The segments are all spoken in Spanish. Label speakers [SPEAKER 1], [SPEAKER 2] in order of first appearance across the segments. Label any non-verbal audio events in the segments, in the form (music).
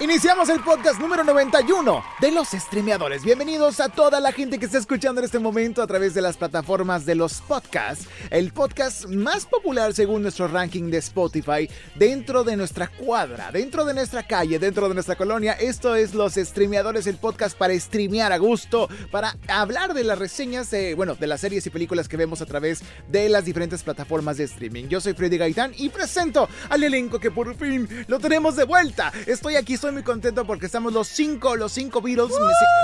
[SPEAKER 1] Iniciamos el podcast número 91 de los streameadores. Bienvenidos a toda la gente que está escuchando en este momento a través de las plataformas de los podcasts. El podcast más popular según nuestro ranking de Spotify dentro de nuestra cuadra, dentro de nuestra calle, dentro de nuestra colonia. Esto es los streameadores, el podcast para streamear a gusto, para hablar de las reseñas, de, bueno, de las series y películas que vemos a través de las diferentes plataformas de streaming. Yo soy Freddy Gaitán y presento al elenco que por fin lo tenemos de vuelta. Estoy aquí, estoy muy contento porque estamos los cinco, los cinco Beatles,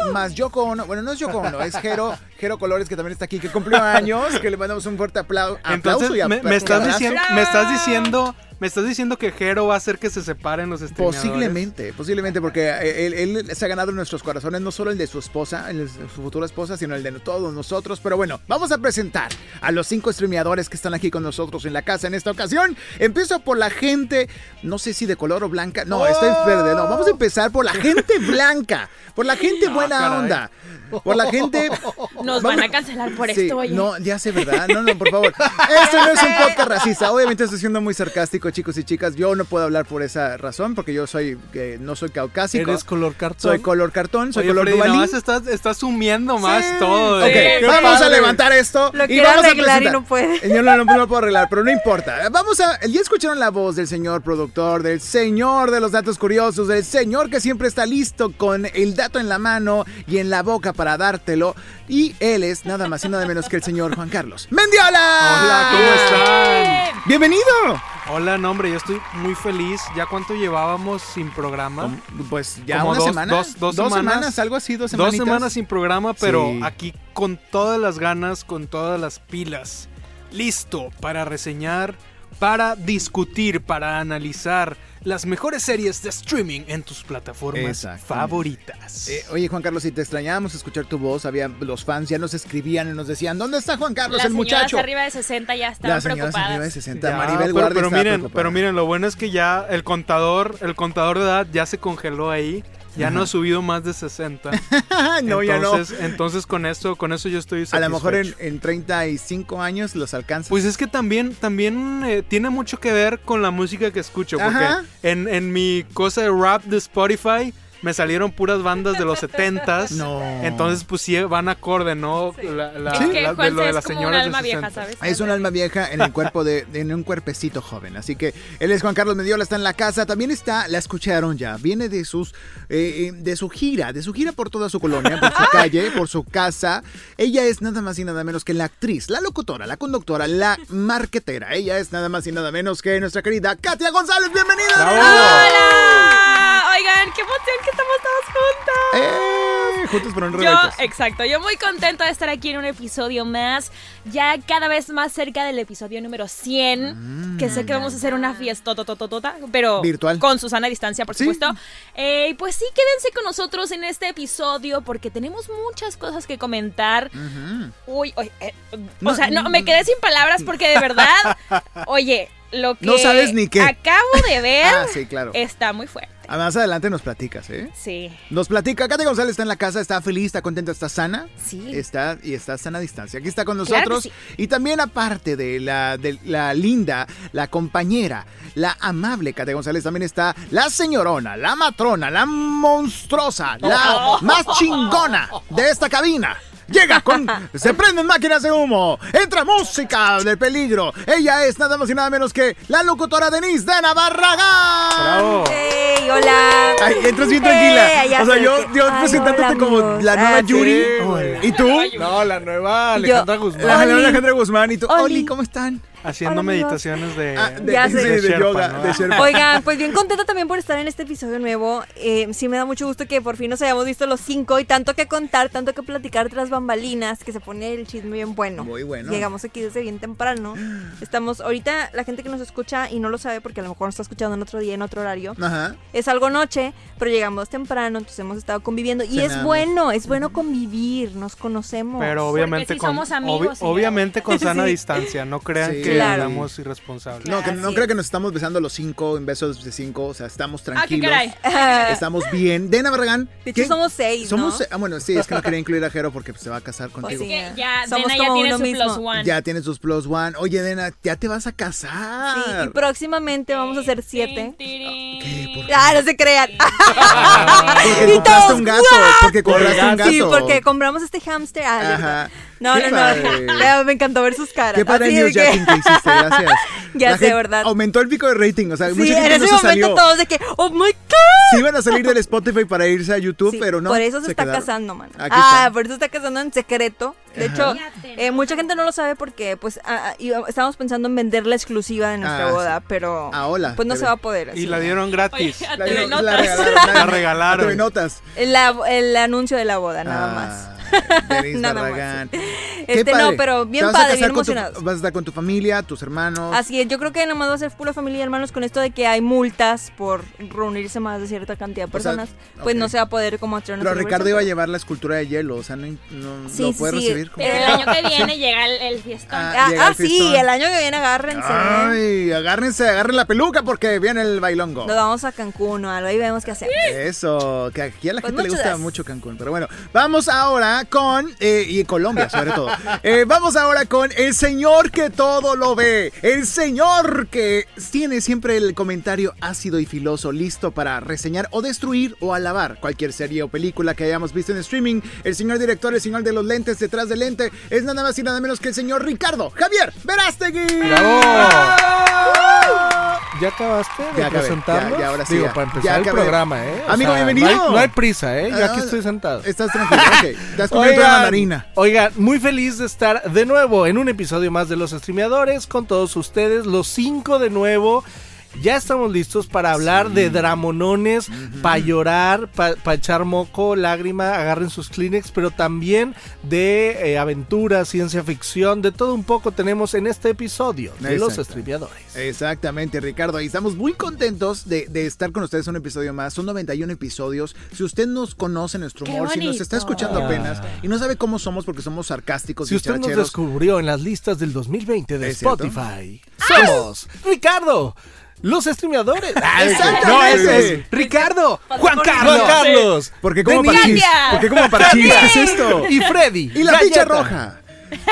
[SPEAKER 1] me- más Yoko Ono. Bueno, no es Yoko Ono, es Jero, Jero Colores, que también está aquí, que cumplió años, que le mandamos un fuerte aplau- aplauso.
[SPEAKER 2] Entonces,
[SPEAKER 1] y
[SPEAKER 2] me,
[SPEAKER 1] apla-
[SPEAKER 2] me estás
[SPEAKER 1] abrazo.
[SPEAKER 2] diciendo, me estás diciendo, me estás diciendo que Jero va a hacer que se separen los streameadores.
[SPEAKER 1] Posiblemente, posiblemente, porque eh, él, él se ha ganado en nuestros corazones, no solo el de su esposa, el de su futura esposa, sino el de todos nosotros. Pero bueno, vamos a presentar a los cinco streameadores que están aquí con nosotros en la casa en esta ocasión. Empiezo por la gente, no sé si de color o blanca,
[SPEAKER 2] Oh.
[SPEAKER 1] no, esta es verde, no, vamos a empezar por la gente blanca, por la
[SPEAKER 2] (laughs)
[SPEAKER 1] gente buena
[SPEAKER 2] Ah, caray.
[SPEAKER 1] onda, por la
[SPEAKER 2] (laughs)
[SPEAKER 1] gente...
[SPEAKER 3] Nos
[SPEAKER 1] Vamos-
[SPEAKER 3] van a cancelar por
[SPEAKER 1] Sí,
[SPEAKER 3] esto, oye.
[SPEAKER 1] No, ya sé, ¿verdad? No, no, por favor.
[SPEAKER 3] (laughs)
[SPEAKER 1] Esto no es un podcast racista. Obviamente estoy siendo muy sarcástico, chicos y chicas. Yo no puedo hablar por esa razón, porque yo soy, eh, no soy caucásico.
[SPEAKER 2] Eres color cartón.
[SPEAKER 1] soy color cartón, soy
[SPEAKER 2] Oye,
[SPEAKER 1] color
[SPEAKER 2] Freddy,
[SPEAKER 1] dubalín.
[SPEAKER 2] nomás estás, estás sumiendo más
[SPEAKER 1] Sí.
[SPEAKER 2] todo.
[SPEAKER 1] Ok,
[SPEAKER 2] eh.
[SPEAKER 3] Qué
[SPEAKER 1] vamos a
[SPEAKER 2] padre.
[SPEAKER 1] levantar esto.
[SPEAKER 4] Lo
[SPEAKER 1] y
[SPEAKER 4] quiere
[SPEAKER 1] vamos a
[SPEAKER 4] arreglar y
[SPEAKER 1] presentar.
[SPEAKER 4] no puede.
[SPEAKER 1] (laughs) Yo no, no- no lo puedo arreglar, pero no importa. Vamos a. Ya escucharon la voz del señor productor, del señor de los datos curiosos, del señor que siempre está listo con el dato en la mano y en la boca para dártelo. Y él es nada más y nada menos que el señor Juan Carlos Mendiola.
[SPEAKER 2] Hola, ¿cómo están?
[SPEAKER 1] Bienvenido.
[SPEAKER 2] Hola, no, hombre, yo estoy muy feliz. ¿Ya cuánto llevábamos sin programa?
[SPEAKER 1] Pues ya
[SPEAKER 2] Como
[SPEAKER 1] una
[SPEAKER 2] dos-
[SPEAKER 1] semana,
[SPEAKER 2] dos- dos semanas.
[SPEAKER 1] algo así, dos
[SPEAKER 2] Dos
[SPEAKER 1] semanas.
[SPEAKER 2] semanas sin programa, pero
[SPEAKER 1] Sí.
[SPEAKER 2] aquí con todas las ganas, con todas las pilas. Listo para reseñar, para discutir, para analizar las mejores series de streaming en tus plataformas
[SPEAKER 1] Exactamente.
[SPEAKER 2] favoritas.
[SPEAKER 1] Eh, oye, Juan Carlos, si te extrañábamos escuchar tu voz, había, los fans ya nos escribían y nos decían, ¿dónde está Juan Carlos,
[SPEAKER 3] Las
[SPEAKER 1] el muchacho?
[SPEAKER 3] señoras arriba de 60 ya estaban
[SPEAKER 1] Las señoras
[SPEAKER 3] preocupadas.
[SPEAKER 1] arriba de 60.
[SPEAKER 2] Ya,
[SPEAKER 1] Maribel
[SPEAKER 2] pero,
[SPEAKER 1] Guardia
[SPEAKER 2] pero
[SPEAKER 1] estaba
[SPEAKER 2] miren,
[SPEAKER 1] preocupada.
[SPEAKER 2] pero miren, lo bueno es que ya el contador, el contador de edad ya se congeló ahí. Ya no ha subido más de 60.
[SPEAKER 1] (laughs) no, ya no.
[SPEAKER 2] entonces, entonces con esto, con eso yo estoy
[SPEAKER 1] A lo mejor en,
[SPEAKER 2] satisfecho.
[SPEAKER 1] en 35 años los alcanza.
[SPEAKER 2] Pues es que también, también eh, tiene mucho que ver con la música que escucho. Porque
[SPEAKER 1] Ajá.
[SPEAKER 2] en, en mi cosa de rap de Spotify me salieron puras bandas
[SPEAKER 3] (laughs)
[SPEAKER 2] de los 70s.
[SPEAKER 1] No.
[SPEAKER 2] Entonces, pues sí van acorde, ¿no? La, la-
[SPEAKER 3] Es que
[SPEAKER 2] la- de
[SPEAKER 3] Juanse
[SPEAKER 2] lo de
[SPEAKER 3] es
[SPEAKER 2] las
[SPEAKER 3] como un
[SPEAKER 2] señoras de
[SPEAKER 3] alma vieja,
[SPEAKER 2] 60s.
[SPEAKER 3] ¿sabes?
[SPEAKER 1] es un alma vieja en el cuerpo de en un cuerpecito joven. Así que él es Juan Carlos Mediola, está en la casa. También está, la escucharon ya. Viene de sus eh, eh, de su gira, de su gira por toda su colonia, por su calle, por su casa. Ella es nada más y nada menos que la actriz, la locutora, la conductora, la marquetera. Ella es nada más y nada menos que nuestra querida Katia González. Bienvenida.
[SPEAKER 2] ¡Bravo!
[SPEAKER 3] ¡Hola! Oigan, qué emoción que estamos todos juntos.
[SPEAKER 1] ¡Eh! Juntos por un
[SPEAKER 3] Yo,
[SPEAKER 1] rebetos.
[SPEAKER 3] exacto, yo muy contenta de estar aquí en un episodio más, ya cada vez más cerca del episodio número 100, que sé que vamos a hacer una fiesta, pero
[SPEAKER 1] Mm. Virtual.
[SPEAKER 3] con Susana a distancia, por
[SPEAKER 1] Sí.
[SPEAKER 3] supuesto. Eh, y pues sí, quédense con nosotros en este episodio porque tenemos muchas cosas que comentar.
[SPEAKER 1] Ujú.
[SPEAKER 3] Uy, uy, eh,
[SPEAKER 1] No,
[SPEAKER 3] o sea, no, me quedé sin palabras porque de
[SPEAKER 1] (laughs)
[SPEAKER 3] verdad, oye, lo que
[SPEAKER 1] No sabes ni qué.
[SPEAKER 3] acabo de ver
[SPEAKER 1] (laughs) Ah, sí, claro.
[SPEAKER 3] está muy fuerte.
[SPEAKER 1] Ah, Más adelante nos platicas, ¿eh?
[SPEAKER 3] Sí.
[SPEAKER 1] Nos platica, Katia González está en la casa, está feliz, está contenta, está sana.
[SPEAKER 3] Sí.
[SPEAKER 1] Está y está sana a distancia. Aquí está con
[SPEAKER 3] Claro que
[SPEAKER 1] nosotros.
[SPEAKER 3] sí.
[SPEAKER 1] Y también aparte de la, de la linda, la compañera, la amable Katia González, también está la señorona, la matrona, la monstruosa,
[SPEAKER 3] Oh.
[SPEAKER 1] la más chingona de esta cabina. Llega
[SPEAKER 3] (laughs)
[SPEAKER 1] con... Se prenden máquinas de humo. Entra música del peligro. Ella es nada más y nada menos que la locutora Denise de Navarraga.
[SPEAKER 2] ¡Bravo!
[SPEAKER 4] ¡Ey, hola!
[SPEAKER 1] Ay, entras bien tranquila.
[SPEAKER 4] Eh, ya
[SPEAKER 1] o sea,
[SPEAKER 4] sé
[SPEAKER 1] yo,
[SPEAKER 4] que-
[SPEAKER 1] yo
[SPEAKER 4] Ay,
[SPEAKER 1] presentándote
[SPEAKER 4] hola,
[SPEAKER 1] como
[SPEAKER 4] amigos.
[SPEAKER 1] la nueva
[SPEAKER 4] Ah,
[SPEAKER 1] Yuri.
[SPEAKER 4] sí.
[SPEAKER 2] Hola.
[SPEAKER 5] ¿Y tú? No, la nueva Alejandra Guzmán.
[SPEAKER 1] La
[SPEAKER 3] Oli.
[SPEAKER 1] Alejandra Guzmán y tú.
[SPEAKER 3] Oli.
[SPEAKER 1] Oli, ¿cómo están?
[SPEAKER 2] Haciendo
[SPEAKER 3] Hola, amigos.
[SPEAKER 2] meditaciones de,
[SPEAKER 1] Ah, de,
[SPEAKER 4] Ya
[SPEAKER 1] sí,
[SPEAKER 4] sé.
[SPEAKER 1] de
[SPEAKER 2] Sherpa,
[SPEAKER 1] yoga,
[SPEAKER 2] ¿no? Ah,
[SPEAKER 1] de Sherpa.
[SPEAKER 4] Oigan, pues bien contenta también por estar en este episodio nuevo. Eh, sí me da mucho gusto que por fin nos hayamos visto los cinco y tanto que contar, tanto que platicar tras bambalinas, que se pone el chisme bien bueno.
[SPEAKER 1] Muy bueno.
[SPEAKER 4] Llegamos aquí desde bien temprano. Estamos, ahorita la gente que nos escucha y no lo sabe porque a lo mejor nos está escuchando en otro día, en otro horario.
[SPEAKER 1] Ajá.
[SPEAKER 4] Es algo noche, pero llegamos temprano, entonces hemos estado conviviendo. Y es
[SPEAKER 1] Cenamos.
[SPEAKER 4] bueno, es bueno convivir, nos conocemos.
[SPEAKER 2] Pero
[SPEAKER 3] Porque
[SPEAKER 2] obviamente
[SPEAKER 3] sí
[SPEAKER 2] con,
[SPEAKER 3] somos amigos, señor.
[SPEAKER 2] obviamente con sana
[SPEAKER 3] (laughs)
[SPEAKER 4] Sí.
[SPEAKER 2] distancia. No crean
[SPEAKER 1] Sí.
[SPEAKER 2] que
[SPEAKER 4] Claro.
[SPEAKER 2] hablamos irresponsables.
[SPEAKER 1] No, que no
[SPEAKER 4] Así
[SPEAKER 1] creo
[SPEAKER 4] es.
[SPEAKER 1] que nos estamos besando los cinco en besos de cinco. O sea, estamos
[SPEAKER 3] Ah, qué
[SPEAKER 1] tranquilos.
[SPEAKER 3] caray.
[SPEAKER 1] Estamos bien. Dena Barragán.
[SPEAKER 4] Eh. de hecho
[SPEAKER 1] ¿qué?
[SPEAKER 4] somos seis, ¿no?
[SPEAKER 1] Somos. Ah, bueno, sí, es que no quería incluir a Jero porque pues, se va a casar
[SPEAKER 4] Pues
[SPEAKER 1] contigo.
[SPEAKER 3] Es
[SPEAKER 4] sí.
[SPEAKER 3] que ya,
[SPEAKER 4] Somos
[SPEAKER 3] Dena ya
[SPEAKER 4] como
[SPEAKER 3] tiene
[SPEAKER 4] uno
[SPEAKER 3] su plus
[SPEAKER 4] mismo.
[SPEAKER 3] one.
[SPEAKER 1] Ya tienes tus plus one. Oye, Dena, ya te vas a casar.
[SPEAKER 4] Sí,
[SPEAKER 1] Ah.
[SPEAKER 4] y próximamente vamos a hacer siete.
[SPEAKER 3] ¿Qué?
[SPEAKER 1] ¿Por
[SPEAKER 4] Ah, no se crean. (laughs)
[SPEAKER 1] Porque
[SPEAKER 4] Y
[SPEAKER 1] compraste
[SPEAKER 4] todos,
[SPEAKER 1] un gato. Porque compraste un gato.
[SPEAKER 4] Sí, porque compramos este hamster.
[SPEAKER 1] Ajá.
[SPEAKER 4] No,
[SPEAKER 1] Qué
[SPEAKER 4] no, (laughs)
[SPEAKER 1] padre.
[SPEAKER 4] no. Ya, Me encantó ver sus caras.
[SPEAKER 1] Qué padre
[SPEAKER 4] Así
[SPEAKER 1] news
[SPEAKER 4] de que-
[SPEAKER 1] jacking que hiciste, gracias.
[SPEAKER 4] (laughs) Ya
[SPEAKER 1] La
[SPEAKER 4] sé,
[SPEAKER 1] gente-
[SPEAKER 4] ¿verdad?
[SPEAKER 1] Aumentó el pico de rating, o sea,
[SPEAKER 4] Sí,
[SPEAKER 1] mucha gente
[SPEAKER 4] en
[SPEAKER 1] no
[SPEAKER 4] ese
[SPEAKER 1] se
[SPEAKER 4] momento
[SPEAKER 1] salió.
[SPEAKER 4] todos de que, oh my god.
[SPEAKER 1] Se iban a salir del Spotify para irse a YouTube,
[SPEAKER 4] Sí,
[SPEAKER 1] pero no.
[SPEAKER 4] por eso se, está
[SPEAKER 1] quedaron.
[SPEAKER 4] casando, man.
[SPEAKER 1] Aquí
[SPEAKER 4] Ah,
[SPEAKER 1] está.
[SPEAKER 4] por eso se está casando en secreto. De hecho, eh, mucha gente no lo sabe porque, pues, ah, ah, y- estábamos pensando en vender la exclusiva de nuestra
[SPEAKER 1] Ah,
[SPEAKER 4] boda, pero
[SPEAKER 1] Ah, hola,
[SPEAKER 4] pues no
[SPEAKER 1] te
[SPEAKER 4] se
[SPEAKER 1] ve.
[SPEAKER 4] va a poder.
[SPEAKER 2] Y
[SPEAKER 4] así.
[SPEAKER 2] la dieron gratis.
[SPEAKER 3] Oye, a
[SPEAKER 1] La,
[SPEAKER 3] TV
[SPEAKER 1] la
[SPEAKER 3] Notas.
[SPEAKER 1] regalaron.
[SPEAKER 2] La regalaron.
[SPEAKER 1] TV Notas.
[SPEAKER 4] La- el anuncio de la boda, Ah, nada
[SPEAKER 1] Ah.
[SPEAKER 4] más.
[SPEAKER 1] más. Ah, Denise
[SPEAKER 4] (laughs) Nada más.
[SPEAKER 1] Barragán. Qué
[SPEAKER 4] Este
[SPEAKER 1] padre.
[SPEAKER 4] no, pero bien
[SPEAKER 1] Te vas a
[SPEAKER 4] padre,
[SPEAKER 1] casar
[SPEAKER 4] bien
[SPEAKER 1] con tu-
[SPEAKER 4] emocionados. Ah,
[SPEAKER 1] vas a estar con tu familia, tus hermanos.
[SPEAKER 4] Así es, yo creo que nomás va a ser pura familia y hermanos con esto de que hay multas por reunirse más de cierta cantidad de
[SPEAKER 1] O sea,
[SPEAKER 4] personas. pues
[SPEAKER 1] ok.
[SPEAKER 4] no se va a poder como hacer una
[SPEAKER 1] Pero Ricardo iba a
[SPEAKER 4] celebración,
[SPEAKER 1] llevar la escultura de hielo, o sea, no, no
[SPEAKER 4] Sí,
[SPEAKER 1] lo
[SPEAKER 4] sí,
[SPEAKER 1] puede
[SPEAKER 4] sí.
[SPEAKER 1] recibir. como-
[SPEAKER 3] Pero el año que viene llega el, el fiestón.
[SPEAKER 1] Ah,
[SPEAKER 4] pero-
[SPEAKER 1] llega
[SPEAKER 4] Ah,
[SPEAKER 1] el
[SPEAKER 4] ah, sí,
[SPEAKER 1] fiestón.
[SPEAKER 4] el año que viene agárrense. ¿eh?
[SPEAKER 1] Ay, agárrense, agarren la peluca porque viene el bailongo.
[SPEAKER 4] Nos vamos a Cancún o algo y vemos qué hacemos.
[SPEAKER 1] Eso, que aquí a la
[SPEAKER 4] Pues
[SPEAKER 1] gente le
[SPEAKER 4] muchas
[SPEAKER 1] gusta
[SPEAKER 4] gracias.
[SPEAKER 1] mucho Cancún. Pero bueno, vamos ahora con, eh, y Colombia sobre todo, Eh, vamos ahora con el señor que todo lo ve, el señor que tiene siempre el comentario ácido y filoso listo para reseñar o destruir o alabar cualquier serie o película que hayamos visto en streaming. El señor director, el señor de los lentes detrás del lente, es nada más y nada menos que el señor Ricardo Javier Verástegui.
[SPEAKER 2] ¡Bravo! ¿Ya acabaste
[SPEAKER 1] Ya acabé, ya, ya, ahora sí,
[SPEAKER 6] Digo,
[SPEAKER 1] ya.
[SPEAKER 6] para
[SPEAKER 1] Ya
[SPEAKER 6] empezar el
[SPEAKER 1] acabé.
[SPEAKER 6] programa, ¿eh? O
[SPEAKER 1] Amigo,
[SPEAKER 6] sea,
[SPEAKER 1] bienvenido.
[SPEAKER 6] No hay, no hay prisa, ¿eh? Yo
[SPEAKER 1] Ah,
[SPEAKER 6] aquí estoy sentado.
[SPEAKER 1] Estás tranquilo,
[SPEAKER 6] (laughs)
[SPEAKER 1] ok. Te has comido toda la marina.
[SPEAKER 6] oigan, muy feliz de estar de nuevo en un episodio más de Los Streameadores con todos ustedes, los cinco de nuevo. Ya estamos listos para hablar de dramonones, para llorar, para echar moco, lágrima, agarren sus Kleenex, pero también de eh, aventura, ciencia ficción, de todo un poco tenemos en este episodio de Los
[SPEAKER 1] Exacto.
[SPEAKER 6] Streameadores.
[SPEAKER 1] Exactamente, Ricardo. Y estamos muy contentos de, de estar con ustedes un episodio más. Son 91 episodios. Si usted nos conoce, nuestro
[SPEAKER 3] Qué
[SPEAKER 1] humor, si nos está
[SPEAKER 3] bonito.
[SPEAKER 1] escuchando apenas y no sabe cómo somos porque somos sarcásticos
[SPEAKER 6] Si
[SPEAKER 1] y
[SPEAKER 6] usted nos
[SPEAKER 1] characheros,
[SPEAKER 6] descubrió en las listas del 2020 de
[SPEAKER 1] Pues ¿Es cierto?
[SPEAKER 6] Spotify,
[SPEAKER 3] Ah.
[SPEAKER 6] somos Ricardo, los streameadores.
[SPEAKER 1] (laughs)
[SPEAKER 6] Ah,
[SPEAKER 1] Exactamente.
[SPEAKER 6] no, ese es Ricardo, Juan Carlos,
[SPEAKER 3] Juan
[SPEAKER 6] Carlos
[SPEAKER 1] ¿Por qué como
[SPEAKER 6] Denise,
[SPEAKER 1] parchís? ¿Por qué como parchís? ¿Qué es
[SPEAKER 3] (laughs)
[SPEAKER 1] esto?
[SPEAKER 6] y Freddy.
[SPEAKER 1] Y la ficha
[SPEAKER 6] Galleta.
[SPEAKER 1] roja.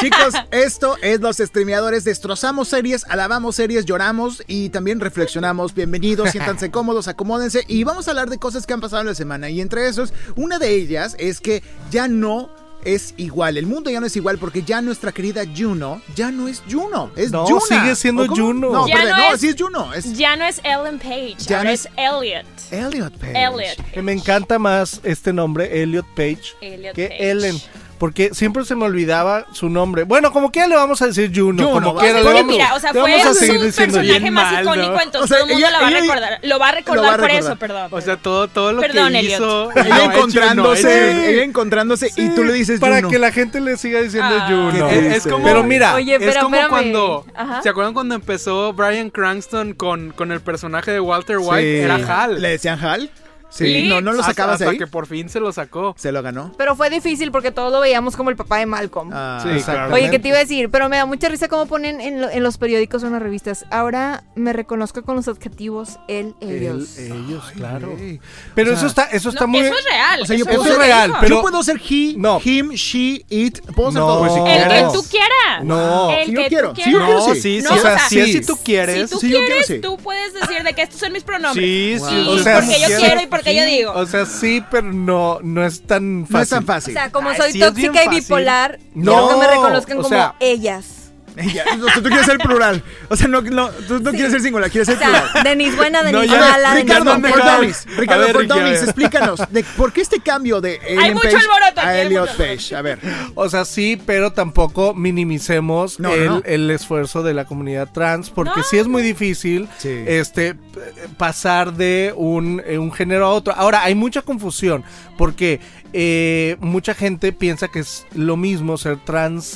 [SPEAKER 1] Chicos, esto es Los Streameadores. Destrozamos series, alabamos series, lloramos y también reflexionamos. Bienvenidos,
[SPEAKER 6] (laughs)
[SPEAKER 1] siéntanse cómodos, acomódense y vamos a hablar de cosas que han pasado en la semana. Y entre esos, una de ellas es que ya no es igual. El mundo ya no es igual porque ya nuestra querida Juno ya no es Juno. Es
[SPEAKER 6] No,
[SPEAKER 1] Yuna.
[SPEAKER 6] sigue siendo
[SPEAKER 1] ¿O cómo?
[SPEAKER 6] Juno.
[SPEAKER 1] No,
[SPEAKER 3] Ya
[SPEAKER 1] perdón,
[SPEAKER 3] no
[SPEAKER 1] no,
[SPEAKER 3] es-
[SPEAKER 1] sí es Juno. Es
[SPEAKER 3] Ya no es Ellen Page,
[SPEAKER 1] Ya
[SPEAKER 3] ahora
[SPEAKER 1] no
[SPEAKER 3] es
[SPEAKER 1] es-
[SPEAKER 3] Elliot.
[SPEAKER 1] Elliot Page.
[SPEAKER 3] Elliot.
[SPEAKER 6] Que me encanta más este nombre, Elliot Page,
[SPEAKER 3] Elliot
[SPEAKER 6] que
[SPEAKER 3] Page.
[SPEAKER 6] Ellen. Porque siempre se me olvidaba su nombre. Bueno, como quiera le vamos a decir Juno.
[SPEAKER 1] Juno,
[SPEAKER 6] como
[SPEAKER 1] va.
[SPEAKER 6] quiera le
[SPEAKER 1] Porque
[SPEAKER 6] vamos,
[SPEAKER 3] mira, o sea,
[SPEAKER 6] le
[SPEAKER 3] fue
[SPEAKER 6] vamos a
[SPEAKER 3] su
[SPEAKER 6] seguir diciendo
[SPEAKER 3] personaje
[SPEAKER 6] bien
[SPEAKER 3] más
[SPEAKER 6] mal, ¿no?
[SPEAKER 3] icónico, entonces
[SPEAKER 1] O sea,
[SPEAKER 3] todo el mundo
[SPEAKER 1] ella-
[SPEAKER 3] la va
[SPEAKER 1] ella-
[SPEAKER 3] a recordar. Lo va a recordar
[SPEAKER 1] lo va a
[SPEAKER 3] por
[SPEAKER 1] recordar.
[SPEAKER 3] eso, perdón.
[SPEAKER 2] O sea, todo, todo lo
[SPEAKER 3] Perdón,
[SPEAKER 2] que
[SPEAKER 3] Elliot.
[SPEAKER 2] hizo. No,
[SPEAKER 1] Ella
[SPEAKER 2] hecho no,
[SPEAKER 1] encontrándose,
[SPEAKER 2] hecho no.
[SPEAKER 1] ella encontrándose y tú le dices
[SPEAKER 6] para
[SPEAKER 1] Juno.
[SPEAKER 6] que la gente le siga diciendo
[SPEAKER 3] Ah.
[SPEAKER 6] Juno.
[SPEAKER 1] Qué
[SPEAKER 2] Es, es
[SPEAKER 1] triste.
[SPEAKER 2] como,
[SPEAKER 6] Pero mira,
[SPEAKER 4] Oye, pero
[SPEAKER 2] es como
[SPEAKER 4] espérame.
[SPEAKER 2] cuando.
[SPEAKER 4] Ajá.
[SPEAKER 2] ¿Se acuerdan cuando empezó Brian Cranston con, con el personaje de Walter
[SPEAKER 1] Sí.
[SPEAKER 2] White? Era Hal.
[SPEAKER 1] ¿Le decían Hal? Sí.
[SPEAKER 3] Sí.
[SPEAKER 1] No, no lo
[SPEAKER 2] Hasta-
[SPEAKER 1] sacabas
[SPEAKER 2] hasta
[SPEAKER 1] ahí.
[SPEAKER 2] que por fin se lo sacó.
[SPEAKER 1] Se lo ganó.
[SPEAKER 4] Pero fue difícil porque todos lo veíamos como el papá de Malcolm.
[SPEAKER 1] Ah,
[SPEAKER 6] Sí,
[SPEAKER 1] exactamente.
[SPEAKER 4] Oye, ¿qué te iba a decir? Pero me da mucha risa cómo ponen en, lo- en los periódicos o en las revistas. Ahora me reconozco con los adjetivos él, ellos.
[SPEAKER 6] El- ellos, claro.
[SPEAKER 1] güey.
[SPEAKER 6] Pero
[SPEAKER 1] O sea,
[SPEAKER 6] eso está, eso está
[SPEAKER 3] No,
[SPEAKER 6] muy.
[SPEAKER 3] eso es real.
[SPEAKER 1] O sea, yo
[SPEAKER 6] Eso
[SPEAKER 1] puedo
[SPEAKER 6] es
[SPEAKER 1] ser
[SPEAKER 6] real,
[SPEAKER 1] Yo
[SPEAKER 6] pero-
[SPEAKER 1] puedo ser he,
[SPEAKER 6] No.
[SPEAKER 1] him, she, it. Puedo ser
[SPEAKER 6] No.
[SPEAKER 1] todo.
[SPEAKER 6] Pues si
[SPEAKER 3] El que
[SPEAKER 6] quieres.
[SPEAKER 3] tú quieras.
[SPEAKER 6] No.
[SPEAKER 3] El
[SPEAKER 1] Si yo
[SPEAKER 3] que
[SPEAKER 1] quiero,
[SPEAKER 3] tú
[SPEAKER 1] si yo
[SPEAKER 3] quieras.
[SPEAKER 1] quiero, sí.
[SPEAKER 2] No, sí, sí.
[SPEAKER 3] No,
[SPEAKER 2] o sea,
[SPEAKER 3] o sea,
[SPEAKER 2] sí,
[SPEAKER 1] sí.
[SPEAKER 2] si tú quieres.
[SPEAKER 3] Si tú
[SPEAKER 1] Sí, yo quiero,
[SPEAKER 3] quieres,
[SPEAKER 1] sí.
[SPEAKER 3] tú puedes decir de que estos son mis pronombres.
[SPEAKER 2] Sí,
[SPEAKER 1] Wow.
[SPEAKER 2] sí.
[SPEAKER 1] O
[SPEAKER 3] Y
[SPEAKER 1] sea,
[SPEAKER 3] porque yo
[SPEAKER 1] sí.
[SPEAKER 3] quiero y porque yo digo.
[SPEAKER 6] O sea, sí, pero no, no es tan fácil.
[SPEAKER 1] No es tan
[SPEAKER 4] O
[SPEAKER 1] fácil.
[SPEAKER 4] sea, como
[SPEAKER 2] Ay,
[SPEAKER 4] soy
[SPEAKER 2] Ah, sí, es bien
[SPEAKER 4] tóxica y
[SPEAKER 2] fácil.
[SPEAKER 4] bipolar,
[SPEAKER 6] No,
[SPEAKER 4] quiero que me reconozcan
[SPEAKER 6] o
[SPEAKER 4] como
[SPEAKER 6] sea,
[SPEAKER 4] ellas.
[SPEAKER 1] Ya, o sea, tú quieres ser plural. O sea, no, no, tú no quieres ser singular, quieres ser
[SPEAKER 4] O sea,
[SPEAKER 1] plural.
[SPEAKER 4] Denise buena, Denise
[SPEAKER 6] ya,
[SPEAKER 4] mala, Denise
[SPEAKER 1] Ricardo,
[SPEAKER 4] buena.
[SPEAKER 1] Paul Downis,
[SPEAKER 6] A
[SPEAKER 1] Ricardo
[SPEAKER 6] ver,
[SPEAKER 1] Paul
[SPEAKER 6] Ricky, a
[SPEAKER 1] Downis,
[SPEAKER 6] ver.
[SPEAKER 1] explícanos, de, ¿por qué este cambio de Ellen
[SPEAKER 3] mucho
[SPEAKER 1] Page
[SPEAKER 3] alboroto aquí,
[SPEAKER 1] a
[SPEAKER 3] hay
[SPEAKER 1] Elliot
[SPEAKER 3] mucho
[SPEAKER 1] Page? A ver,
[SPEAKER 6] O sea, sí, pero tampoco minimicemos
[SPEAKER 1] No, no,
[SPEAKER 6] el,
[SPEAKER 1] no.
[SPEAKER 6] el esfuerzo de la comunidad trans, porque sí es muy difícil
[SPEAKER 1] Sí.
[SPEAKER 6] este, p- pasar de un, eh, un género a otro. Ahora, hay mucha confusión, porque eh, mucha gente piensa que es lo mismo ser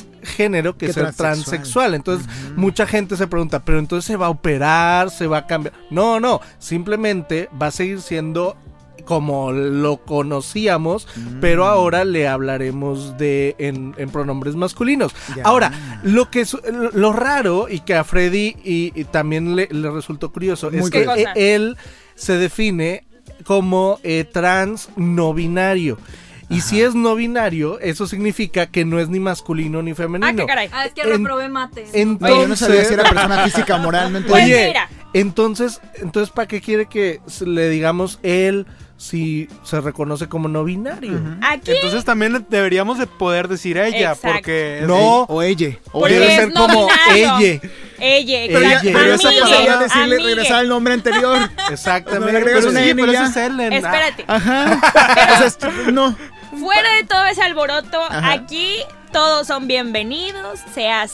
[SPEAKER 6] transgénero que
[SPEAKER 1] Que
[SPEAKER 6] ser
[SPEAKER 1] transexual.
[SPEAKER 6] transexual. Entonces, mucha gente se pregunta, pero entonces se va a operar, se va a cambiar. No, no, simplemente va a seguir siendo como lo conocíamos, pero
[SPEAKER 1] Mm.
[SPEAKER 6] ahora le hablaremos de en, en pronombres masculinos.
[SPEAKER 1] Ya.
[SPEAKER 6] Ahora, lo que su- lo raro y que a Freddy y, y también le, le resultó curioso
[SPEAKER 1] Muy
[SPEAKER 6] es que
[SPEAKER 3] curioso.
[SPEAKER 6] e- él se define como eh, trans no binario. Y si es no binario, eso significa que no es ni masculino ni
[SPEAKER 3] Ah, qué
[SPEAKER 6] femenino.
[SPEAKER 3] caray.
[SPEAKER 4] Ah, es que
[SPEAKER 6] En-
[SPEAKER 4] reprobé mates.
[SPEAKER 6] Entonces,
[SPEAKER 1] Oye, yo no sabía si era persona física o moralmente.
[SPEAKER 3] Pues
[SPEAKER 6] Oye,
[SPEAKER 3] mira.
[SPEAKER 6] entonces, entonces ¿para qué quiere que se- le digamos él si se reconoce como no binario?
[SPEAKER 3] Aquí
[SPEAKER 2] Entonces también deberíamos de poder decir ella,
[SPEAKER 3] Exacto.
[SPEAKER 2] porque... es-
[SPEAKER 6] No,
[SPEAKER 1] o ella. O
[SPEAKER 3] Porque
[SPEAKER 6] debe
[SPEAKER 3] es
[SPEAKER 6] ser
[SPEAKER 3] no
[SPEAKER 6] como
[SPEAKER 3] binario.
[SPEAKER 6] ella.
[SPEAKER 3] Ella,
[SPEAKER 6] Pero ya-
[SPEAKER 3] exacto.
[SPEAKER 6] pero
[SPEAKER 1] esa
[SPEAKER 3] Amigue,
[SPEAKER 1] pasaría a decirle
[SPEAKER 3] amigue.
[SPEAKER 1] regresar al nombre anterior.
[SPEAKER 6] Exactamente.
[SPEAKER 1] Le agregas
[SPEAKER 6] pero
[SPEAKER 1] una
[SPEAKER 6] sí,
[SPEAKER 1] N
[SPEAKER 6] pero
[SPEAKER 1] y
[SPEAKER 6] eso
[SPEAKER 1] ya.
[SPEAKER 6] es Ellen.
[SPEAKER 2] Ah,
[SPEAKER 3] Espérate.
[SPEAKER 1] Ajá. O sea, es- no.
[SPEAKER 3] Fuera de todo ese alboroto,
[SPEAKER 1] Ajá.
[SPEAKER 3] aquí todos son bienvenidos, seas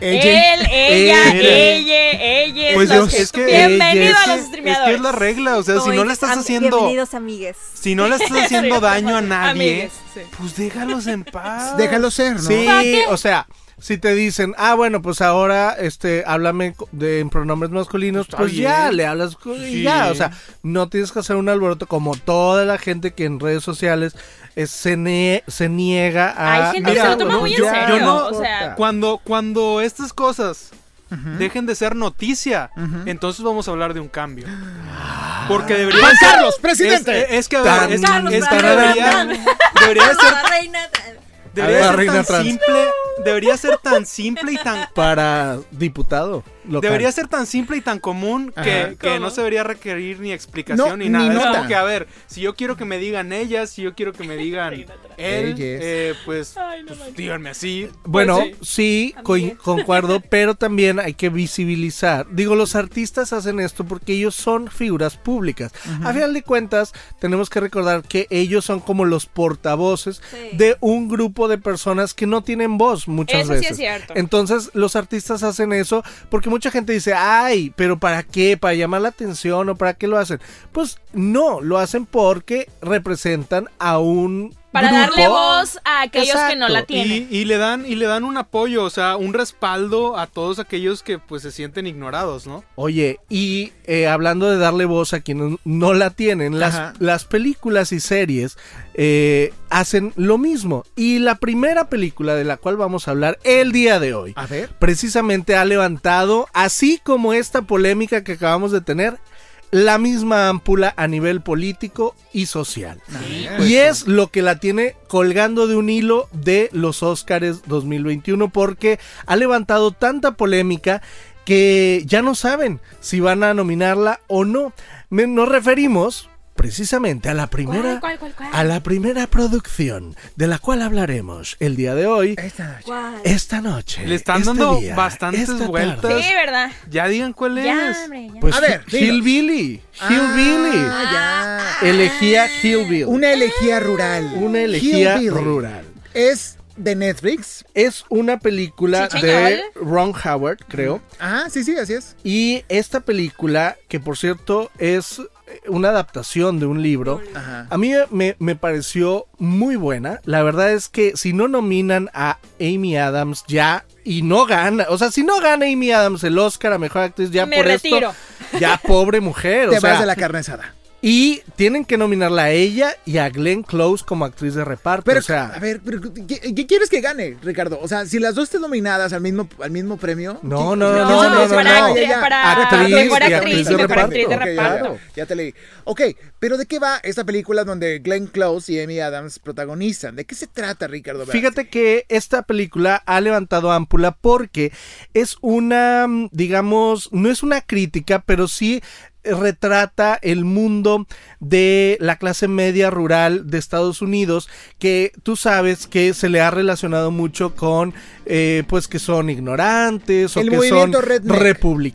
[SPEAKER 1] Ella.
[SPEAKER 3] él, ella,
[SPEAKER 6] Él.
[SPEAKER 3] ella, ella.
[SPEAKER 2] Pues
[SPEAKER 3] los-
[SPEAKER 2] es, es que...
[SPEAKER 3] bienvenido
[SPEAKER 6] ella,
[SPEAKER 3] a los
[SPEAKER 2] es que-
[SPEAKER 3] streameadores.
[SPEAKER 2] Es que es la regla, o sea, si no le estás
[SPEAKER 4] Am-
[SPEAKER 2] haciendo...
[SPEAKER 4] Bienvenidos, amigues.
[SPEAKER 2] Si no le
[SPEAKER 3] (laughs)
[SPEAKER 2] estás haciendo daño a nadie,
[SPEAKER 3] Amigues, sí.
[SPEAKER 2] pues déjalos en paz.
[SPEAKER 1] Déjalo ser, ¿no?
[SPEAKER 6] Sí, o sea, si te dicen, ah, bueno, pues ahora, este, háblame co- de en pronombres masculinos, pues
[SPEAKER 2] bien.
[SPEAKER 6] ya, le hablas co- y
[SPEAKER 2] Sí.
[SPEAKER 6] ya, o sea, no tienes que hacer un alboroto como toda la gente que en redes sociales eh, se, nie- se niega a...
[SPEAKER 3] Hay gente
[SPEAKER 2] que se lo
[SPEAKER 6] algo,
[SPEAKER 2] toma
[SPEAKER 6] ¿no?
[SPEAKER 2] muy en
[SPEAKER 6] Ah, Yo-
[SPEAKER 2] serio,
[SPEAKER 6] yo no-
[SPEAKER 3] o sea.
[SPEAKER 2] Cuando, cuando estas cosas dejen de ser noticia, entonces vamos a hablar de un cambio. Porque debería
[SPEAKER 1] Juan
[SPEAKER 2] ser-
[SPEAKER 1] Carlos, presidente.
[SPEAKER 2] Es, es que a
[SPEAKER 6] Tan,
[SPEAKER 2] ver, Ah, es,
[SPEAKER 4] Carlos
[SPEAKER 2] es que
[SPEAKER 4] Bravo,
[SPEAKER 2] debería,
[SPEAKER 4] tan.
[SPEAKER 2] debería ser,
[SPEAKER 4] La reina.
[SPEAKER 2] debería
[SPEAKER 6] A ver,
[SPEAKER 2] ser
[SPEAKER 6] reina
[SPEAKER 2] tan
[SPEAKER 6] trans.
[SPEAKER 2] simple, debería ser tan simple y tan
[SPEAKER 6] Para diputado. local.
[SPEAKER 2] debería ser tan simple y tan común
[SPEAKER 1] Ajá.
[SPEAKER 2] que, que no se debería requerir ni explicación
[SPEAKER 1] No,
[SPEAKER 2] ni nada.
[SPEAKER 1] ni
[SPEAKER 2] es
[SPEAKER 1] nota.
[SPEAKER 2] como que a ver, si yo quiero que me digan ellas, si yo quiero que me digan él,
[SPEAKER 1] Ellas.
[SPEAKER 2] eh, pues,
[SPEAKER 3] Ay, no
[SPEAKER 2] pues,
[SPEAKER 3] manches.
[SPEAKER 2] díganme así.
[SPEAKER 6] Bueno,
[SPEAKER 2] Pues, sí.
[SPEAKER 6] sí, co-
[SPEAKER 3] También.
[SPEAKER 6] concuerdo, (laughs) pero también hay que visibilizar. Digo, los artistas hacen esto porque ellos son figuras públicas. A final de cuentas, tenemos que recordar que ellos son como los portavoces
[SPEAKER 4] Sí.
[SPEAKER 6] de un grupo de personas que no tienen voz muchas
[SPEAKER 3] Eso sí
[SPEAKER 6] veces.
[SPEAKER 3] es cierto.
[SPEAKER 6] Entonces, los artistas hacen eso porque mucha gente dice, ay, pero ¿para qué? ¿Para llamar la atención o para qué lo hacen? Pues no, lo hacen porque representan a un...
[SPEAKER 3] Para
[SPEAKER 6] grupo.
[SPEAKER 3] darle voz a aquellos que no la
[SPEAKER 6] Exacto.
[SPEAKER 3] tienen.
[SPEAKER 2] Y, y le dan y le dan un apoyo, o sea, un respaldo a todos aquellos que pues se sienten ignorados, ¿no?
[SPEAKER 6] Oye, y eh, hablando de darle voz a quienes no la tienen,
[SPEAKER 1] Ajá.
[SPEAKER 6] las, las películas y series eh, hacen lo mismo. Y la primera película de la cual vamos a hablar el día de hoy,
[SPEAKER 1] A ver.
[SPEAKER 6] precisamente ha levantado, así como esta polémica que acabamos de tener, la misma ámpula a nivel político y social. Y es lo que la tiene colgando de un hilo de los Óscares 2021 porque ha levantado tanta polémica que ya no saben si van a nominarla o no. Me- nos referimos precisamente a la primera
[SPEAKER 3] ¿Cuál, cuál, cuál, cuál?
[SPEAKER 6] a la primera producción de la cual hablaremos el día de hoy
[SPEAKER 1] Esta noche.
[SPEAKER 4] ¿Cuál?
[SPEAKER 6] esta noche.
[SPEAKER 2] Le están
[SPEAKER 6] este
[SPEAKER 2] dando
[SPEAKER 6] día,
[SPEAKER 2] bastantes
[SPEAKER 6] esta
[SPEAKER 2] vueltas.
[SPEAKER 6] tarde.
[SPEAKER 3] Sí, ¿verdad?
[SPEAKER 2] Ya digan cuál
[SPEAKER 3] Ya,
[SPEAKER 2] es.
[SPEAKER 3] hombre, ya.
[SPEAKER 6] Pues
[SPEAKER 1] A ver,
[SPEAKER 6] Hi-
[SPEAKER 1] dinos.
[SPEAKER 6] Hillbilly. Hillbilly.
[SPEAKER 1] Ah,
[SPEAKER 6] Elegía Hillbilly.
[SPEAKER 1] ya. Una elegía rural.
[SPEAKER 6] Una elegía
[SPEAKER 1] Hillbilly.
[SPEAKER 6] rural.
[SPEAKER 1] Es de Netflix.
[SPEAKER 6] Es una película
[SPEAKER 3] Sí,
[SPEAKER 6] de
[SPEAKER 3] señor.
[SPEAKER 6] Ron Howard, creo.
[SPEAKER 1] Ajá, sí, sí, así es.
[SPEAKER 6] Y esta película, que por cierto es eh, una adaptación de un libro,
[SPEAKER 1] Ajá.
[SPEAKER 6] a mí me, me pareció muy buena. La verdad es que si no nominan a Amy Adams ya y no gana, o sea, si no gana Amy Adams el Oscar a Mejor Actriz ya
[SPEAKER 3] Me
[SPEAKER 6] por
[SPEAKER 3] retiro.
[SPEAKER 6] esto, ya pobre mujer,
[SPEAKER 1] Te
[SPEAKER 6] o sea,
[SPEAKER 1] vas de la carne asada.
[SPEAKER 6] y tienen que nominarla a ella y a Glenn Close como actriz de reparto,
[SPEAKER 1] Pero,
[SPEAKER 6] o sea,
[SPEAKER 1] a ver, pero, ¿qué, qué quieres que gane, Ricardo? O sea, si las dos están nominadas al mismo, al mismo premio.
[SPEAKER 6] No, no, no,
[SPEAKER 3] No,
[SPEAKER 6] no, no,
[SPEAKER 3] es
[SPEAKER 6] no,
[SPEAKER 3] para
[SPEAKER 6] no. Ah,
[SPEAKER 3] actriz, para
[SPEAKER 6] Actriz
[SPEAKER 3] mejor
[SPEAKER 6] y
[SPEAKER 3] actriz,
[SPEAKER 6] actriz
[SPEAKER 3] y
[SPEAKER 6] de
[SPEAKER 3] mejor actriz de
[SPEAKER 6] reparto.
[SPEAKER 1] Ok,
[SPEAKER 3] reparto.
[SPEAKER 1] ya, ya te leí. Ok, pero ¿de qué va esta película donde Glenn Close y Amy Adams protagonizan? ¿De qué se trata, Ricardo?
[SPEAKER 6] Fíjate que esta película ha levantado ámpula porque es una, mm, digamos, no es una crítica, pero sí retrata el mundo de la clase media rural de Estados Unidos que tú sabes que se le ha relacionado mucho con eh, pues que son ignorantes o
[SPEAKER 1] El
[SPEAKER 6] que son
[SPEAKER 1] movimiento redneck.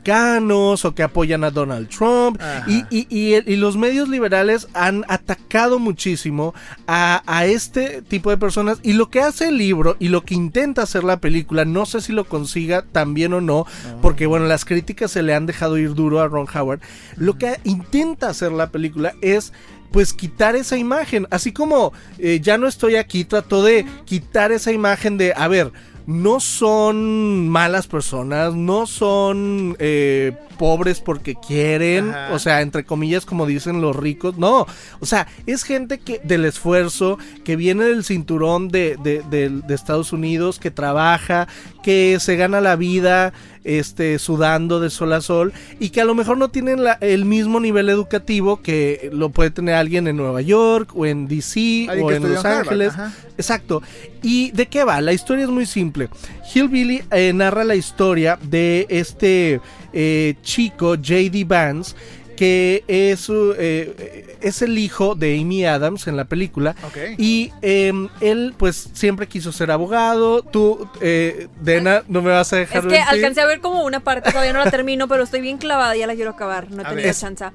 [SPEAKER 6] republicanos o que apoyan a Donald Trump y, y- y- y los medios liberales han atacado muchísimo a, a este tipo de personas y lo que hace el libro y lo que intenta hacer la película no sé si lo consiga también o no porque bueno las críticas se le han dejado ir duro a Ron Howard lo que intenta hacer la película es pues quitar esa imagen. Así como eh, ya no estoy aquí, trató de quitar esa imagen de, a ver, no son malas personas, no son eh, pobres porque quieren, o sea, entre comillas como dicen los ricos, no, o sea, es gente que del esfuerzo, que viene del cinturón de, de- del- de Estados Unidos, que trabaja, que se gana la vida, este, sudando de sol a sol y que a lo mejor no tienen la- el mismo nivel educativo que lo puede tener alguien en Nueva York o en DC
[SPEAKER 1] Alguien
[SPEAKER 6] o
[SPEAKER 1] que
[SPEAKER 6] en
[SPEAKER 1] estudió
[SPEAKER 6] Los
[SPEAKER 1] en Harvard,
[SPEAKER 6] Ángeles.
[SPEAKER 1] ajá.
[SPEAKER 4] Ah,
[SPEAKER 6] Exacto. ¿Y de qué va? La historia es muy simple. Hillbilly eh, narra la historia de este eh, chico, JD Vance, que es, uh, eh, es el hijo de Amy Adams en la película.
[SPEAKER 1] Ok.
[SPEAKER 6] Y eh, él, pues, siempre quiso ser abogado. Tú, eh, Dena, no me vas a dejar
[SPEAKER 4] Es que
[SPEAKER 6] mentir.
[SPEAKER 4] alcancé a ver como una parte, todavía no la termino, pero estoy bien clavada y ya la quiero acabar. No he
[SPEAKER 1] A
[SPEAKER 4] tenido
[SPEAKER 1] ver.
[SPEAKER 4] chance.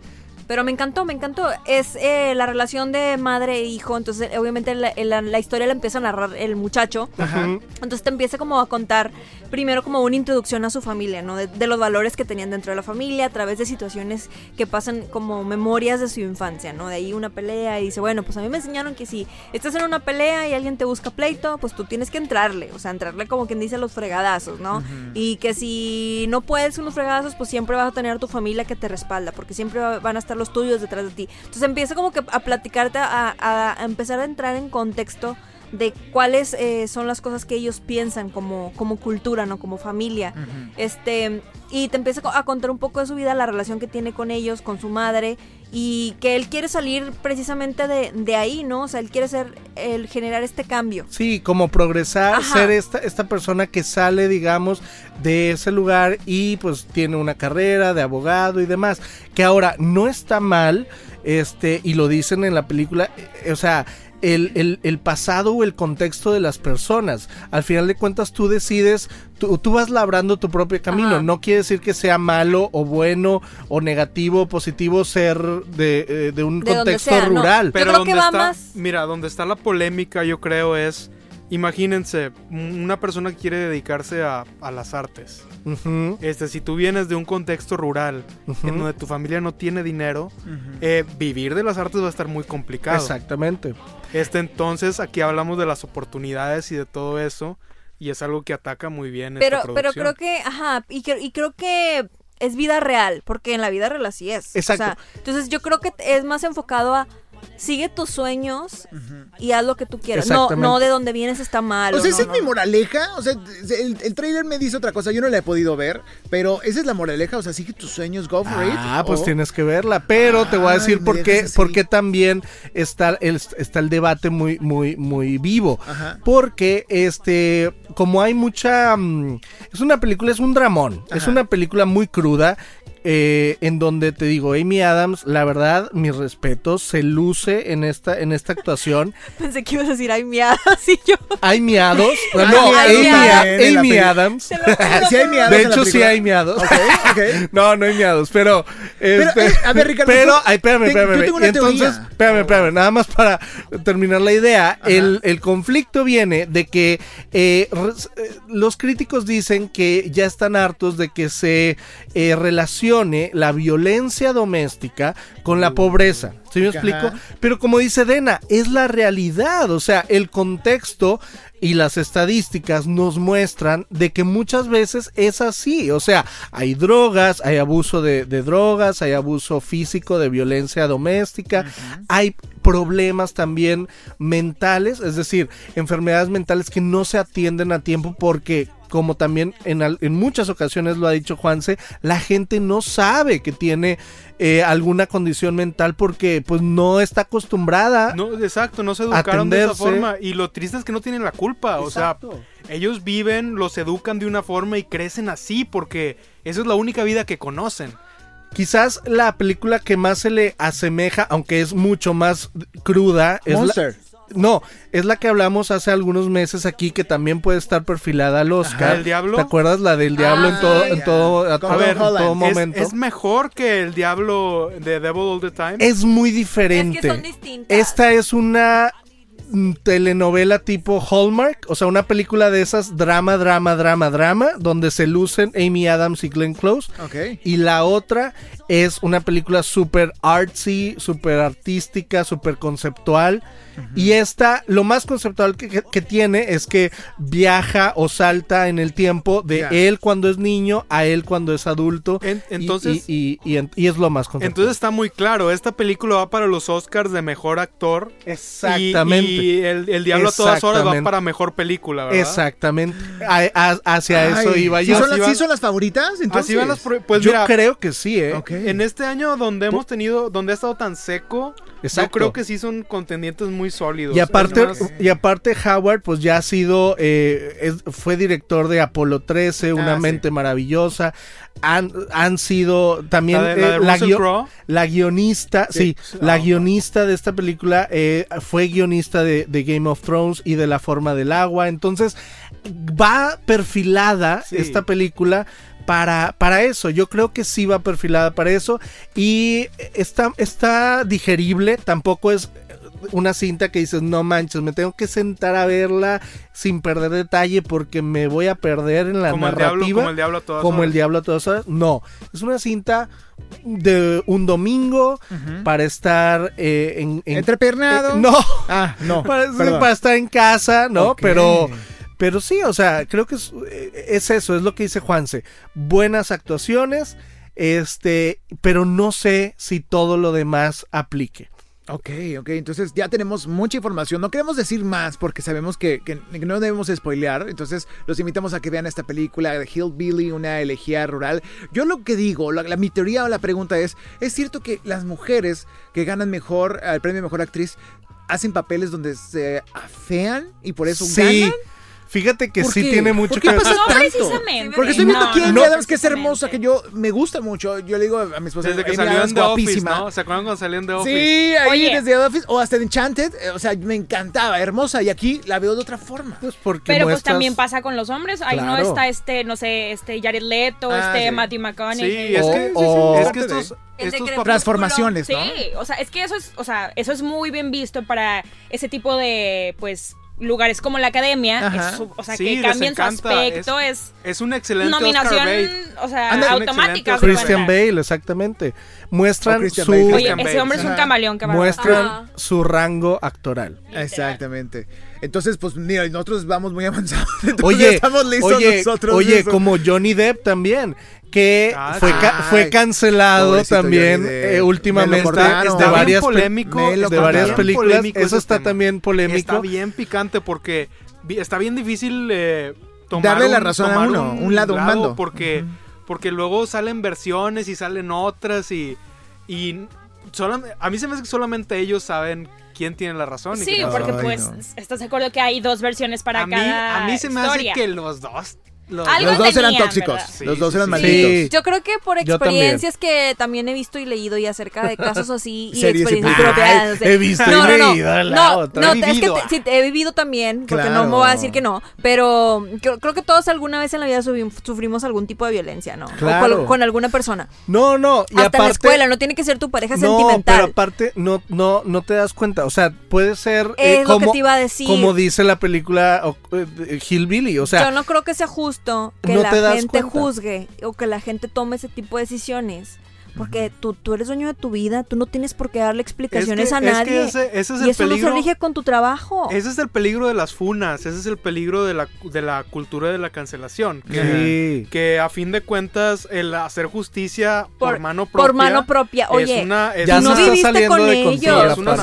[SPEAKER 4] Pero me encantó, me encantó. Es eh, la relación de madre e hijo. Entonces, obviamente, la, la- la historia la empieza a narrar el muchacho. Entonces, te empieza como a contar primero como una introducción a su familia, ¿no? De, de los valores que tenían dentro de la familia, a través de situaciones que pasan como memorias de su infancia, ¿no? De ahí una pelea y dice, bueno, pues a mí me enseñaron que si estás en una pelea y alguien te busca pleito, pues tú tienes que entrarle. O sea, entrarle como quien dice a los fregadazos, ¿no? Y que si no puedes unos fregadazos, pues siempre vas a tener a tu familia que te respalda, porque siempre va- van a estar los tuyos detrás de ti. Entonces empieza como que a platicarte, a, a- a empezar a entrar en contexto de cuáles eh, son las cosas que ellos piensan como, como cultura, ¿no? Como familia. Este, y te empieza a contar un poco de su vida, la relación que tiene con ellos, con su madre, y que él quiere salir precisamente de, de ahí, ¿no? O sea, él quiere ser, el generar este cambio.
[SPEAKER 6] Sí, como progresar,
[SPEAKER 4] Ajá.
[SPEAKER 6] ser esta, esta persona que sale, digamos, de ese lugar y pues tiene una carrera de abogado y demás. Que ahora no está mal, este, y lo dicen en la película, eh, o sea, el, el- el pasado o el contexto de las personas. Al final de cuentas tú decides, tú, tú vas labrando tu propio camino.
[SPEAKER 4] Ajá.
[SPEAKER 6] No quiere decir que sea malo o bueno o negativo o positivo ser de, eh, de un
[SPEAKER 4] De donde
[SPEAKER 6] contexto
[SPEAKER 4] sea, ¿no?
[SPEAKER 6] rural.
[SPEAKER 4] Yo creo que
[SPEAKER 7] donde
[SPEAKER 4] va
[SPEAKER 7] está,
[SPEAKER 4] más-
[SPEAKER 7] Mira, donde está la polémica, yo creo, es. Imagínense, m- una persona que quiere dedicarse a, a las artes.
[SPEAKER 6] Ujú.
[SPEAKER 7] Este, si tú vienes de un contexto rural, en donde tu familia no tiene dinero, eh, vivir de las artes va a estar muy complicado.
[SPEAKER 6] Exactamente.
[SPEAKER 7] Este, entonces, aquí hablamos de las oportunidades y de todo eso. Y es algo que ataca muy bien
[SPEAKER 4] Pero,
[SPEAKER 7] esta
[SPEAKER 4] pero
[SPEAKER 7] producción.
[SPEAKER 4] creo que, ajá, y, creo- y creo que es vida real, porque en la vida real así es. O
[SPEAKER 6] Exacto.
[SPEAKER 4] sea, entonces yo creo que es más enfocado a sigue tus sueños y haz lo que tú quieras. No,
[SPEAKER 6] Exactamente.
[SPEAKER 4] no de dónde vienes está mal.
[SPEAKER 1] O sea,
[SPEAKER 4] no,
[SPEAKER 1] esa es
[SPEAKER 4] no,
[SPEAKER 1] mi
[SPEAKER 4] no.
[SPEAKER 1] moraleja. O sea, el, el trailer me dice otra cosa, yo no la he podido ver, pero esa es la moraleja. O sea, sigue tus sueños, go for it.
[SPEAKER 6] Ah, pues
[SPEAKER 1] o-
[SPEAKER 6] tienes que verla, pero te voy a
[SPEAKER 1] Ay,
[SPEAKER 6] decir
[SPEAKER 1] me
[SPEAKER 6] por qué,
[SPEAKER 1] dejas así.
[SPEAKER 6] por qué también está el, está el debate muy, muy, muy vivo.
[SPEAKER 1] Ajá.
[SPEAKER 6] Porque, este, como hay mucha... mm, es una película, es un dramón, es una película muy cruda. eh, en donde te digo, Amy Adams, la verdad, mis respetos, se luce en esta, en esta actuación.
[SPEAKER 4] Pensé que ibas a decir, ay, (laughs) miada, así yo.
[SPEAKER 1] (laughs)
[SPEAKER 6] Hay miados. No,
[SPEAKER 4] miados
[SPEAKER 6] Amy,
[SPEAKER 1] también en la
[SPEAKER 6] Amy
[SPEAKER 1] peli-
[SPEAKER 6] Adams.
[SPEAKER 4] Te lo juro.
[SPEAKER 1] Ah, Sí hay miados
[SPEAKER 6] De
[SPEAKER 1] en la
[SPEAKER 6] hecho, (laughs) sí
[SPEAKER 1] película.
[SPEAKER 6] hay miados.
[SPEAKER 1] Ok,
[SPEAKER 6] (laughs)
[SPEAKER 1] ok.
[SPEAKER 6] No, no hay miados, pero. este,
[SPEAKER 1] eh, a ver, Ricardo,
[SPEAKER 6] Pero,
[SPEAKER 1] yo-
[SPEAKER 6] ay, espérame,
[SPEAKER 1] te-
[SPEAKER 6] espérame.
[SPEAKER 1] yo tengo una
[SPEAKER 6] y entonces,
[SPEAKER 1] teoría.
[SPEAKER 6] espérame, espérame. Nada más para terminar la idea. El, el conflicto viene de que eh, res- eh, los críticos dicen que ya están hartos de que se eh, relacione la violencia doméstica con
[SPEAKER 1] Mm.
[SPEAKER 6] la pobreza. ¿Sí me explico? Pero como dice Dena, es la realidad. O sea, el contexto y las estadísticas nos muestran de que muchas veces es así. O sea, hay drogas, hay abuso de, de drogas, hay abuso físico de violencia doméstica, hay problemas también mentales, es decir, enfermedades mentales que no se atienden a tiempo porque como también en, al- en muchas ocasiones lo ha dicho Juanse, la gente no sabe que tiene eh, alguna condición mental porque pues no está acostumbrada.
[SPEAKER 7] No, exacto, no se educaron de esa
[SPEAKER 6] Atenderse.
[SPEAKER 7] forma. Y lo triste es que no tienen la culpa. O
[SPEAKER 6] Exacto.
[SPEAKER 7] sea, ellos viven, los educan de una forma y crecen así porque esa es la única vida que conocen.
[SPEAKER 6] Quizás la película que más se le asemeja, aunque es mucho más cruda, es
[SPEAKER 1] Monster.
[SPEAKER 6] la... No, es la que hablamos hace algunos meses aquí que también puede estar perfilada al Oscar.
[SPEAKER 2] ¿El Diablo?
[SPEAKER 6] ¿Te acuerdas la del diablo en todo, en
[SPEAKER 1] Ah, ya.
[SPEAKER 6] todo, a
[SPEAKER 1] Con
[SPEAKER 6] todo-
[SPEAKER 1] Tom
[SPEAKER 6] en todo
[SPEAKER 1] Holland.
[SPEAKER 2] Es-
[SPEAKER 6] momento?
[SPEAKER 2] Es, mejor que el diablo de Devil All the Time.
[SPEAKER 6] Es muy
[SPEAKER 4] Es
[SPEAKER 6] diferente.
[SPEAKER 4] que son distintas.
[SPEAKER 6] Esta es una mm, telenovela tipo Hallmark, o sea, una película de esas drama, drama, drama, drama, donde se lucen Amy Adams y Glenn Close.
[SPEAKER 1] Ok.
[SPEAKER 6] Y la otra es una película súper artsy, súper artística, súper conceptual. Y esta, lo más conceptual que, que- que tiene es que viaja o salta en el tiempo de
[SPEAKER 1] Ya.
[SPEAKER 6] él cuando es niño a él cuando es adulto.
[SPEAKER 2] En-
[SPEAKER 6] Y-
[SPEAKER 2] entonces-
[SPEAKER 6] y, y- y en- y es lo más conceptual.
[SPEAKER 2] Entonces está muy claro, esta película va para los Oscars de mejor actor. y-
[SPEAKER 6] Exactamente.
[SPEAKER 2] Y, el, el Diablo a todas horas va
[SPEAKER 6] Exactamente.
[SPEAKER 2] para mejor película, ¿verdad?
[SPEAKER 6] Exactamente. A- a- hacia
[SPEAKER 1] Ay,
[SPEAKER 6] eso iba Ah,
[SPEAKER 1] ¿sí
[SPEAKER 6] yo.
[SPEAKER 1] son las-
[SPEAKER 2] Así
[SPEAKER 1] ¿Sí son,
[SPEAKER 2] van-
[SPEAKER 1] las favoritas? Entonces?
[SPEAKER 2] Así van las pro- pues
[SPEAKER 6] yo
[SPEAKER 2] mira,
[SPEAKER 6] creo que sí, ¿eh?
[SPEAKER 1] Ok.
[SPEAKER 2] en este año donde hemos tenido, donde ha estado tan seco, yo
[SPEAKER 6] Exacto.
[SPEAKER 2] creo que sí son contendientes muy sólidos.
[SPEAKER 6] Y aparte,
[SPEAKER 2] Además,
[SPEAKER 6] y aparte Howard pues ya ha sido, eh, es- fue director de Apolo 13, Una
[SPEAKER 1] Ah, sí.
[SPEAKER 6] mente maravillosa. Han, han sido también
[SPEAKER 2] La de- la de
[SPEAKER 6] eh, la,
[SPEAKER 2] Russell
[SPEAKER 6] guio-
[SPEAKER 2] Crowe.
[SPEAKER 6] la guionista, sí,
[SPEAKER 2] Ah,
[SPEAKER 6] la guionista de esta película eh, fue guionista de, de Game of Thrones y de La Forma del Agua. Entonces va perfilada
[SPEAKER 2] Sí.
[SPEAKER 6] esta película. Para, para eso, yo creo que sí va perfilada para eso y está, está digerible, tampoco es una cinta que dices, no manches, me tengo que sentar a verla sin perder detalle porque me voy a perder en la
[SPEAKER 2] como el,
[SPEAKER 6] narrativa.
[SPEAKER 2] diablo, como el Diablo a todas
[SPEAKER 6] como
[SPEAKER 2] horas.
[SPEAKER 6] el diablo a todas horas. No, es una cinta de un domingo para estar eh, en, en-
[SPEAKER 1] ¿Entrepernado?
[SPEAKER 6] eh, (laughs) no,
[SPEAKER 1] Ah,
[SPEAKER 3] (laughs)
[SPEAKER 1] no.
[SPEAKER 6] (laughs)
[SPEAKER 3] Pues
[SPEAKER 6] para, sí,
[SPEAKER 1] perdón.
[SPEAKER 6] para estar en casa, ¿no?
[SPEAKER 1] Ok.
[SPEAKER 6] Pero... Pero sí, o sea, creo que es, eh, es eso, es lo que dice Juanse. Buenas actuaciones, este, pero no sé si todo lo demás aplique.
[SPEAKER 1] Ok, ok, entonces ya tenemos mucha información. No queremos decir más porque sabemos que, que no debemos spoilear. Entonces los invitamos a que vean esta película de Hillbilly, una elegía rural. Yo lo que digo, la, la- mi teoría o la pregunta es, ¿es cierto que las mujeres que ganan mejor eh, el premio Mejor Actriz hacen papeles donde se afean y por eso ganan?
[SPEAKER 6] Fíjate que
[SPEAKER 1] ¿Por
[SPEAKER 6] sí
[SPEAKER 1] qué?
[SPEAKER 6] tiene
[SPEAKER 1] ¿Por
[SPEAKER 6] mucho
[SPEAKER 1] qué
[SPEAKER 6] que
[SPEAKER 1] pasa
[SPEAKER 3] No
[SPEAKER 1] tanto?
[SPEAKER 3] precisamente.
[SPEAKER 1] Porque estoy viendo
[SPEAKER 3] No,
[SPEAKER 1] aquí a
[SPEAKER 3] no
[SPEAKER 1] Amy Adams, que es
[SPEAKER 3] precisamente.
[SPEAKER 1] hermosa, que yo me gusta mucho. Yo le digo a mi esposa,
[SPEAKER 2] Pues Desde que
[SPEAKER 1] Amy
[SPEAKER 2] salió
[SPEAKER 1] Adams,
[SPEAKER 2] en The Office,
[SPEAKER 1] guapísima.
[SPEAKER 2] ¿no? ¿Se acuerdan cuando salió en The Office?
[SPEAKER 1] Sí, ahí
[SPEAKER 3] Oye.
[SPEAKER 1] desde The Office o hasta en Enchanted, eh, o sea, me encantaba, hermosa y aquí la veo de otra forma.
[SPEAKER 6] Pues porque
[SPEAKER 3] Pero pues
[SPEAKER 6] muestras-
[SPEAKER 3] también pasa con los hombres. Ahí no
[SPEAKER 6] Claro.
[SPEAKER 3] está este, no sé, este Jared Leto,
[SPEAKER 1] Ah,
[SPEAKER 3] este
[SPEAKER 1] sí.
[SPEAKER 3] Matthew McConaughey.
[SPEAKER 2] Sí, es
[SPEAKER 6] O-
[SPEAKER 2] que,
[SPEAKER 6] o-
[SPEAKER 2] es que estos,
[SPEAKER 4] El de
[SPEAKER 2] estos
[SPEAKER 4] Crepúsculo.
[SPEAKER 2] papeles-
[SPEAKER 1] Transformaciones,
[SPEAKER 3] Sí,
[SPEAKER 1] ¿no?
[SPEAKER 3] o sea, es que eso es, o sea, eso es muy bien visto para ese tipo de, pues, lugares como la academia.
[SPEAKER 1] Ajá.
[SPEAKER 3] Es su- o sea,
[SPEAKER 2] Sí,
[SPEAKER 3] que
[SPEAKER 2] les
[SPEAKER 3] cambien su
[SPEAKER 2] encanta,
[SPEAKER 3] aspecto, es,
[SPEAKER 2] es un excelente
[SPEAKER 3] nominación,
[SPEAKER 2] Oscar Bate.
[SPEAKER 3] o sea,
[SPEAKER 2] Ándale.
[SPEAKER 3] automática.
[SPEAKER 2] Un excelente
[SPEAKER 3] haz de
[SPEAKER 6] Christian
[SPEAKER 3] cuenta.
[SPEAKER 6] Bale, exactamente. Muestran
[SPEAKER 1] O Christian
[SPEAKER 6] su
[SPEAKER 1] Bale.
[SPEAKER 3] Oye,
[SPEAKER 2] Christian
[SPEAKER 3] ese
[SPEAKER 2] Bale,
[SPEAKER 3] hombre es un
[SPEAKER 1] ajá.
[SPEAKER 3] camaleón, que
[SPEAKER 6] muestran
[SPEAKER 4] Ajá.
[SPEAKER 6] su rango actoral.
[SPEAKER 1] Exactamente. Entonces, pues mira, nosotros vamos muy avanzados. (laughs) Entonces,
[SPEAKER 6] Oye,
[SPEAKER 1] estamos listos
[SPEAKER 6] oye,
[SPEAKER 1] nosotros.
[SPEAKER 6] oye,
[SPEAKER 1] listos.
[SPEAKER 6] como Johnny Depp también, que
[SPEAKER 2] Ah,
[SPEAKER 6] fue, ca-
[SPEAKER 1] ay,
[SPEAKER 6] fue cancelado
[SPEAKER 1] pobrecito
[SPEAKER 6] también
[SPEAKER 1] Johnny Depp.
[SPEAKER 6] eh,
[SPEAKER 1] Me
[SPEAKER 6] últimamente
[SPEAKER 1] lo cortaron.
[SPEAKER 6] de
[SPEAKER 1] Está bien
[SPEAKER 6] varias, pe-
[SPEAKER 2] polémico,
[SPEAKER 6] de
[SPEAKER 1] está
[SPEAKER 6] varias
[SPEAKER 1] bien
[SPEAKER 6] películas.
[SPEAKER 2] polémico
[SPEAKER 6] Eso
[SPEAKER 2] ese
[SPEAKER 6] está
[SPEAKER 2] tema.
[SPEAKER 6] también polémico.
[SPEAKER 2] Está bien picante porque vi- está bien difícil eh, tomar
[SPEAKER 1] Darle la
[SPEAKER 2] un-
[SPEAKER 1] razón a
[SPEAKER 2] tomar
[SPEAKER 1] uno, un lado, un bando.
[SPEAKER 2] Porque, porque luego salen versiones y salen otras y, y solam- a mí se me hace que solamente ellos saben quién tiene la razón. y quién
[SPEAKER 3] Sí,
[SPEAKER 2] tiene la
[SPEAKER 3] porque
[SPEAKER 2] razón.
[SPEAKER 1] Ay,
[SPEAKER 3] pues,
[SPEAKER 1] no.
[SPEAKER 3] estás de acuerdo que hay dos versiones para
[SPEAKER 2] a mí,
[SPEAKER 3] cada
[SPEAKER 2] a mí se me
[SPEAKER 3] historia.
[SPEAKER 2] hace que los dos... los
[SPEAKER 3] Algo
[SPEAKER 1] los dos eran
[SPEAKER 3] tenían,
[SPEAKER 1] tóxicos,
[SPEAKER 3] ¿verdad?
[SPEAKER 2] Sí,
[SPEAKER 1] los dos
[SPEAKER 2] sí,
[SPEAKER 1] eran
[SPEAKER 2] sí.
[SPEAKER 1] malditos.
[SPEAKER 6] Sí.
[SPEAKER 4] Yo creo que por
[SPEAKER 6] Yo también.
[SPEAKER 4] experiencias que también he visto y leído y acerca de casos así
[SPEAKER 6] (laughs)
[SPEAKER 4] y
[SPEAKER 1] Series y
[SPEAKER 4] experiencias
[SPEAKER 1] películas.
[SPEAKER 4] propias. o sea,
[SPEAKER 6] he visto y
[SPEAKER 4] no, no, no,
[SPEAKER 6] leído la
[SPEAKER 4] no,
[SPEAKER 6] otra.
[SPEAKER 4] no,
[SPEAKER 6] He
[SPEAKER 4] es que
[SPEAKER 6] vivido,
[SPEAKER 4] te-
[SPEAKER 6] ah.
[SPEAKER 4] sí, te he vivido también, porque
[SPEAKER 1] Claro.
[SPEAKER 4] no me voy a decir que no, pero creo, creo que todos alguna vez en la vida subi- sufrimos algún tipo de violencia, ¿no? O
[SPEAKER 6] Claro.
[SPEAKER 4] con, con alguna persona.
[SPEAKER 6] No, no.
[SPEAKER 4] Hasta
[SPEAKER 6] Y
[SPEAKER 4] en la
[SPEAKER 6] aparte-
[SPEAKER 4] escuela, no tiene que ser tu pareja
[SPEAKER 6] No,
[SPEAKER 4] sentimental.
[SPEAKER 6] pero aparte no, no, no te das cuenta. O sea, puede ser eh,
[SPEAKER 4] Es lo que te iba a decir.
[SPEAKER 6] como dice la película o- eh, Hillbilly. O sea,
[SPEAKER 4] Yo no creo que sea justo que
[SPEAKER 6] no
[SPEAKER 4] la
[SPEAKER 6] te das
[SPEAKER 4] gente
[SPEAKER 6] cuenta.
[SPEAKER 4] juzgue o que la gente tome ese tipo de decisiones. Porque tú, tú eres dueño de tu vida, tú no tienes por qué darle explicaciones
[SPEAKER 2] que-
[SPEAKER 4] a
[SPEAKER 2] es que
[SPEAKER 4] nadie.
[SPEAKER 2] ese- ese es
[SPEAKER 4] y
[SPEAKER 2] el
[SPEAKER 4] eso
[SPEAKER 2] peligro.
[SPEAKER 4] no se rige con tu trabajo.
[SPEAKER 2] Ese es el peligro de las funas, ese es el peligro de la, de la cultura de la cancelación. Que,
[SPEAKER 6] Sí.
[SPEAKER 2] que a fin de cuentas el hacer justicia por, mano propia.
[SPEAKER 4] Por mano propia. Oye,
[SPEAKER 2] es una, es
[SPEAKER 6] Ya
[SPEAKER 4] tú
[SPEAKER 2] una-
[SPEAKER 4] no
[SPEAKER 6] se está
[SPEAKER 4] viviste
[SPEAKER 6] saliendo
[SPEAKER 4] con
[SPEAKER 6] de control,
[SPEAKER 4] ellos.
[SPEAKER 2] aparte.
[SPEAKER 4] O sea,
[SPEAKER 2] Es una
[SPEAKER 4] tú no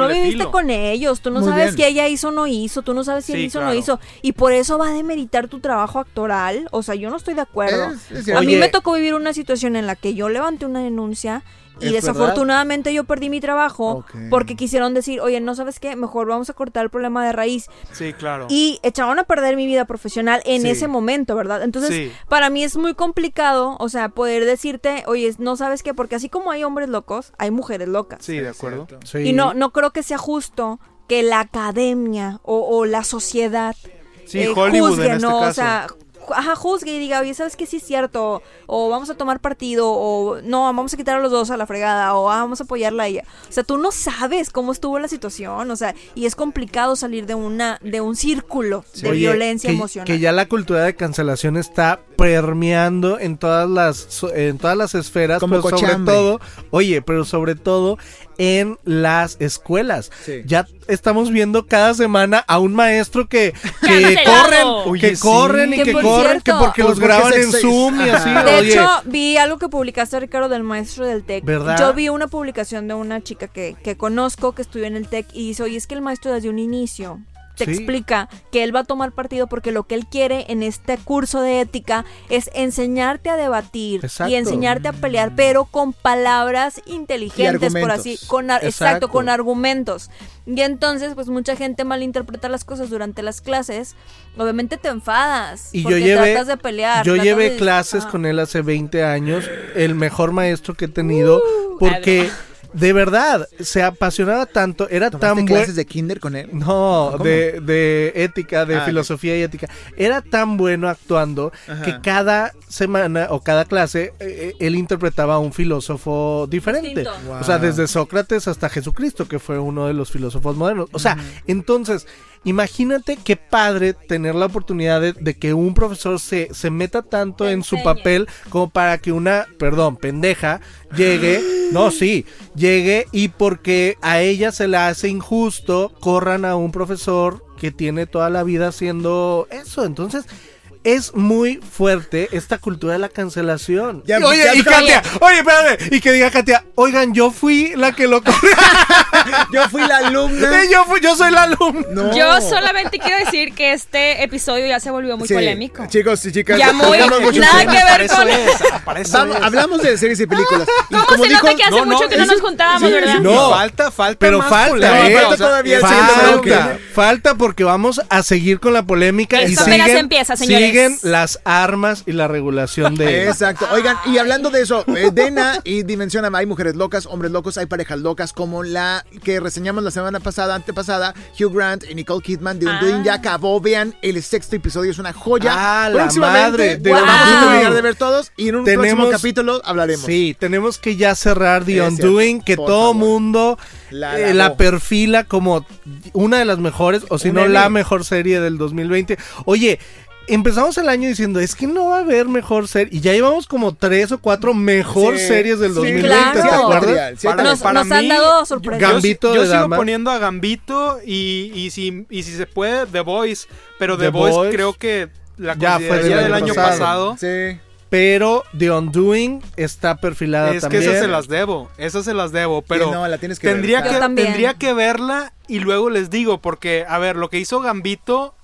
[SPEAKER 2] navaja de
[SPEAKER 4] viviste
[SPEAKER 2] doble
[SPEAKER 4] con ellos. Tú no
[SPEAKER 1] Muy
[SPEAKER 4] sabes
[SPEAKER 1] bien.
[SPEAKER 4] si ella hizo o no hizo. Tú no sabes si él
[SPEAKER 2] Sí,
[SPEAKER 4] hizo o
[SPEAKER 2] claro.
[SPEAKER 4] no hizo. Y por eso va a demeritar tu trabajo actoral. O sea, yo no estoy de acuerdo.
[SPEAKER 1] Es- es
[SPEAKER 4] a
[SPEAKER 1] cierto.
[SPEAKER 4] mí
[SPEAKER 6] Oye.
[SPEAKER 4] me tocó vivir una situación en la que yo levanté una denuncia Y
[SPEAKER 1] Es
[SPEAKER 4] desafortunadamente yo perdí mi trabajo
[SPEAKER 1] Ok.
[SPEAKER 4] porque quisieron decir, oye, no sabes qué, mejor vamos a cortar el problema de raíz.
[SPEAKER 2] Sí, claro.
[SPEAKER 4] Y echaron a perder mi vida profesional en
[SPEAKER 2] Sí.
[SPEAKER 4] ese momento, ¿verdad? Entonces,
[SPEAKER 2] Sí.
[SPEAKER 4] para mí es muy complicado, o sea, poder decirte, oye, no sabes qué, porque así como hay hombres locos, hay mujeres locas.
[SPEAKER 2] sí, de acuerdo.
[SPEAKER 6] Sí.
[SPEAKER 4] Y no, no creo que sea justo que la academia o, o la sociedad eh,
[SPEAKER 6] Sí, Hollywood en este
[SPEAKER 4] ¿no? O
[SPEAKER 6] caso.
[SPEAKER 4] sea, ju- ajá, juzgue y diga, oye, ¿sabes qué? Sí es cierto, o vamos a tomar partido, o no, vamos a quitar a los dos a la fregada, o ah, vamos a apoyarla a ella. O sea, tú no sabes cómo estuvo la situación, o sea, y es complicado salir de una de un círculo de
[SPEAKER 6] Oye,
[SPEAKER 4] violencia
[SPEAKER 6] que-
[SPEAKER 4] emocional.
[SPEAKER 6] Que ya la cultura de cancelación está permeando en todas las so- en todas las esferas,
[SPEAKER 1] Como
[SPEAKER 6] pero sobre
[SPEAKER 1] cochambre.
[SPEAKER 6] todo, oye, pero sobre todo en las escuelas.
[SPEAKER 1] Sí.
[SPEAKER 6] Ya estamos viendo cada semana a un maestro que, que
[SPEAKER 3] Cancelado.
[SPEAKER 6] corren,
[SPEAKER 2] Oye,
[SPEAKER 6] que
[SPEAKER 2] sí.
[SPEAKER 6] corren y
[SPEAKER 4] Que
[SPEAKER 6] que
[SPEAKER 4] por
[SPEAKER 6] corren, que
[SPEAKER 4] cierto-
[SPEAKER 6] porque los
[SPEAKER 1] Porque
[SPEAKER 6] graban
[SPEAKER 1] se-
[SPEAKER 6] en
[SPEAKER 1] se-
[SPEAKER 6] Zoom y así.
[SPEAKER 4] De
[SPEAKER 6] oye,
[SPEAKER 4] hecho, vi algo que publicaste, Ricardo, del maestro del TEC.
[SPEAKER 6] ¿Verdad?
[SPEAKER 4] Yo vi una publicación de una chica que, que conozco, que estudió en el TEC, y dice, oye, es que el maestro desde un inicio te
[SPEAKER 6] Sí.
[SPEAKER 4] explica que él va a tomar partido porque lo que él quiere en este curso de ética es enseñarte a debatir
[SPEAKER 6] Exacto.
[SPEAKER 4] y enseñarte a pelear, pero con palabras inteligentes, por
[SPEAKER 1] argumentos.
[SPEAKER 4] así, con ar-
[SPEAKER 6] Exacto.
[SPEAKER 4] exacto, con argumentos. Y entonces, pues mucha gente malinterpreta las cosas durante las clases. Obviamente te enfadas
[SPEAKER 6] Y yo
[SPEAKER 4] porque
[SPEAKER 6] llevé,
[SPEAKER 4] tratas de pelear.
[SPEAKER 6] yo
[SPEAKER 4] tratas
[SPEAKER 6] llevé
[SPEAKER 4] de-
[SPEAKER 6] clases
[SPEAKER 4] Ajá.
[SPEAKER 6] con él hace 20 años, el mejor maestro que he
[SPEAKER 4] Uh,
[SPEAKER 6] tenido, porque de verdad se apasionaba tanto, era
[SPEAKER 1] ¿Tomaste
[SPEAKER 6] tan bueno.
[SPEAKER 1] clases de kinder con él?
[SPEAKER 6] No,
[SPEAKER 1] ¿Cómo?
[SPEAKER 6] de, de ética, de
[SPEAKER 1] Ah,
[SPEAKER 6] filosofía y ética. Era tan bueno actuando
[SPEAKER 1] Ajá.
[SPEAKER 6] que cada semana o cada clase eh, eh, él interpretaba a un filósofo diferente.
[SPEAKER 3] Distinto.
[SPEAKER 6] O sea,
[SPEAKER 1] Wow.
[SPEAKER 6] desde Sócrates hasta Jesucristo, que fue uno de los filósofos modernos. O sea, entonces, imagínate qué padre tener la oportunidad de, de que un profesor se, se meta tanto
[SPEAKER 3] Te
[SPEAKER 6] en su
[SPEAKER 3] enseñe.
[SPEAKER 6] papel como para que una, perdón, pendeja,
[SPEAKER 3] (gasps)
[SPEAKER 6] llegue, no, sí, llegue y porque a ella se la hace injusto, corran a un profesor que tiene toda la vida haciendo eso. Entonces... Es muy fuerte esta cultura de la cancelación.
[SPEAKER 1] Ya-
[SPEAKER 6] Y oye,
[SPEAKER 1] ya-
[SPEAKER 6] y Katia, oye, espérate, y que diga Katia, oigan, yo fui la que lo corrió.
[SPEAKER 1] Yo fui la alumna.
[SPEAKER 6] (laughs) yo, fui- yo soy la alumna.
[SPEAKER 1] No.
[SPEAKER 3] Yo solamente quiero decir que este episodio ya se volvió muy
[SPEAKER 1] Sí,
[SPEAKER 3] polémico.
[SPEAKER 1] Chicos y chicas.
[SPEAKER 3] Ya muy
[SPEAKER 1] tenemos mucho
[SPEAKER 3] nada
[SPEAKER 1] tiempo.
[SPEAKER 3] que ver
[SPEAKER 2] Para eso
[SPEAKER 3] con-
[SPEAKER 2] es, para eso
[SPEAKER 1] Vamos-
[SPEAKER 2] es.
[SPEAKER 1] hablamos de series y películas. Y
[SPEAKER 3] ¿Cómo
[SPEAKER 1] como
[SPEAKER 3] se
[SPEAKER 1] dijo-
[SPEAKER 3] nota que hace
[SPEAKER 2] no, no,
[SPEAKER 3] mucho que no
[SPEAKER 2] eso-
[SPEAKER 3] nos juntábamos,
[SPEAKER 1] sí,
[SPEAKER 3] verdad?
[SPEAKER 6] No,
[SPEAKER 2] falta, falta.
[SPEAKER 6] pero
[SPEAKER 2] más
[SPEAKER 6] falta,
[SPEAKER 2] polémica, o
[SPEAKER 6] ¿eh?
[SPEAKER 2] sea,
[SPEAKER 1] Falta todavía el
[SPEAKER 2] sí,
[SPEAKER 1] siguiente
[SPEAKER 2] claro que-
[SPEAKER 1] bloque.
[SPEAKER 6] Falta, falta porque vamos a seguir con la polémica y
[SPEAKER 3] Esto apenas
[SPEAKER 6] siguen,
[SPEAKER 3] empieza, señores.
[SPEAKER 6] siguen las armas y la regulación de
[SPEAKER 1] Exacto. Oigan, y hablando de eso, eh, Dena y Dimensiona, hay mujeres locas, hombres locos, hay parejas locas, como la que reseñamos la semana pasada, antepasada, Hugh Grant y Nicole Kidman de Undoing
[SPEAKER 3] Ah.
[SPEAKER 1] ya acabó. Vean, el sexto episodio es una joya.
[SPEAKER 6] Ah, la madre, de
[SPEAKER 1] de vamos a
[SPEAKER 6] verdad.
[SPEAKER 1] terminar de ver todos y en un
[SPEAKER 6] Tenemos-
[SPEAKER 1] próximo capítulo hablaremos.
[SPEAKER 6] Sí, tenemos que ya cerrar The
[SPEAKER 1] Es
[SPEAKER 6] Undoing,
[SPEAKER 1] cierto,
[SPEAKER 6] que
[SPEAKER 1] por
[SPEAKER 6] todo
[SPEAKER 1] favor.
[SPEAKER 6] mundo
[SPEAKER 1] La
[SPEAKER 6] eh,
[SPEAKER 1] alabó.
[SPEAKER 6] la perfila como una de las mejores, o si
[SPEAKER 1] Un
[SPEAKER 6] no,
[SPEAKER 1] Emmy.
[SPEAKER 6] la mejor serie del 2020. Oye, empezamos el año diciendo, es que no va a haber mejor serie, y ya llevamos como tres o cuatro mejor
[SPEAKER 1] Sí,
[SPEAKER 6] series del
[SPEAKER 1] sí,
[SPEAKER 6] 2020,
[SPEAKER 4] claro.
[SPEAKER 6] ¿te
[SPEAKER 1] Sí, hay
[SPEAKER 6] acuerdas?
[SPEAKER 1] material, sí hay
[SPEAKER 2] Para-
[SPEAKER 1] material.
[SPEAKER 4] Nos- nos han dado sorpresas.
[SPEAKER 2] yo-
[SPEAKER 6] Gambito
[SPEAKER 2] yo,
[SPEAKER 6] de
[SPEAKER 2] sigo
[SPEAKER 6] dama.
[SPEAKER 2] poniendo a Gambito y, y, si, y si se puede, The Voice. Pero The,
[SPEAKER 6] The
[SPEAKER 2] Voice,
[SPEAKER 6] Voice.
[SPEAKER 2] creo que la
[SPEAKER 6] Ya
[SPEAKER 2] consideraría
[SPEAKER 6] fue
[SPEAKER 2] del año pasado.
[SPEAKER 1] Sí.
[SPEAKER 6] Pero The Undoing está perfilada
[SPEAKER 2] Es que
[SPEAKER 6] también.
[SPEAKER 2] esas se las debo, esas se las debo, pero
[SPEAKER 1] Sí, no, la tienes que ver,
[SPEAKER 2] tendría,
[SPEAKER 1] está.
[SPEAKER 2] que,
[SPEAKER 4] Yo también.
[SPEAKER 2] tendría que verla y luego les digo, porque, a ver, lo que hizo Gambito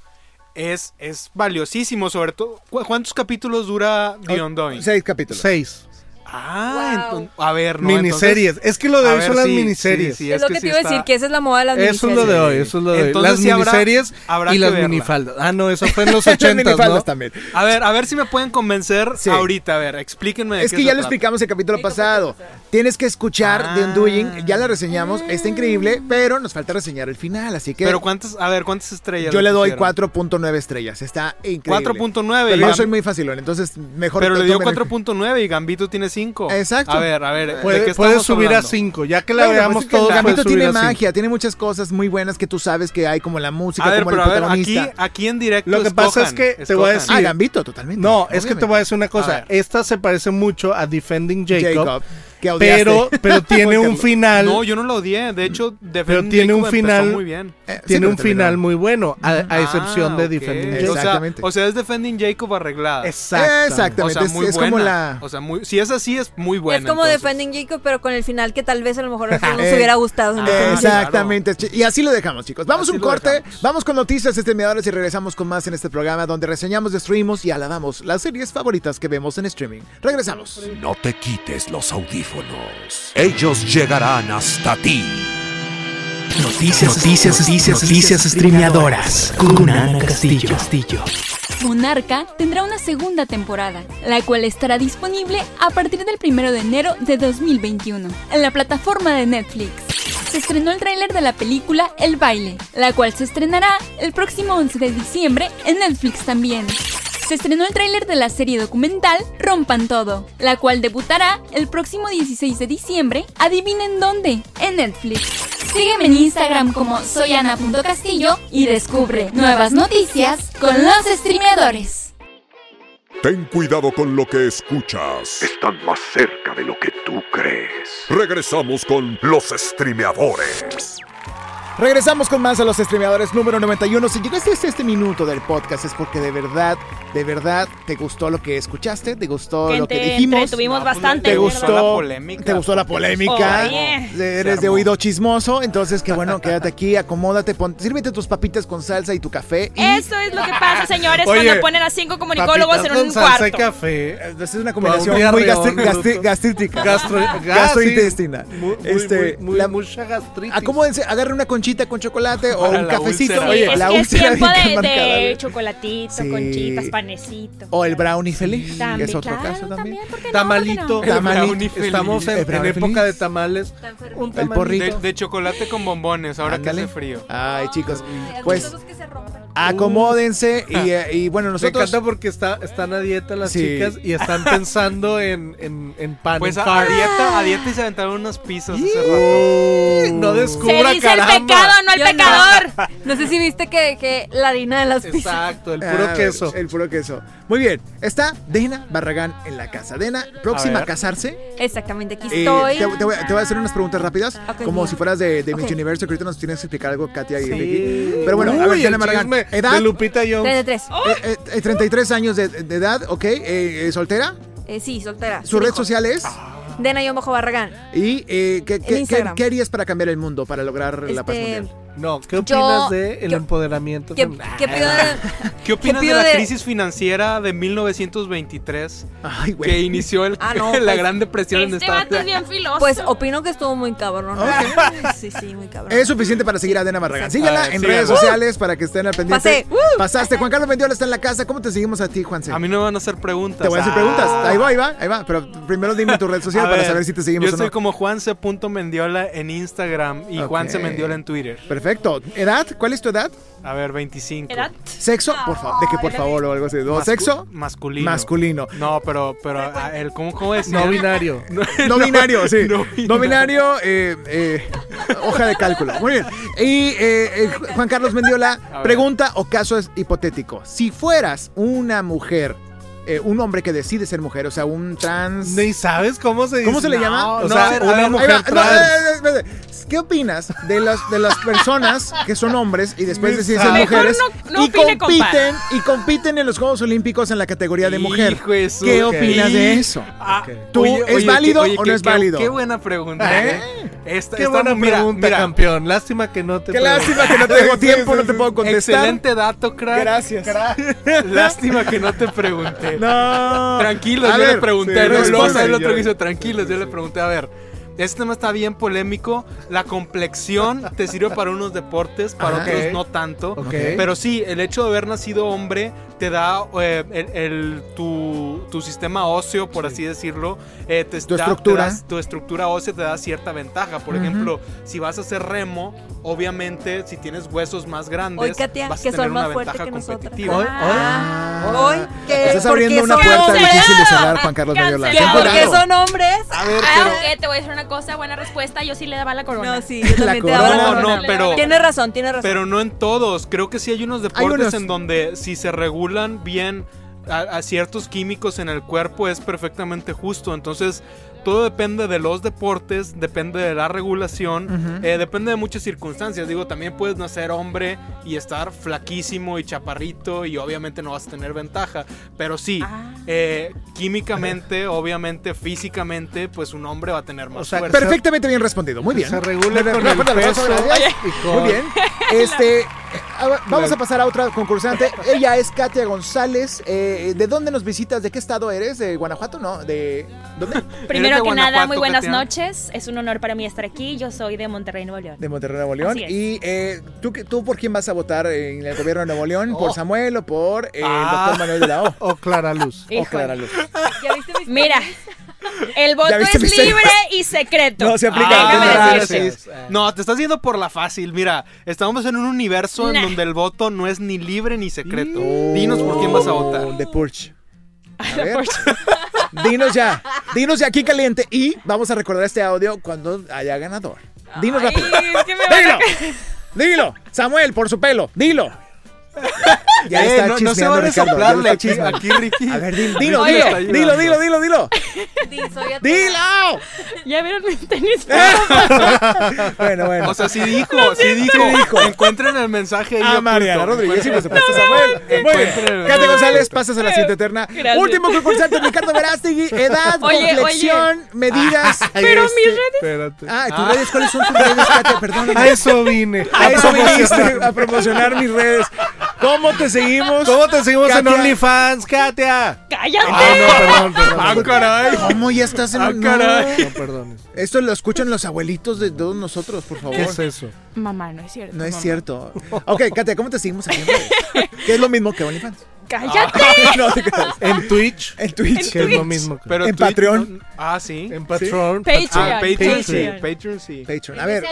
[SPEAKER 2] es, es valiosísimo, sobre todo. ¿cu- ¿Cuántos capítulos dura The Undoing?
[SPEAKER 1] Seis capítulos.
[SPEAKER 6] Seis.
[SPEAKER 2] Ah,
[SPEAKER 4] Wow.
[SPEAKER 2] enton- a ver, no,
[SPEAKER 6] miniseries.
[SPEAKER 2] entonces-
[SPEAKER 6] es que lo de
[SPEAKER 2] a
[SPEAKER 6] hoy
[SPEAKER 2] ver,
[SPEAKER 6] son las
[SPEAKER 2] sí,
[SPEAKER 6] miniseries.
[SPEAKER 2] sí, sí,
[SPEAKER 4] Es, lo que,
[SPEAKER 2] sí
[SPEAKER 4] te iba a
[SPEAKER 2] está-
[SPEAKER 4] decir, que esa es la moda de las
[SPEAKER 6] Eso es
[SPEAKER 4] miniseries.
[SPEAKER 6] lo de hoy, eso es lo de hoy.
[SPEAKER 2] Entonces,
[SPEAKER 6] las
[SPEAKER 2] sí habrá-
[SPEAKER 6] miniseries
[SPEAKER 2] habrá
[SPEAKER 6] y
[SPEAKER 2] que
[SPEAKER 6] las
[SPEAKER 2] verla.
[SPEAKER 6] minifaldas. Ah, no, eso fue en los
[SPEAKER 1] Las
[SPEAKER 6] 80, ¿no?
[SPEAKER 1] minifaldas también.
[SPEAKER 2] A ver, a ver si me pueden convencer
[SPEAKER 1] Sí.
[SPEAKER 2] ahorita, a ver, explíquenme. de
[SPEAKER 1] Es
[SPEAKER 2] qué
[SPEAKER 1] que
[SPEAKER 2] se
[SPEAKER 1] ya lo
[SPEAKER 2] trata.
[SPEAKER 1] explicamos el capítulo pasado. Tienes que escuchar
[SPEAKER 2] Ah.
[SPEAKER 1] The Undoing, ya la reseñamos, está increíble, pero nos falta reseñar el final, así que
[SPEAKER 2] Pero cuántas, a ver, ¿cuántas estrellas?
[SPEAKER 1] yo le doy
[SPEAKER 2] pusieron?
[SPEAKER 1] 4.9 estrellas, está increíble.
[SPEAKER 2] 4.9.
[SPEAKER 1] Pero
[SPEAKER 2] y
[SPEAKER 1] yo soy
[SPEAKER 2] Gam-
[SPEAKER 1] muy facilón, entonces mejor...
[SPEAKER 2] Pero le dio
[SPEAKER 1] tomen-
[SPEAKER 2] 4.9 y Gambito tiene 5.
[SPEAKER 1] Exacto.
[SPEAKER 2] A ver, a ver. ¿de
[SPEAKER 6] Puede-
[SPEAKER 2] qué
[SPEAKER 6] puedes
[SPEAKER 2] estamos
[SPEAKER 6] subir
[SPEAKER 2] hablando?
[SPEAKER 6] a 5, ya que la
[SPEAKER 1] Bueno, pues
[SPEAKER 6] veamos
[SPEAKER 1] es que el
[SPEAKER 6] todos. puedes
[SPEAKER 1] Gambito
[SPEAKER 6] subir
[SPEAKER 1] tiene
[SPEAKER 6] a cinco.
[SPEAKER 1] magia, tiene muchas cosas muy buenas que tú sabes que hay, como la música,
[SPEAKER 2] A ver,
[SPEAKER 1] como el
[SPEAKER 2] pero a ver, aquí,
[SPEAKER 1] protagonista.
[SPEAKER 2] aquí en directo.
[SPEAKER 6] Lo que pasa
[SPEAKER 2] escojan,
[SPEAKER 6] es que te voy a
[SPEAKER 2] escojan.
[SPEAKER 1] Ah,
[SPEAKER 6] sí.
[SPEAKER 1] Gambito, totalmente.
[SPEAKER 6] No, es que te voy a decir una
[SPEAKER 2] A
[SPEAKER 6] cosa.
[SPEAKER 2] ver.
[SPEAKER 6] Esta se parece mucho a Defending Jacob,
[SPEAKER 1] Jacob, que odiaste.
[SPEAKER 6] pero,
[SPEAKER 1] (laughs)
[SPEAKER 6] pero tiene un
[SPEAKER 1] Porque-
[SPEAKER 6] final.
[SPEAKER 2] Ah, No, yo no lo odié. De hecho,
[SPEAKER 6] Pero
[SPEAKER 2] Defending
[SPEAKER 6] tiene un
[SPEAKER 2] Jacob empezó
[SPEAKER 6] final-
[SPEAKER 2] muy bien.
[SPEAKER 1] Eh, sí,
[SPEAKER 6] tiene
[SPEAKER 1] pero
[SPEAKER 6] un
[SPEAKER 1] terminó.
[SPEAKER 6] final muy bueno, a, a
[SPEAKER 2] Ah,
[SPEAKER 6] excepción de
[SPEAKER 2] ok.
[SPEAKER 6] Defending
[SPEAKER 2] O
[SPEAKER 6] Jacob.
[SPEAKER 2] sea-
[SPEAKER 1] Exactamente.
[SPEAKER 2] O sea, es Defending Jacob arreglada.
[SPEAKER 6] Exacto.
[SPEAKER 1] Exacto.
[SPEAKER 2] O sea,
[SPEAKER 1] es-
[SPEAKER 2] muy
[SPEAKER 1] es
[SPEAKER 2] buena.
[SPEAKER 1] como la-
[SPEAKER 2] O sea, muy... si es así, es muy buena.
[SPEAKER 4] es como
[SPEAKER 2] entonces.
[SPEAKER 4] Defending Jacob, pero con el final que tal vez a lo mejor a nosotros nos
[SPEAKER 1] Eh,
[SPEAKER 4] hubiera gustado.
[SPEAKER 2] ah,
[SPEAKER 4] Defending Jacob.
[SPEAKER 1] Exactamente. chi- Y así lo dejamos, chicos. Vamos a
[SPEAKER 2] Así
[SPEAKER 1] un
[SPEAKER 2] lo
[SPEAKER 1] corte,
[SPEAKER 2] dejamos.
[SPEAKER 1] vamos con noticias este streameadores y regresamos con más en este programa donde reseñamos, destruimos y alabamos las series favoritas que vemos en streaming. Regresamos.
[SPEAKER 8] No te quites los audífonos. micrófonos. Ellos llegarán hasta ti.
[SPEAKER 7] Noticias, noticias, noticias, noticias streameadoras. Con Ana Castillo. Castillo.
[SPEAKER 9] Monarca tendrá una segunda temporada, la cual estará disponible a partir del 1 de enero de 2021 en la plataforma de Netflix. Se estrenó el tráiler de la película El baile, la cual se estrenará el próximo 11 de diciembre en Netflix también. Se estrenó el tráiler de la serie documental Rompan Todo, la cual debutará el próximo 16 de diciembre, adivinen dónde, en Netflix. Sígueme en Instagram como soyana.castillo y descubre nuevas noticias con los streameadores.
[SPEAKER 8] Ten cuidado con lo que escuchas.
[SPEAKER 10] Están más cerca de lo que tú crees.
[SPEAKER 8] Regresamos con los streameadores.
[SPEAKER 1] Regresamos con más a los streameadores número 91. Si llegaste hasta este minuto del podcast es porque de verdad, de verdad te gustó lo que escuchaste, te gustó lo que
[SPEAKER 3] Gente,
[SPEAKER 1] dijimos.
[SPEAKER 3] entretuvimos bastante.
[SPEAKER 1] ¿Te gustó la
[SPEAKER 3] ¿verdad?
[SPEAKER 2] la
[SPEAKER 1] polémica?
[SPEAKER 2] polémica?
[SPEAKER 1] ¿Te gustó la polémica?
[SPEAKER 3] Oye.
[SPEAKER 1] Eres de oído chismoso, entonces qué bueno, quédate aquí, acomódate, pon- sírvete tus papitas con salsa y tu café. Y
[SPEAKER 3] Eso es lo que pasa, señores,
[SPEAKER 6] Oye,
[SPEAKER 3] cuando ponen a cinco comunicólogos
[SPEAKER 6] Papitas
[SPEAKER 3] en
[SPEAKER 6] con
[SPEAKER 3] un
[SPEAKER 6] salsa y
[SPEAKER 1] (laughs)
[SPEAKER 3] cuarto.
[SPEAKER 6] café.
[SPEAKER 1] Esta es una combinación
[SPEAKER 6] Claudia
[SPEAKER 1] muy
[SPEAKER 6] Reón,
[SPEAKER 1] gastri- gastri-
[SPEAKER 6] Bruto.
[SPEAKER 1] gastrítica.
[SPEAKER 6] Gastro, gas-
[SPEAKER 1] gastrointestinal.
[SPEAKER 6] sí. Muy, muy,
[SPEAKER 1] Este,
[SPEAKER 6] muy, muy-
[SPEAKER 1] la-
[SPEAKER 6] mucha gastritis.
[SPEAKER 1] Acomódense, agarren una conchita con chocolate o
[SPEAKER 6] Para
[SPEAKER 1] un
[SPEAKER 6] la
[SPEAKER 1] cafecito.
[SPEAKER 6] úlcera.
[SPEAKER 3] Sí,
[SPEAKER 6] Oye,
[SPEAKER 3] es
[SPEAKER 1] la
[SPEAKER 3] que es
[SPEAKER 1] úlcera
[SPEAKER 3] tiempo
[SPEAKER 1] bien
[SPEAKER 3] de,
[SPEAKER 1] marcada,
[SPEAKER 3] de
[SPEAKER 1] ¿verdad?
[SPEAKER 3] chocolatito,
[SPEAKER 1] ¿eh? Sí.
[SPEAKER 3] conchitas, panecito.
[SPEAKER 1] O el brownie feliz, que
[SPEAKER 3] También,
[SPEAKER 1] es otro
[SPEAKER 3] claro,
[SPEAKER 1] caso también.
[SPEAKER 3] también, ¿por qué no?
[SPEAKER 6] Tamalito.
[SPEAKER 3] ¿Por qué
[SPEAKER 6] El
[SPEAKER 1] Tamalito.
[SPEAKER 6] brownie feliz. Estamos en,
[SPEAKER 1] El brownie
[SPEAKER 6] en época
[SPEAKER 1] feliz.
[SPEAKER 6] de tamales.
[SPEAKER 4] Tan fermito.
[SPEAKER 6] Un
[SPEAKER 1] El porrito.
[SPEAKER 6] tamalito.
[SPEAKER 2] De, de chocolate con bombones, ahora que hace frío.
[SPEAKER 1] Ay, chicos,
[SPEAKER 4] Ay,
[SPEAKER 1] pues
[SPEAKER 4] amigos que se rompan.
[SPEAKER 1] acomódense y, eh, y bueno,
[SPEAKER 6] Me
[SPEAKER 1] nosotros
[SPEAKER 6] encanta porque está, están a dieta las
[SPEAKER 1] Sí.
[SPEAKER 6] chicas
[SPEAKER 1] (laughs)
[SPEAKER 6] y están pensando en, en, en pan.
[SPEAKER 2] Pues
[SPEAKER 6] en
[SPEAKER 2] a, a
[SPEAKER 6] carne.
[SPEAKER 2] dieta, a dieta y se aventaron unos pisos hace
[SPEAKER 6] Uh. No
[SPEAKER 3] no? Se
[SPEAKER 6] descubra,
[SPEAKER 3] dice
[SPEAKER 6] caramba.
[SPEAKER 3] el pecado, no el
[SPEAKER 4] Yo no.
[SPEAKER 3] pecador.
[SPEAKER 4] No sé si viste que, que la harina de las pizzas.
[SPEAKER 6] Exacto, el puro
[SPEAKER 1] Ah,
[SPEAKER 6] queso.
[SPEAKER 1] El puro queso. Muy bien, está Dena Barragán en la casa. Dena, próxima a,
[SPEAKER 6] ver.
[SPEAKER 1] casarse.
[SPEAKER 4] Exactamente, aquí
[SPEAKER 1] Eh,
[SPEAKER 4] estoy.
[SPEAKER 1] te, te voy, a- te voy a hacer unas preguntas rápidas,
[SPEAKER 4] Ok.
[SPEAKER 1] como si fueras de, de Miss
[SPEAKER 4] Ok.
[SPEAKER 1] Universo, que ahorita nos tienes que explicar algo, Katia y
[SPEAKER 6] Sí.
[SPEAKER 1] Ricky. Pero bueno, a
[SPEAKER 6] Uy,
[SPEAKER 1] ver,
[SPEAKER 6] el
[SPEAKER 1] Dena Barragán,
[SPEAKER 6] chisme
[SPEAKER 1] edad,
[SPEAKER 6] De Lupita Jones.
[SPEAKER 4] 33.
[SPEAKER 1] eh, eh, eh, 33 años de, de edad, ok, eh, eh, soltera,
[SPEAKER 4] Eh, sí, soltera.
[SPEAKER 1] su
[SPEAKER 4] sin
[SPEAKER 1] red
[SPEAKER 4] hijos.
[SPEAKER 1] social es,
[SPEAKER 4] Dena Yon bajo Barragán.
[SPEAKER 1] y eh, ¿qué, qué- qué,
[SPEAKER 4] Instagram.
[SPEAKER 1] qué harías para cambiar el mundo, para lograr la paz
[SPEAKER 4] Este,
[SPEAKER 1] mundial? ah.
[SPEAKER 6] No, ¿qué opinas
[SPEAKER 4] Yo-
[SPEAKER 6] de el
[SPEAKER 4] yo-
[SPEAKER 6] empoderamiento?
[SPEAKER 4] ¿Qué,
[SPEAKER 6] femenino?
[SPEAKER 4] qué
[SPEAKER 2] (laughs)
[SPEAKER 4] pido de-
[SPEAKER 2] ¿Qué opinas de
[SPEAKER 4] pido
[SPEAKER 2] la
[SPEAKER 4] de-
[SPEAKER 2] crisis financiera de 1923
[SPEAKER 1] Ay, güey.
[SPEAKER 2] que inició el-
[SPEAKER 4] Ah,
[SPEAKER 2] (laughs)
[SPEAKER 4] no,
[SPEAKER 2] la
[SPEAKER 4] pues,
[SPEAKER 2] Gran Depresión en
[SPEAKER 3] Este vato es
[SPEAKER 2] Estados
[SPEAKER 3] bien filoso.
[SPEAKER 4] Pues opino que estuvo muy cabrón. ¿no? (laughs) Sí, sí, muy cabrón.
[SPEAKER 1] Es suficiente para seguir a Dena Barragán. Síguela
[SPEAKER 2] Ah,
[SPEAKER 1] en
[SPEAKER 2] síganla.
[SPEAKER 1] redes sociales para que estén al pendiente.
[SPEAKER 4] Pasé. Uh.
[SPEAKER 1] Pasaste. Juan Carlos Mendiola está en la casa. ¿Cómo te seguimos a ti, Juanse?
[SPEAKER 2] A mí no me van a hacer preguntas.
[SPEAKER 1] Te voy a hacer
[SPEAKER 2] Ah.
[SPEAKER 1] preguntas. Ahí va, ahí va, ahí va. Pero primero dime tu red social
[SPEAKER 2] A
[SPEAKER 1] para
[SPEAKER 2] ver,
[SPEAKER 1] saber si te seguimos
[SPEAKER 2] Yo
[SPEAKER 1] o no.
[SPEAKER 2] soy como juanse.mendiola en Instagram y
[SPEAKER 1] Ok.
[SPEAKER 2] Juanse Mendiola en Twitter.
[SPEAKER 1] Perfecto. ¿Edad? ¿Cuál es tu edad?
[SPEAKER 2] A ver, 25.
[SPEAKER 3] ¿Edad?
[SPEAKER 1] ¿Sexo? Por favor. De que por favor o algo así. ¿No?
[SPEAKER 2] Mascu-
[SPEAKER 1] ¿Sexo?
[SPEAKER 2] Masculino.
[SPEAKER 1] Masculino.
[SPEAKER 2] No, pero, pero a- el, ¿cómo, cómo es? (laughs)
[SPEAKER 6] (laughs) No binario.
[SPEAKER 1] No binario, sí.
[SPEAKER 2] no
[SPEAKER 1] No binario, eh, eh, hoja de cálculo. Muy bien. Y eh, eh, Juan Carlos Mendiola,
[SPEAKER 2] ver.
[SPEAKER 1] pregunta o caso es hipotético. Si fueras una mujer, eh, un hombre que decide ser mujer, o sea, un trans...
[SPEAKER 6] Ni sabes cómo se dice.
[SPEAKER 1] ¿Cómo se le llama?
[SPEAKER 6] No,
[SPEAKER 1] o
[SPEAKER 6] no,
[SPEAKER 1] sea,
[SPEAKER 6] a ver,
[SPEAKER 1] una
[SPEAKER 6] a ver,
[SPEAKER 1] mujer
[SPEAKER 6] ahí va, no,
[SPEAKER 1] trans.
[SPEAKER 6] eh,
[SPEAKER 1] Eh, eh, eh, ¿Qué opinas de las, de las personas que son hombres y después
[SPEAKER 6] Me
[SPEAKER 1] deciden ser
[SPEAKER 6] sabe.
[SPEAKER 1] mujeres
[SPEAKER 3] Mejor no- no
[SPEAKER 1] y
[SPEAKER 3] opine,
[SPEAKER 1] compiten y compiten en los Juegos Olímpicos en la categoría de mujer?
[SPEAKER 2] Hijo de su-
[SPEAKER 1] ¿Qué
[SPEAKER 2] Ok.
[SPEAKER 1] opinas de eso?
[SPEAKER 2] Ah,
[SPEAKER 1] ¿Tú es
[SPEAKER 2] qué-
[SPEAKER 1] válido o no
[SPEAKER 2] qué-
[SPEAKER 1] es
[SPEAKER 2] qué-
[SPEAKER 1] válido?
[SPEAKER 2] Qué buena pregunta.
[SPEAKER 1] ¿Eh?
[SPEAKER 2] ¿eh? Esta,
[SPEAKER 6] Qué
[SPEAKER 2] esta-
[SPEAKER 6] buena
[SPEAKER 2] mira,
[SPEAKER 6] pregunta,
[SPEAKER 2] mira,
[SPEAKER 6] campeón. Lástima que no te
[SPEAKER 1] Qué
[SPEAKER 6] pregunté.
[SPEAKER 1] lástima que no tengo tiempo, no te puedo contestar.
[SPEAKER 2] Excelente dato, crack.
[SPEAKER 1] Gracias.
[SPEAKER 2] Lástima que no
[SPEAKER 1] (laughs)
[SPEAKER 2] te pregunté.
[SPEAKER 1] No.
[SPEAKER 2] Tranquilos,
[SPEAKER 1] A
[SPEAKER 2] yo
[SPEAKER 1] ver,
[SPEAKER 2] le pregunté.
[SPEAKER 1] sí,
[SPEAKER 2] luego- luego
[SPEAKER 1] responde.
[SPEAKER 2] el otro que hizo, tranquilos, yo le pregunté. A ver, este tema está bien polémico. La complexión te sirve para unos deportes, para
[SPEAKER 1] Ajá.
[SPEAKER 2] otros no tanto.
[SPEAKER 6] Ok.
[SPEAKER 2] Pero sí, el hecho de haber nacido hombre te da eh, el, el- tu, tu sistema óseo, por así decirlo. eh, te da- te
[SPEAKER 1] estructura.
[SPEAKER 2] das- tu estructura ósea te da cierta ventaja. Por
[SPEAKER 1] Ujú.
[SPEAKER 2] ejemplo, si vas a hacer remo, obviamente si tienes huesos más grandes,
[SPEAKER 4] Hoy, Katia,
[SPEAKER 2] vas a
[SPEAKER 4] que
[SPEAKER 2] tener
[SPEAKER 4] son
[SPEAKER 2] una
[SPEAKER 4] más fuertes
[SPEAKER 2] ventaja
[SPEAKER 4] que nosotras. Ah.
[SPEAKER 2] competitiva.
[SPEAKER 6] Hoy-
[SPEAKER 4] Hoy, que
[SPEAKER 1] Estás abriendo
[SPEAKER 4] porque
[SPEAKER 1] una
[SPEAKER 4] son
[SPEAKER 1] puerta
[SPEAKER 4] hombres,
[SPEAKER 1] difícil de cerrar, Juan Carlos
[SPEAKER 3] Cancelado.
[SPEAKER 1] Mendiola.
[SPEAKER 4] que
[SPEAKER 1] Ten
[SPEAKER 3] Qué
[SPEAKER 4] porque
[SPEAKER 1] cuidado.
[SPEAKER 4] son hombres.
[SPEAKER 2] A ver, pero...
[SPEAKER 3] Aunque Ah, te voy a decir una cosa, buena respuesta, yo sí le daba la corona.
[SPEAKER 4] No, sí, yo
[SPEAKER 1] La
[SPEAKER 4] también te
[SPEAKER 1] corona.
[SPEAKER 4] daba la
[SPEAKER 2] No,
[SPEAKER 4] corona.
[SPEAKER 2] no, pero-
[SPEAKER 4] Tiene razón, tiene razón.
[SPEAKER 2] Pero no en todos. Creo que sí hay unos deportes
[SPEAKER 1] unos-
[SPEAKER 2] en donde si se regulan bien a, a ciertos químicos en el cuerpo es perfectamente justo. Entonces, todo depende de los deportes, depende de la regulación, eh, depende de muchas circunstancias. Digo, también puedes nacer hombre y estar flaquísimo y chaparrito y obviamente no vas a tener ventaja. Pero sí, eh, químicamente, obviamente, físicamente, pues un hombre va a tener más
[SPEAKER 6] sea,
[SPEAKER 2] fuerza.
[SPEAKER 1] Perfectamente bien respondido. Muy bien.
[SPEAKER 6] Se regula con el
[SPEAKER 1] Oye,
[SPEAKER 2] (laughs)
[SPEAKER 6] peso y con-
[SPEAKER 1] Muy bien. Este, Ah, va- Vamos a pasar a otra concursante. Ella es Katia González. Eh, ¿De dónde nos visitas? ¿De qué estado eres? ¿De Guanajuato? No, ¿de dónde?
[SPEAKER 3] Primero que nada, muy
[SPEAKER 1] Guanajuato,
[SPEAKER 3] buenas
[SPEAKER 1] Tatiana.
[SPEAKER 3] noches. Es un honor para mí estar aquí. Yo soy de Monterrey, Nuevo León.
[SPEAKER 1] De Monterrey, Nuevo León.
[SPEAKER 3] Así es.
[SPEAKER 1] ¿Y eh, ¿tú, qué- tú por quién vas a votar en el gobierno de Nuevo León?
[SPEAKER 2] Oh.
[SPEAKER 1] ¿Por Samuel o por eh, el
[SPEAKER 6] Ah.
[SPEAKER 1] doctor Manuel de
[SPEAKER 2] (laughs)
[SPEAKER 1] la O?
[SPEAKER 6] O Clara Luz.
[SPEAKER 1] O Clara Luz.
[SPEAKER 4] (laughs)
[SPEAKER 3] Mira, el voto
[SPEAKER 2] viste
[SPEAKER 3] es
[SPEAKER 2] mis tenis?
[SPEAKER 3] libre y secreto.
[SPEAKER 1] No se aplica.
[SPEAKER 3] Déjame
[SPEAKER 2] Ah,
[SPEAKER 3] decirte.
[SPEAKER 2] gracias. No, te estás yendo por la fácil. Mira, estamos en un universo
[SPEAKER 3] Nah.
[SPEAKER 2] en donde el voto no es ni libre ni secreto. Mm.
[SPEAKER 1] Mm.
[SPEAKER 2] Dinos por quién vas a votar.
[SPEAKER 1] Oh, De
[SPEAKER 3] (laughs)
[SPEAKER 1] Purge. A ver. (laughs) Dinos ya. Dinos ya aquí caliente. Y vamos a recordar este audio cuando haya ganador. Dinos rápido. ¡Dilo! ¡Dilo! Samuel, por su pelo.
[SPEAKER 2] (laughs)
[SPEAKER 1] ¡Dilo! Ya
[SPEAKER 2] Eh,
[SPEAKER 1] está
[SPEAKER 2] no- no se
[SPEAKER 1] chismeando
[SPEAKER 2] vale
[SPEAKER 1] Ricardo, ya está
[SPEAKER 2] soplarle aquí-
[SPEAKER 1] chismeando.
[SPEAKER 2] aquí, Ricky.
[SPEAKER 1] A ver, di- dilo,
[SPEAKER 2] Ricky
[SPEAKER 1] dilo,
[SPEAKER 2] está
[SPEAKER 1] dilo, dilo,
[SPEAKER 2] ayudando.
[SPEAKER 1] dilo, dilo.
[SPEAKER 2] (laughs)
[SPEAKER 1] ¡Dilo!
[SPEAKER 3] Ya vieron mis tenis.
[SPEAKER 1] bueno, bueno.
[SPEAKER 2] O sea, sí dijo,
[SPEAKER 3] (laughs)
[SPEAKER 2] sí dijo. Encuentren el mensaje ahí
[SPEAKER 1] A
[SPEAKER 2] oculto.
[SPEAKER 1] Mariana Rodríguez y por
[SPEAKER 2] Encuentren-
[SPEAKER 1] supuesto Samuel. Muy bien.
[SPEAKER 2] Encuentren-
[SPEAKER 1] Katia González, pasas a la siguiente eterna.
[SPEAKER 3] Gracias.
[SPEAKER 1] Último concursante, Ricardo Verástegui. Edad,
[SPEAKER 3] Oye,
[SPEAKER 1] complexión,
[SPEAKER 3] oye.
[SPEAKER 1] medidas.
[SPEAKER 3] Pero mis redes-
[SPEAKER 6] Espérate.
[SPEAKER 1] Ah, ¿tus redes cuáles son tus redes, Katia? Perdón.
[SPEAKER 6] A
[SPEAKER 1] (laughs)
[SPEAKER 6] eso vine.
[SPEAKER 1] A eso viniste, a promocionar mis redes. ¿Cómo te seguimos?
[SPEAKER 6] ¿Cómo te seguimos
[SPEAKER 1] (laughs)
[SPEAKER 6] en
[SPEAKER 1] Katia? (laughs)
[SPEAKER 6] OnlyFans, Katia?
[SPEAKER 3] ¡Cállate!
[SPEAKER 6] no, perdón, perdón.
[SPEAKER 2] Ah, caray.
[SPEAKER 1] ¿Cómo ya estás en
[SPEAKER 2] Ah,
[SPEAKER 1] no.
[SPEAKER 2] caray.
[SPEAKER 6] No, perdones.
[SPEAKER 1] Esto lo escuchan los abuelitos de todos nosotros, por favor.
[SPEAKER 6] ¿Qué es eso?
[SPEAKER 3] Mamá, no es cierto.
[SPEAKER 1] No es
[SPEAKER 3] mamá.
[SPEAKER 1] cierto. Ok, Katia, ¿cómo te seguimos aquí en redes? Que es lo mismo que OnlyFans.
[SPEAKER 3] ¡Cállate!
[SPEAKER 1] (laughs) No te creas.
[SPEAKER 6] En Twitch,
[SPEAKER 1] En Twitch.
[SPEAKER 6] que es lo mismo. que-
[SPEAKER 2] Pero
[SPEAKER 1] En
[SPEAKER 2] Twitch
[SPEAKER 1] Patreon.
[SPEAKER 2] no- Ah, sí.
[SPEAKER 6] En Patreon.
[SPEAKER 3] Patreon.
[SPEAKER 2] Ah, Patreon sí.
[SPEAKER 3] Patreon.
[SPEAKER 2] Patreon sí.
[SPEAKER 1] Patreon. A ver.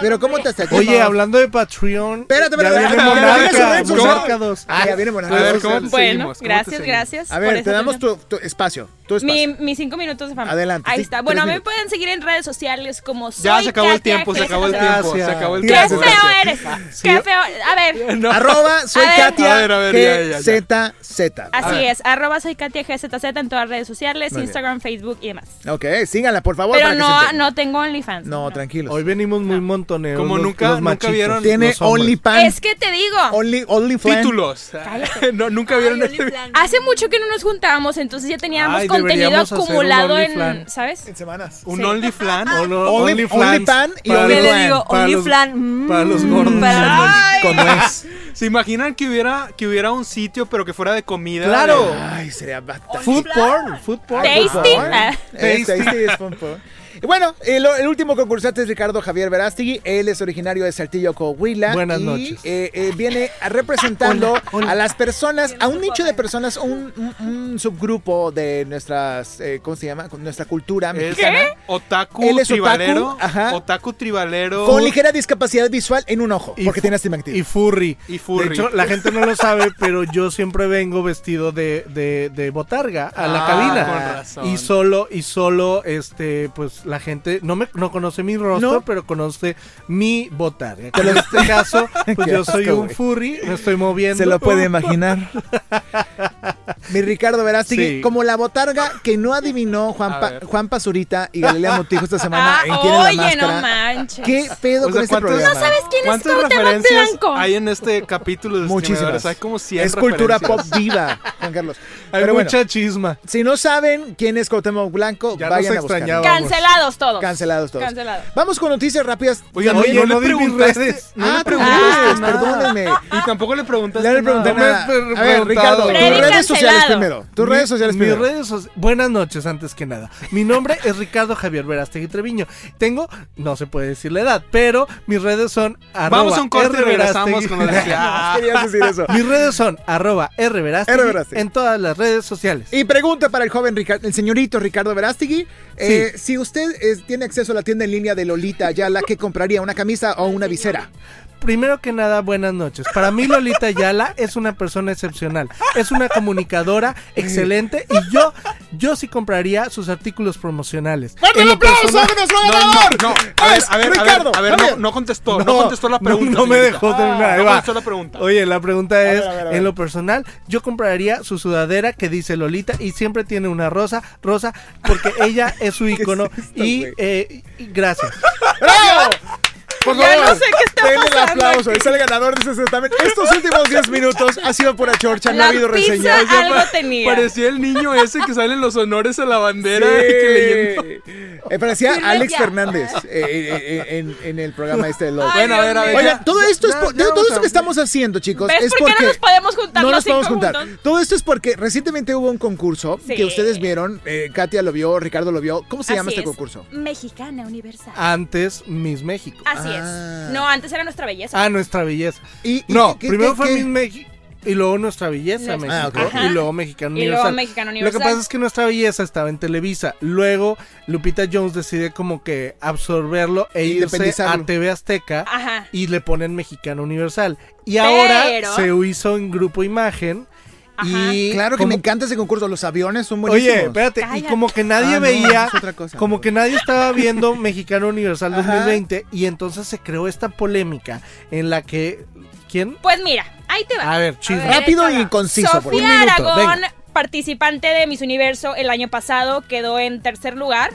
[SPEAKER 1] Pero ¿cómo te hasta
[SPEAKER 6] Oye, hablando de Patreon.
[SPEAKER 1] Espérate,
[SPEAKER 6] ya
[SPEAKER 1] espérate, (laughs)
[SPEAKER 6] viene
[SPEAKER 1] espérate, espérate,
[SPEAKER 6] Monarca,
[SPEAKER 1] espérate, espérate.
[SPEAKER 6] Monarca 2.
[SPEAKER 1] Ah, ya viene
[SPEAKER 2] A ver,
[SPEAKER 1] Monarca.
[SPEAKER 2] ¿cómo te
[SPEAKER 3] Bueno,
[SPEAKER 2] seguimos? ¿Cómo te
[SPEAKER 3] gracias,
[SPEAKER 2] seguimos?
[SPEAKER 3] gracias.
[SPEAKER 1] A
[SPEAKER 3] por
[SPEAKER 1] ver,
[SPEAKER 3] esa
[SPEAKER 1] te damos
[SPEAKER 3] opinión.
[SPEAKER 1] tu, tu espacio. Tu
[SPEAKER 3] Mi,
[SPEAKER 1] espacio.
[SPEAKER 3] (laughs) mis cinco minutos de fama.
[SPEAKER 1] Adelante,
[SPEAKER 3] Ahí
[SPEAKER 1] sí,
[SPEAKER 3] está.
[SPEAKER 1] tres
[SPEAKER 3] Bueno, me
[SPEAKER 1] minutos.
[SPEAKER 3] pueden seguir en redes sociales como soy
[SPEAKER 2] Ya se acabó el
[SPEAKER 3] Katia
[SPEAKER 2] tiempo, se acabó el
[SPEAKER 3] G70.
[SPEAKER 2] tiempo, se acabó el
[SPEAKER 3] ¡Qué
[SPEAKER 2] tiempo.
[SPEAKER 3] feo eres! ¡Qué feo! A
[SPEAKER 2] (laughs)
[SPEAKER 3] ver,
[SPEAKER 2] No.
[SPEAKER 1] Arroba soy
[SPEAKER 3] A ver.
[SPEAKER 1] Katia
[SPEAKER 2] A ver, a ver, ya, ya, ya.
[SPEAKER 1] Z Z.
[SPEAKER 2] A
[SPEAKER 3] así
[SPEAKER 2] ver.
[SPEAKER 3] es. Arroba soy Katia GZZ en todas redes sociales,
[SPEAKER 1] Muy bien.
[SPEAKER 3] Instagram, Facebook y demás.
[SPEAKER 1] Ok, síganla, por favor.
[SPEAKER 3] Pero
[SPEAKER 1] para que se
[SPEAKER 3] no,
[SPEAKER 1] enteren.
[SPEAKER 3] no tengo OnlyFans.
[SPEAKER 1] No, tranquilos.
[SPEAKER 6] Hoy venimos muy montoneros.
[SPEAKER 2] Como
[SPEAKER 6] los-
[SPEAKER 2] nunca-
[SPEAKER 6] los
[SPEAKER 2] nunca
[SPEAKER 6] machitos.
[SPEAKER 2] vieron-
[SPEAKER 1] Tiene
[SPEAKER 6] Los hombres.
[SPEAKER 1] OnlyFans.
[SPEAKER 3] Es que te digo,
[SPEAKER 1] Only, OnlyFans.
[SPEAKER 2] Títulos. (laughs) No, nunca vieron
[SPEAKER 1] (laughs)
[SPEAKER 2] este video.
[SPEAKER 4] Ah,
[SPEAKER 3] hace mucho que no nos juntábamos, entonces ya teníamos
[SPEAKER 6] Ay,
[SPEAKER 3] contenido
[SPEAKER 6] deberíamos hacer un
[SPEAKER 3] acumulado en.
[SPEAKER 6] OnlyFans.
[SPEAKER 3] ¿Sabes?
[SPEAKER 1] En semanas.
[SPEAKER 2] Un
[SPEAKER 3] Sí.
[SPEAKER 2] OnlyFans.
[SPEAKER 6] O lo-
[SPEAKER 1] Only-
[SPEAKER 6] OnlyFans.
[SPEAKER 1] OnlyFan y
[SPEAKER 6] Para
[SPEAKER 4] Yo
[SPEAKER 6] los-
[SPEAKER 4] le digo,
[SPEAKER 6] para los-
[SPEAKER 4] OnlyFans.
[SPEAKER 6] para los gordos.
[SPEAKER 4] Para
[SPEAKER 6] Con nuez.
[SPEAKER 2] ¿Se imaginan que hubiera, que hubiera un sitio pero que fuera de comida?
[SPEAKER 6] Claro.
[SPEAKER 1] Ay, sería bastante.
[SPEAKER 6] Food porn. Food porn.
[SPEAKER 3] Tasty. Ah.
[SPEAKER 1] Es Eh, tasty, es fun, fun. Y bueno, el, el último concursante es Ricardo Javier Verástegui. Él es originario de Saltillo, Coahuila.
[SPEAKER 6] Buenas
[SPEAKER 1] y,
[SPEAKER 6] noches.
[SPEAKER 1] eh, eh, viene a- representando a las personas, a un nicho de personas, un, un- un subgrupo de nuestras, eh, ¿cómo se llama? Nuestra cultura
[SPEAKER 2] Es
[SPEAKER 1] mexicana.
[SPEAKER 2] otaku
[SPEAKER 1] Él es otaku,
[SPEAKER 2] tribalero. Otaku,
[SPEAKER 1] ajá.
[SPEAKER 2] tribalero.
[SPEAKER 1] Con ligera discapacidad visual en un ojo,
[SPEAKER 6] Y
[SPEAKER 1] porque
[SPEAKER 6] fu-
[SPEAKER 1] tiene astigmatismo.
[SPEAKER 6] Y furry.
[SPEAKER 2] Y furry.
[SPEAKER 6] De hecho, la gente no lo
[SPEAKER 2] (laughs)
[SPEAKER 6] sabe, pero yo siempre vengo vestido de, de, de botarga a la
[SPEAKER 2] Ah,
[SPEAKER 6] cabina.
[SPEAKER 2] con razón.
[SPEAKER 6] Y solo, y solo, este, pues la gente no me no conoce mi rostro, pero conoce mi
[SPEAKER 1] (laughs)
[SPEAKER 6] botarga. Que en este caso, pues
[SPEAKER 1] Qué
[SPEAKER 6] yo soy
[SPEAKER 1] asco,
[SPEAKER 6] un
[SPEAKER 1] güey.
[SPEAKER 6] furry, me estoy moviendo.
[SPEAKER 1] Se lo puede imaginar. (laughs) Mi Ricardo Verástegui,
[SPEAKER 6] Sí.
[SPEAKER 1] como la botarga que no adivinó Juan,
[SPEAKER 2] A
[SPEAKER 1] Pa-
[SPEAKER 2] ver.
[SPEAKER 1] Juan Pasurita y Galilea Montijo esta semana
[SPEAKER 3] Ah,
[SPEAKER 1] en Quién es la
[SPEAKER 3] oye, no
[SPEAKER 1] Máscara.
[SPEAKER 3] manches.
[SPEAKER 1] ¿Qué pedo
[SPEAKER 2] O
[SPEAKER 1] con
[SPEAKER 2] sea,
[SPEAKER 1] este
[SPEAKER 2] ¿cuántos-
[SPEAKER 1] programa?
[SPEAKER 2] No
[SPEAKER 3] ¿Sabes quién es
[SPEAKER 2] ¿Cuántas
[SPEAKER 3] Cuauhtémoc
[SPEAKER 2] referencias
[SPEAKER 3] Blanco?
[SPEAKER 2] hay en este capítulo de
[SPEAKER 1] Muchísimas.
[SPEAKER 2] Muchísimas. Hay como 100
[SPEAKER 1] Es cultura pop
[SPEAKER 2] referencias.
[SPEAKER 1] viva, Juan Carlos.
[SPEAKER 6] Hay
[SPEAKER 1] Pero bueno,
[SPEAKER 6] mucha chisma.
[SPEAKER 1] si no saben quién es Cuauhtémoc Blanco,
[SPEAKER 6] Ya
[SPEAKER 1] vayan
[SPEAKER 6] nos
[SPEAKER 1] a buscarlo.
[SPEAKER 6] extrañaba.
[SPEAKER 3] Cancelados todos.
[SPEAKER 1] Cancelados todos.
[SPEAKER 3] Cancelados.
[SPEAKER 1] Vamos con noticias rápidas.
[SPEAKER 2] Oigan,
[SPEAKER 6] Oye,
[SPEAKER 2] no,
[SPEAKER 6] no
[SPEAKER 2] le
[SPEAKER 6] di mis
[SPEAKER 2] preguntaste.
[SPEAKER 6] redes.
[SPEAKER 2] No
[SPEAKER 1] ah,
[SPEAKER 2] le preguntaste.
[SPEAKER 1] perdónenme,
[SPEAKER 2] nada.
[SPEAKER 1] perdónenme.
[SPEAKER 2] Y tampoco le preguntaste.
[SPEAKER 1] Ya le pregunté nada.
[SPEAKER 2] nada.
[SPEAKER 6] me
[SPEAKER 1] A ver,
[SPEAKER 6] preguntado.
[SPEAKER 1] Ricardo, tus
[SPEAKER 6] Freddy
[SPEAKER 1] redes sociales
[SPEAKER 3] cancelado.
[SPEAKER 1] primero. Tus
[SPEAKER 6] Mi-
[SPEAKER 1] redes sociales
[SPEAKER 6] mis
[SPEAKER 1] primero.
[SPEAKER 6] redes soci- Buenas noches, antes que nada. Mi nombre es Ricardo Javier Verástegui Treviño. Tengo, no se puede decir la edad, pero mis redes son
[SPEAKER 2] Vamos
[SPEAKER 6] arroba
[SPEAKER 2] a un corte y regresamos
[SPEAKER 6] rverástegui.
[SPEAKER 2] con la Ah,
[SPEAKER 1] (laughs) Querías decir eso.
[SPEAKER 6] Mis redes son arroba rverástegui
[SPEAKER 1] rverástegui.
[SPEAKER 6] en todas las redes sociales.
[SPEAKER 1] Y pregunta para el joven Ricardo, el señorito Ricardo Verástegui. Eh, Si usted es- tiene acceso a la tienda en línea de Lolita Ayala, ¿qué compraría? ¿Una camisa o una visera?
[SPEAKER 6] Primero que nada, buenas noches. Para mí Lolita Ayala es una persona excepcional. Es una comunicadora excelente y yo, yo sí compraría sus artículos promocionales.
[SPEAKER 1] ¡Fuerte el aplauso! ¡Vámonos, ganador!
[SPEAKER 2] No, no, a ver,
[SPEAKER 1] Es
[SPEAKER 2] a ver,
[SPEAKER 1] Ricardo,
[SPEAKER 2] a ver, a ver, no,
[SPEAKER 1] Javier.
[SPEAKER 2] no contestó, no, contestó la
[SPEAKER 6] no,
[SPEAKER 2] pregunta.
[SPEAKER 6] No, me
[SPEAKER 2] señorita. Ah,
[SPEAKER 6] dejó terminar. ahí
[SPEAKER 2] no
[SPEAKER 6] va.
[SPEAKER 2] contestó la pregunta.
[SPEAKER 6] Oye, la pregunta es,
[SPEAKER 1] ver, a ver, a ver.
[SPEAKER 6] en lo personal, yo compraría su sudadera que dice Lolita y siempre tiene una rosa, rosa, porque ella es su icono
[SPEAKER 1] esto,
[SPEAKER 6] y,
[SPEAKER 1] güey?
[SPEAKER 6] eh, y gracias.
[SPEAKER 1] ¡Bravo! Por
[SPEAKER 3] Ya
[SPEAKER 1] favor,
[SPEAKER 3] no sé qué está
[SPEAKER 1] denle el
[SPEAKER 3] pasando
[SPEAKER 1] aplauso.
[SPEAKER 3] aquí.
[SPEAKER 1] Es el ganador de ese certamen.
[SPEAKER 2] (laughs)
[SPEAKER 1] Estos últimos 10 minutos ha sido pura chorcha. No ha
[SPEAKER 3] La
[SPEAKER 1] habido
[SPEAKER 3] pizza
[SPEAKER 1] reseñas.
[SPEAKER 3] algo tenía.
[SPEAKER 2] Parecía el niño ese que sale en los honores a la bandera y que leyendo.
[SPEAKER 1] Sí. Eh, parecía
[SPEAKER 3] Firme
[SPEAKER 1] Alex
[SPEAKER 3] ya.
[SPEAKER 1] Fernández eh, eh, eh, en, en el programa este de Love.
[SPEAKER 3] Ay,
[SPEAKER 2] Bueno, a ver, a ver.
[SPEAKER 1] Oigan, todo esto es
[SPEAKER 6] ya,
[SPEAKER 1] por-
[SPEAKER 6] ya
[SPEAKER 1] todo
[SPEAKER 6] vamos
[SPEAKER 1] esto
[SPEAKER 6] a-
[SPEAKER 1] que estamos haciendo, chicos,
[SPEAKER 3] ¿Ves
[SPEAKER 1] es
[SPEAKER 3] por qué
[SPEAKER 1] porque
[SPEAKER 3] no nos podemos juntar
[SPEAKER 1] no
[SPEAKER 3] los
[SPEAKER 1] nos
[SPEAKER 3] cinco
[SPEAKER 1] podemos juntar.
[SPEAKER 3] juntos?
[SPEAKER 1] Todo esto es porque recientemente hubo un concurso
[SPEAKER 3] Sí.
[SPEAKER 1] que ustedes vieron, eh, Katia lo vio, Ricardo lo vio. ¿Cómo se llama este
[SPEAKER 3] Así es.
[SPEAKER 1] concurso?
[SPEAKER 3] Mexicana Universal.
[SPEAKER 6] Antes Miss México.
[SPEAKER 3] Así
[SPEAKER 1] Ah.
[SPEAKER 3] es. No, antes era nuestra belleza.
[SPEAKER 6] Ah, nuestra belleza.
[SPEAKER 1] Y, y
[SPEAKER 6] No,
[SPEAKER 1] qué-
[SPEAKER 6] primero
[SPEAKER 1] qué-
[SPEAKER 6] fue
[SPEAKER 1] qué-
[SPEAKER 6] Miss México y luego nuestra belleza
[SPEAKER 3] Nuestra-
[SPEAKER 6] México
[SPEAKER 1] Ah,
[SPEAKER 3] ok.
[SPEAKER 6] y luego Mexicano
[SPEAKER 3] Y luego
[SPEAKER 6] Universal.
[SPEAKER 3] Mexicano
[SPEAKER 6] Lo
[SPEAKER 3] Universal.
[SPEAKER 6] que pasa es que nuestra belleza estaba en Televisa. Luego Lupita Jones decide como que absorberlo e irse
[SPEAKER 1] Independizarlo.
[SPEAKER 6] a TV Azteca
[SPEAKER 3] Ajá.
[SPEAKER 6] y le ponen Mexicano Universal. Y ahora
[SPEAKER 3] Pero-
[SPEAKER 6] se hizo en Grupo Imagen
[SPEAKER 3] Ajá.
[SPEAKER 6] y
[SPEAKER 1] Claro que
[SPEAKER 6] como-
[SPEAKER 1] me encanta ese concurso, los aviones son buenísimos.
[SPEAKER 6] Oye, espérate, y
[SPEAKER 3] Cállate.
[SPEAKER 6] como que nadie
[SPEAKER 1] Ah, no,
[SPEAKER 6] veía,
[SPEAKER 1] es otra cosa.
[SPEAKER 6] como que nadie estaba viendo Mexicano Universal
[SPEAKER 1] Ajá.
[SPEAKER 6] 2020 y entonces se creó esta polémica en la que ¿quién?
[SPEAKER 3] Pues mira, ahí te va.
[SPEAKER 6] A ver,
[SPEAKER 3] A
[SPEAKER 6] chisme.
[SPEAKER 3] ver,
[SPEAKER 1] Rápido
[SPEAKER 3] échala.
[SPEAKER 1] y conciso, por favor.
[SPEAKER 3] Sofía
[SPEAKER 6] Un minuto,
[SPEAKER 3] Aragón,
[SPEAKER 6] venga.
[SPEAKER 3] participante de Miss Universo el año pasado, quedó en tercer lugar.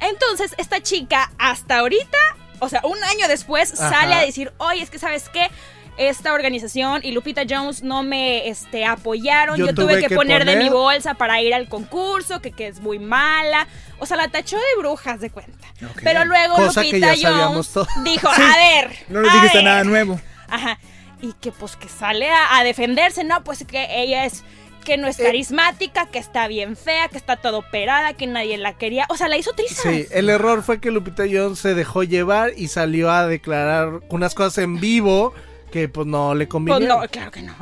[SPEAKER 3] Entonces, esta chica, hasta ahorita, o sea, un año después,
[SPEAKER 6] Ajá.
[SPEAKER 3] sale a decir: Oye, es que sabes qué. Esta organización y Lupita Jones no me este, apoyaron. Yo, tuve, que, poner, de
[SPEAKER 6] poner".
[SPEAKER 3] mi bolsa para ir al concurso, que, que es muy mala. O sea, la tachó de brujas de cuenta. Pero luego
[SPEAKER 6] Cosa que
[SPEAKER 3] Lupita
[SPEAKER 6] ya sabíamos
[SPEAKER 3] Jones
[SPEAKER 6] todo.
[SPEAKER 3] dijo: A ver.
[SPEAKER 1] No nos
[SPEAKER 3] a
[SPEAKER 1] dijiste
[SPEAKER 3] ver".
[SPEAKER 1] nada nuevo.
[SPEAKER 3] Ajá. Y que pues que sale a, a defenderse, no, pues que ella es que no es
[SPEAKER 1] Eh,
[SPEAKER 3] carismática, que está bien fea, que está todo operada, que nadie la quería. O sea, la hizo trizas.
[SPEAKER 6] Sí,
[SPEAKER 1] eh,
[SPEAKER 6] el error fue que Lupita Jones se dejó llevar y salió a declarar unas cosas en vivo que pues no le
[SPEAKER 3] Pues
[SPEAKER 6] convinieron.
[SPEAKER 3] no, claro que no.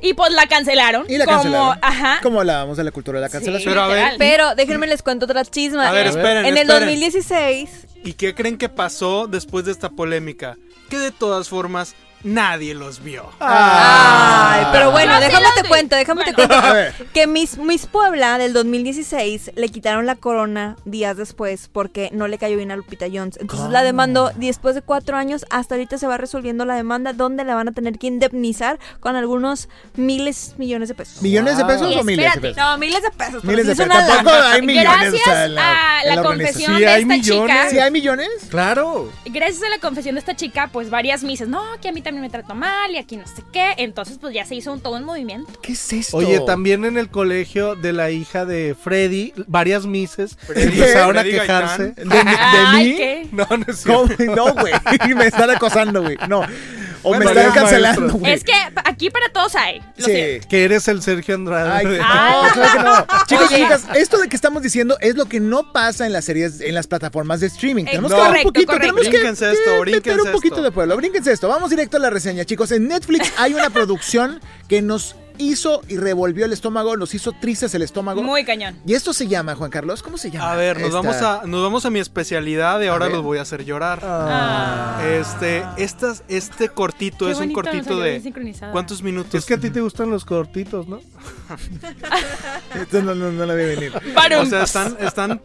[SPEAKER 3] Y pues la cancelaron.
[SPEAKER 1] Y la
[SPEAKER 3] como,
[SPEAKER 1] cancelaron.
[SPEAKER 3] Ajá.
[SPEAKER 1] Como hablábamos de la cultura de la
[SPEAKER 3] Sí,
[SPEAKER 1] cancelación.
[SPEAKER 2] Pero a ver,
[SPEAKER 3] literal.
[SPEAKER 4] Pero déjenme les cuento otra chisma.
[SPEAKER 2] A ver,
[SPEAKER 4] Eh,
[SPEAKER 2] esperen,
[SPEAKER 4] En el
[SPEAKER 2] esperen.
[SPEAKER 4] 2016,
[SPEAKER 2] ¿Y qué creen que pasó después de esta polémica? Que de todas formas nadie los vio.
[SPEAKER 4] Ay, pero bueno,
[SPEAKER 3] Yo sí
[SPEAKER 4] déjame
[SPEAKER 3] los
[SPEAKER 4] te
[SPEAKER 3] vi.
[SPEAKER 4] cuento, déjame te
[SPEAKER 3] Bueno.
[SPEAKER 4] cuento.
[SPEAKER 1] A ver.
[SPEAKER 4] Que Miss, Miss Puebla del 2016 le quitaron la corona días después porque no le cayó bien a Lupita Jones. Entonces la demandó y después de cuatro años. Hasta ahorita se va resolviendo la demanda donde la van a tener que indemnizar con algunos miles, millones de pesos.
[SPEAKER 1] ¿Millones de pesos
[SPEAKER 3] Y
[SPEAKER 1] o miles de
[SPEAKER 3] espérate,
[SPEAKER 1] pesos?
[SPEAKER 4] No, miles de pesos. pero
[SPEAKER 1] Miles
[SPEAKER 4] sí
[SPEAKER 1] de
[SPEAKER 4] es
[SPEAKER 1] pesos.
[SPEAKER 4] una lana.
[SPEAKER 1] Tampoco hay millones.
[SPEAKER 3] Gracias
[SPEAKER 1] o sea,
[SPEAKER 3] a la,
[SPEAKER 1] en organización.
[SPEAKER 3] confesión
[SPEAKER 6] Sí,
[SPEAKER 3] de
[SPEAKER 6] hay
[SPEAKER 3] esta
[SPEAKER 6] millones.
[SPEAKER 1] ¿Sí
[SPEAKER 3] chica.
[SPEAKER 1] hay millones?
[SPEAKER 6] Claro.
[SPEAKER 3] Gracias a la confesión de esta chica, pues varias me dicen, no, que a mí también me trató mal y aquí no sé qué. Entonces, pues ya se hizo un, todo un movimiento.
[SPEAKER 1] ¿Qué es esto?
[SPEAKER 6] Oye, también en el colegio de la hija de Freddy, varias mises
[SPEAKER 2] Freddy,
[SPEAKER 6] empezaron a
[SPEAKER 2] Freddy
[SPEAKER 6] quejarse.
[SPEAKER 2] Gaitán.
[SPEAKER 1] ¿De, de- de
[SPEAKER 3] Ay,
[SPEAKER 1] mí?
[SPEAKER 3] ¿qué?
[SPEAKER 6] No, no es cierto.
[SPEAKER 1] ¿Cómo? (laughs) No, güey. Me están acosando, güey. No. O me
[SPEAKER 6] Bueno,
[SPEAKER 1] están
[SPEAKER 6] eres
[SPEAKER 1] cancelando,
[SPEAKER 6] maestro.
[SPEAKER 1] güey.
[SPEAKER 3] Es que aquí para todos hay. Lo siento.
[SPEAKER 1] Sí.
[SPEAKER 6] Que eres el Sergio Andrade.
[SPEAKER 1] Ay,
[SPEAKER 6] de-
[SPEAKER 1] no, claro que no. Chicos y
[SPEAKER 3] Oye.
[SPEAKER 1] chicas, esto de que estamos diciendo es lo que no pasa en las series, en las plataformas de streaming.
[SPEAKER 3] Eh,
[SPEAKER 1] Tenemos
[SPEAKER 3] no.
[SPEAKER 1] que dar un
[SPEAKER 3] correcto,
[SPEAKER 1] poquito,
[SPEAKER 3] correcto.
[SPEAKER 1] tenemos que-
[SPEAKER 2] Brínquense
[SPEAKER 1] que,
[SPEAKER 2] esto, brínquense
[SPEAKER 1] meter un poquito
[SPEAKER 2] esto.
[SPEAKER 1] de pueblo. Brínquense esto. Vamos directo a la reseña, chicos. En
[SPEAKER 3] (laughs)
[SPEAKER 1] Netflix hay una producción que nos hizo y revolvió el estómago, nos hizo tristes el estómago.
[SPEAKER 3] Muy cañón.
[SPEAKER 1] Y esto se llama, Juan Carlos, ¿cómo se llama?
[SPEAKER 2] A ver, nos
[SPEAKER 1] esta?
[SPEAKER 2] vamos a, nos vamos a mi especialidad y ahora
[SPEAKER 1] ver.
[SPEAKER 2] los voy a hacer llorar.
[SPEAKER 3] Ah.
[SPEAKER 2] Este, estas, este cortito
[SPEAKER 3] Qué
[SPEAKER 2] es un
[SPEAKER 3] bonito nos
[SPEAKER 2] cortito
[SPEAKER 3] salió bien
[SPEAKER 2] de
[SPEAKER 3] sincronizada.
[SPEAKER 2] ¿cuántos minutos?
[SPEAKER 6] Es que a ti te gustan los cortitos, ¿no?
[SPEAKER 1] Esto no, no, no la vi venir.
[SPEAKER 2] O sea, están, están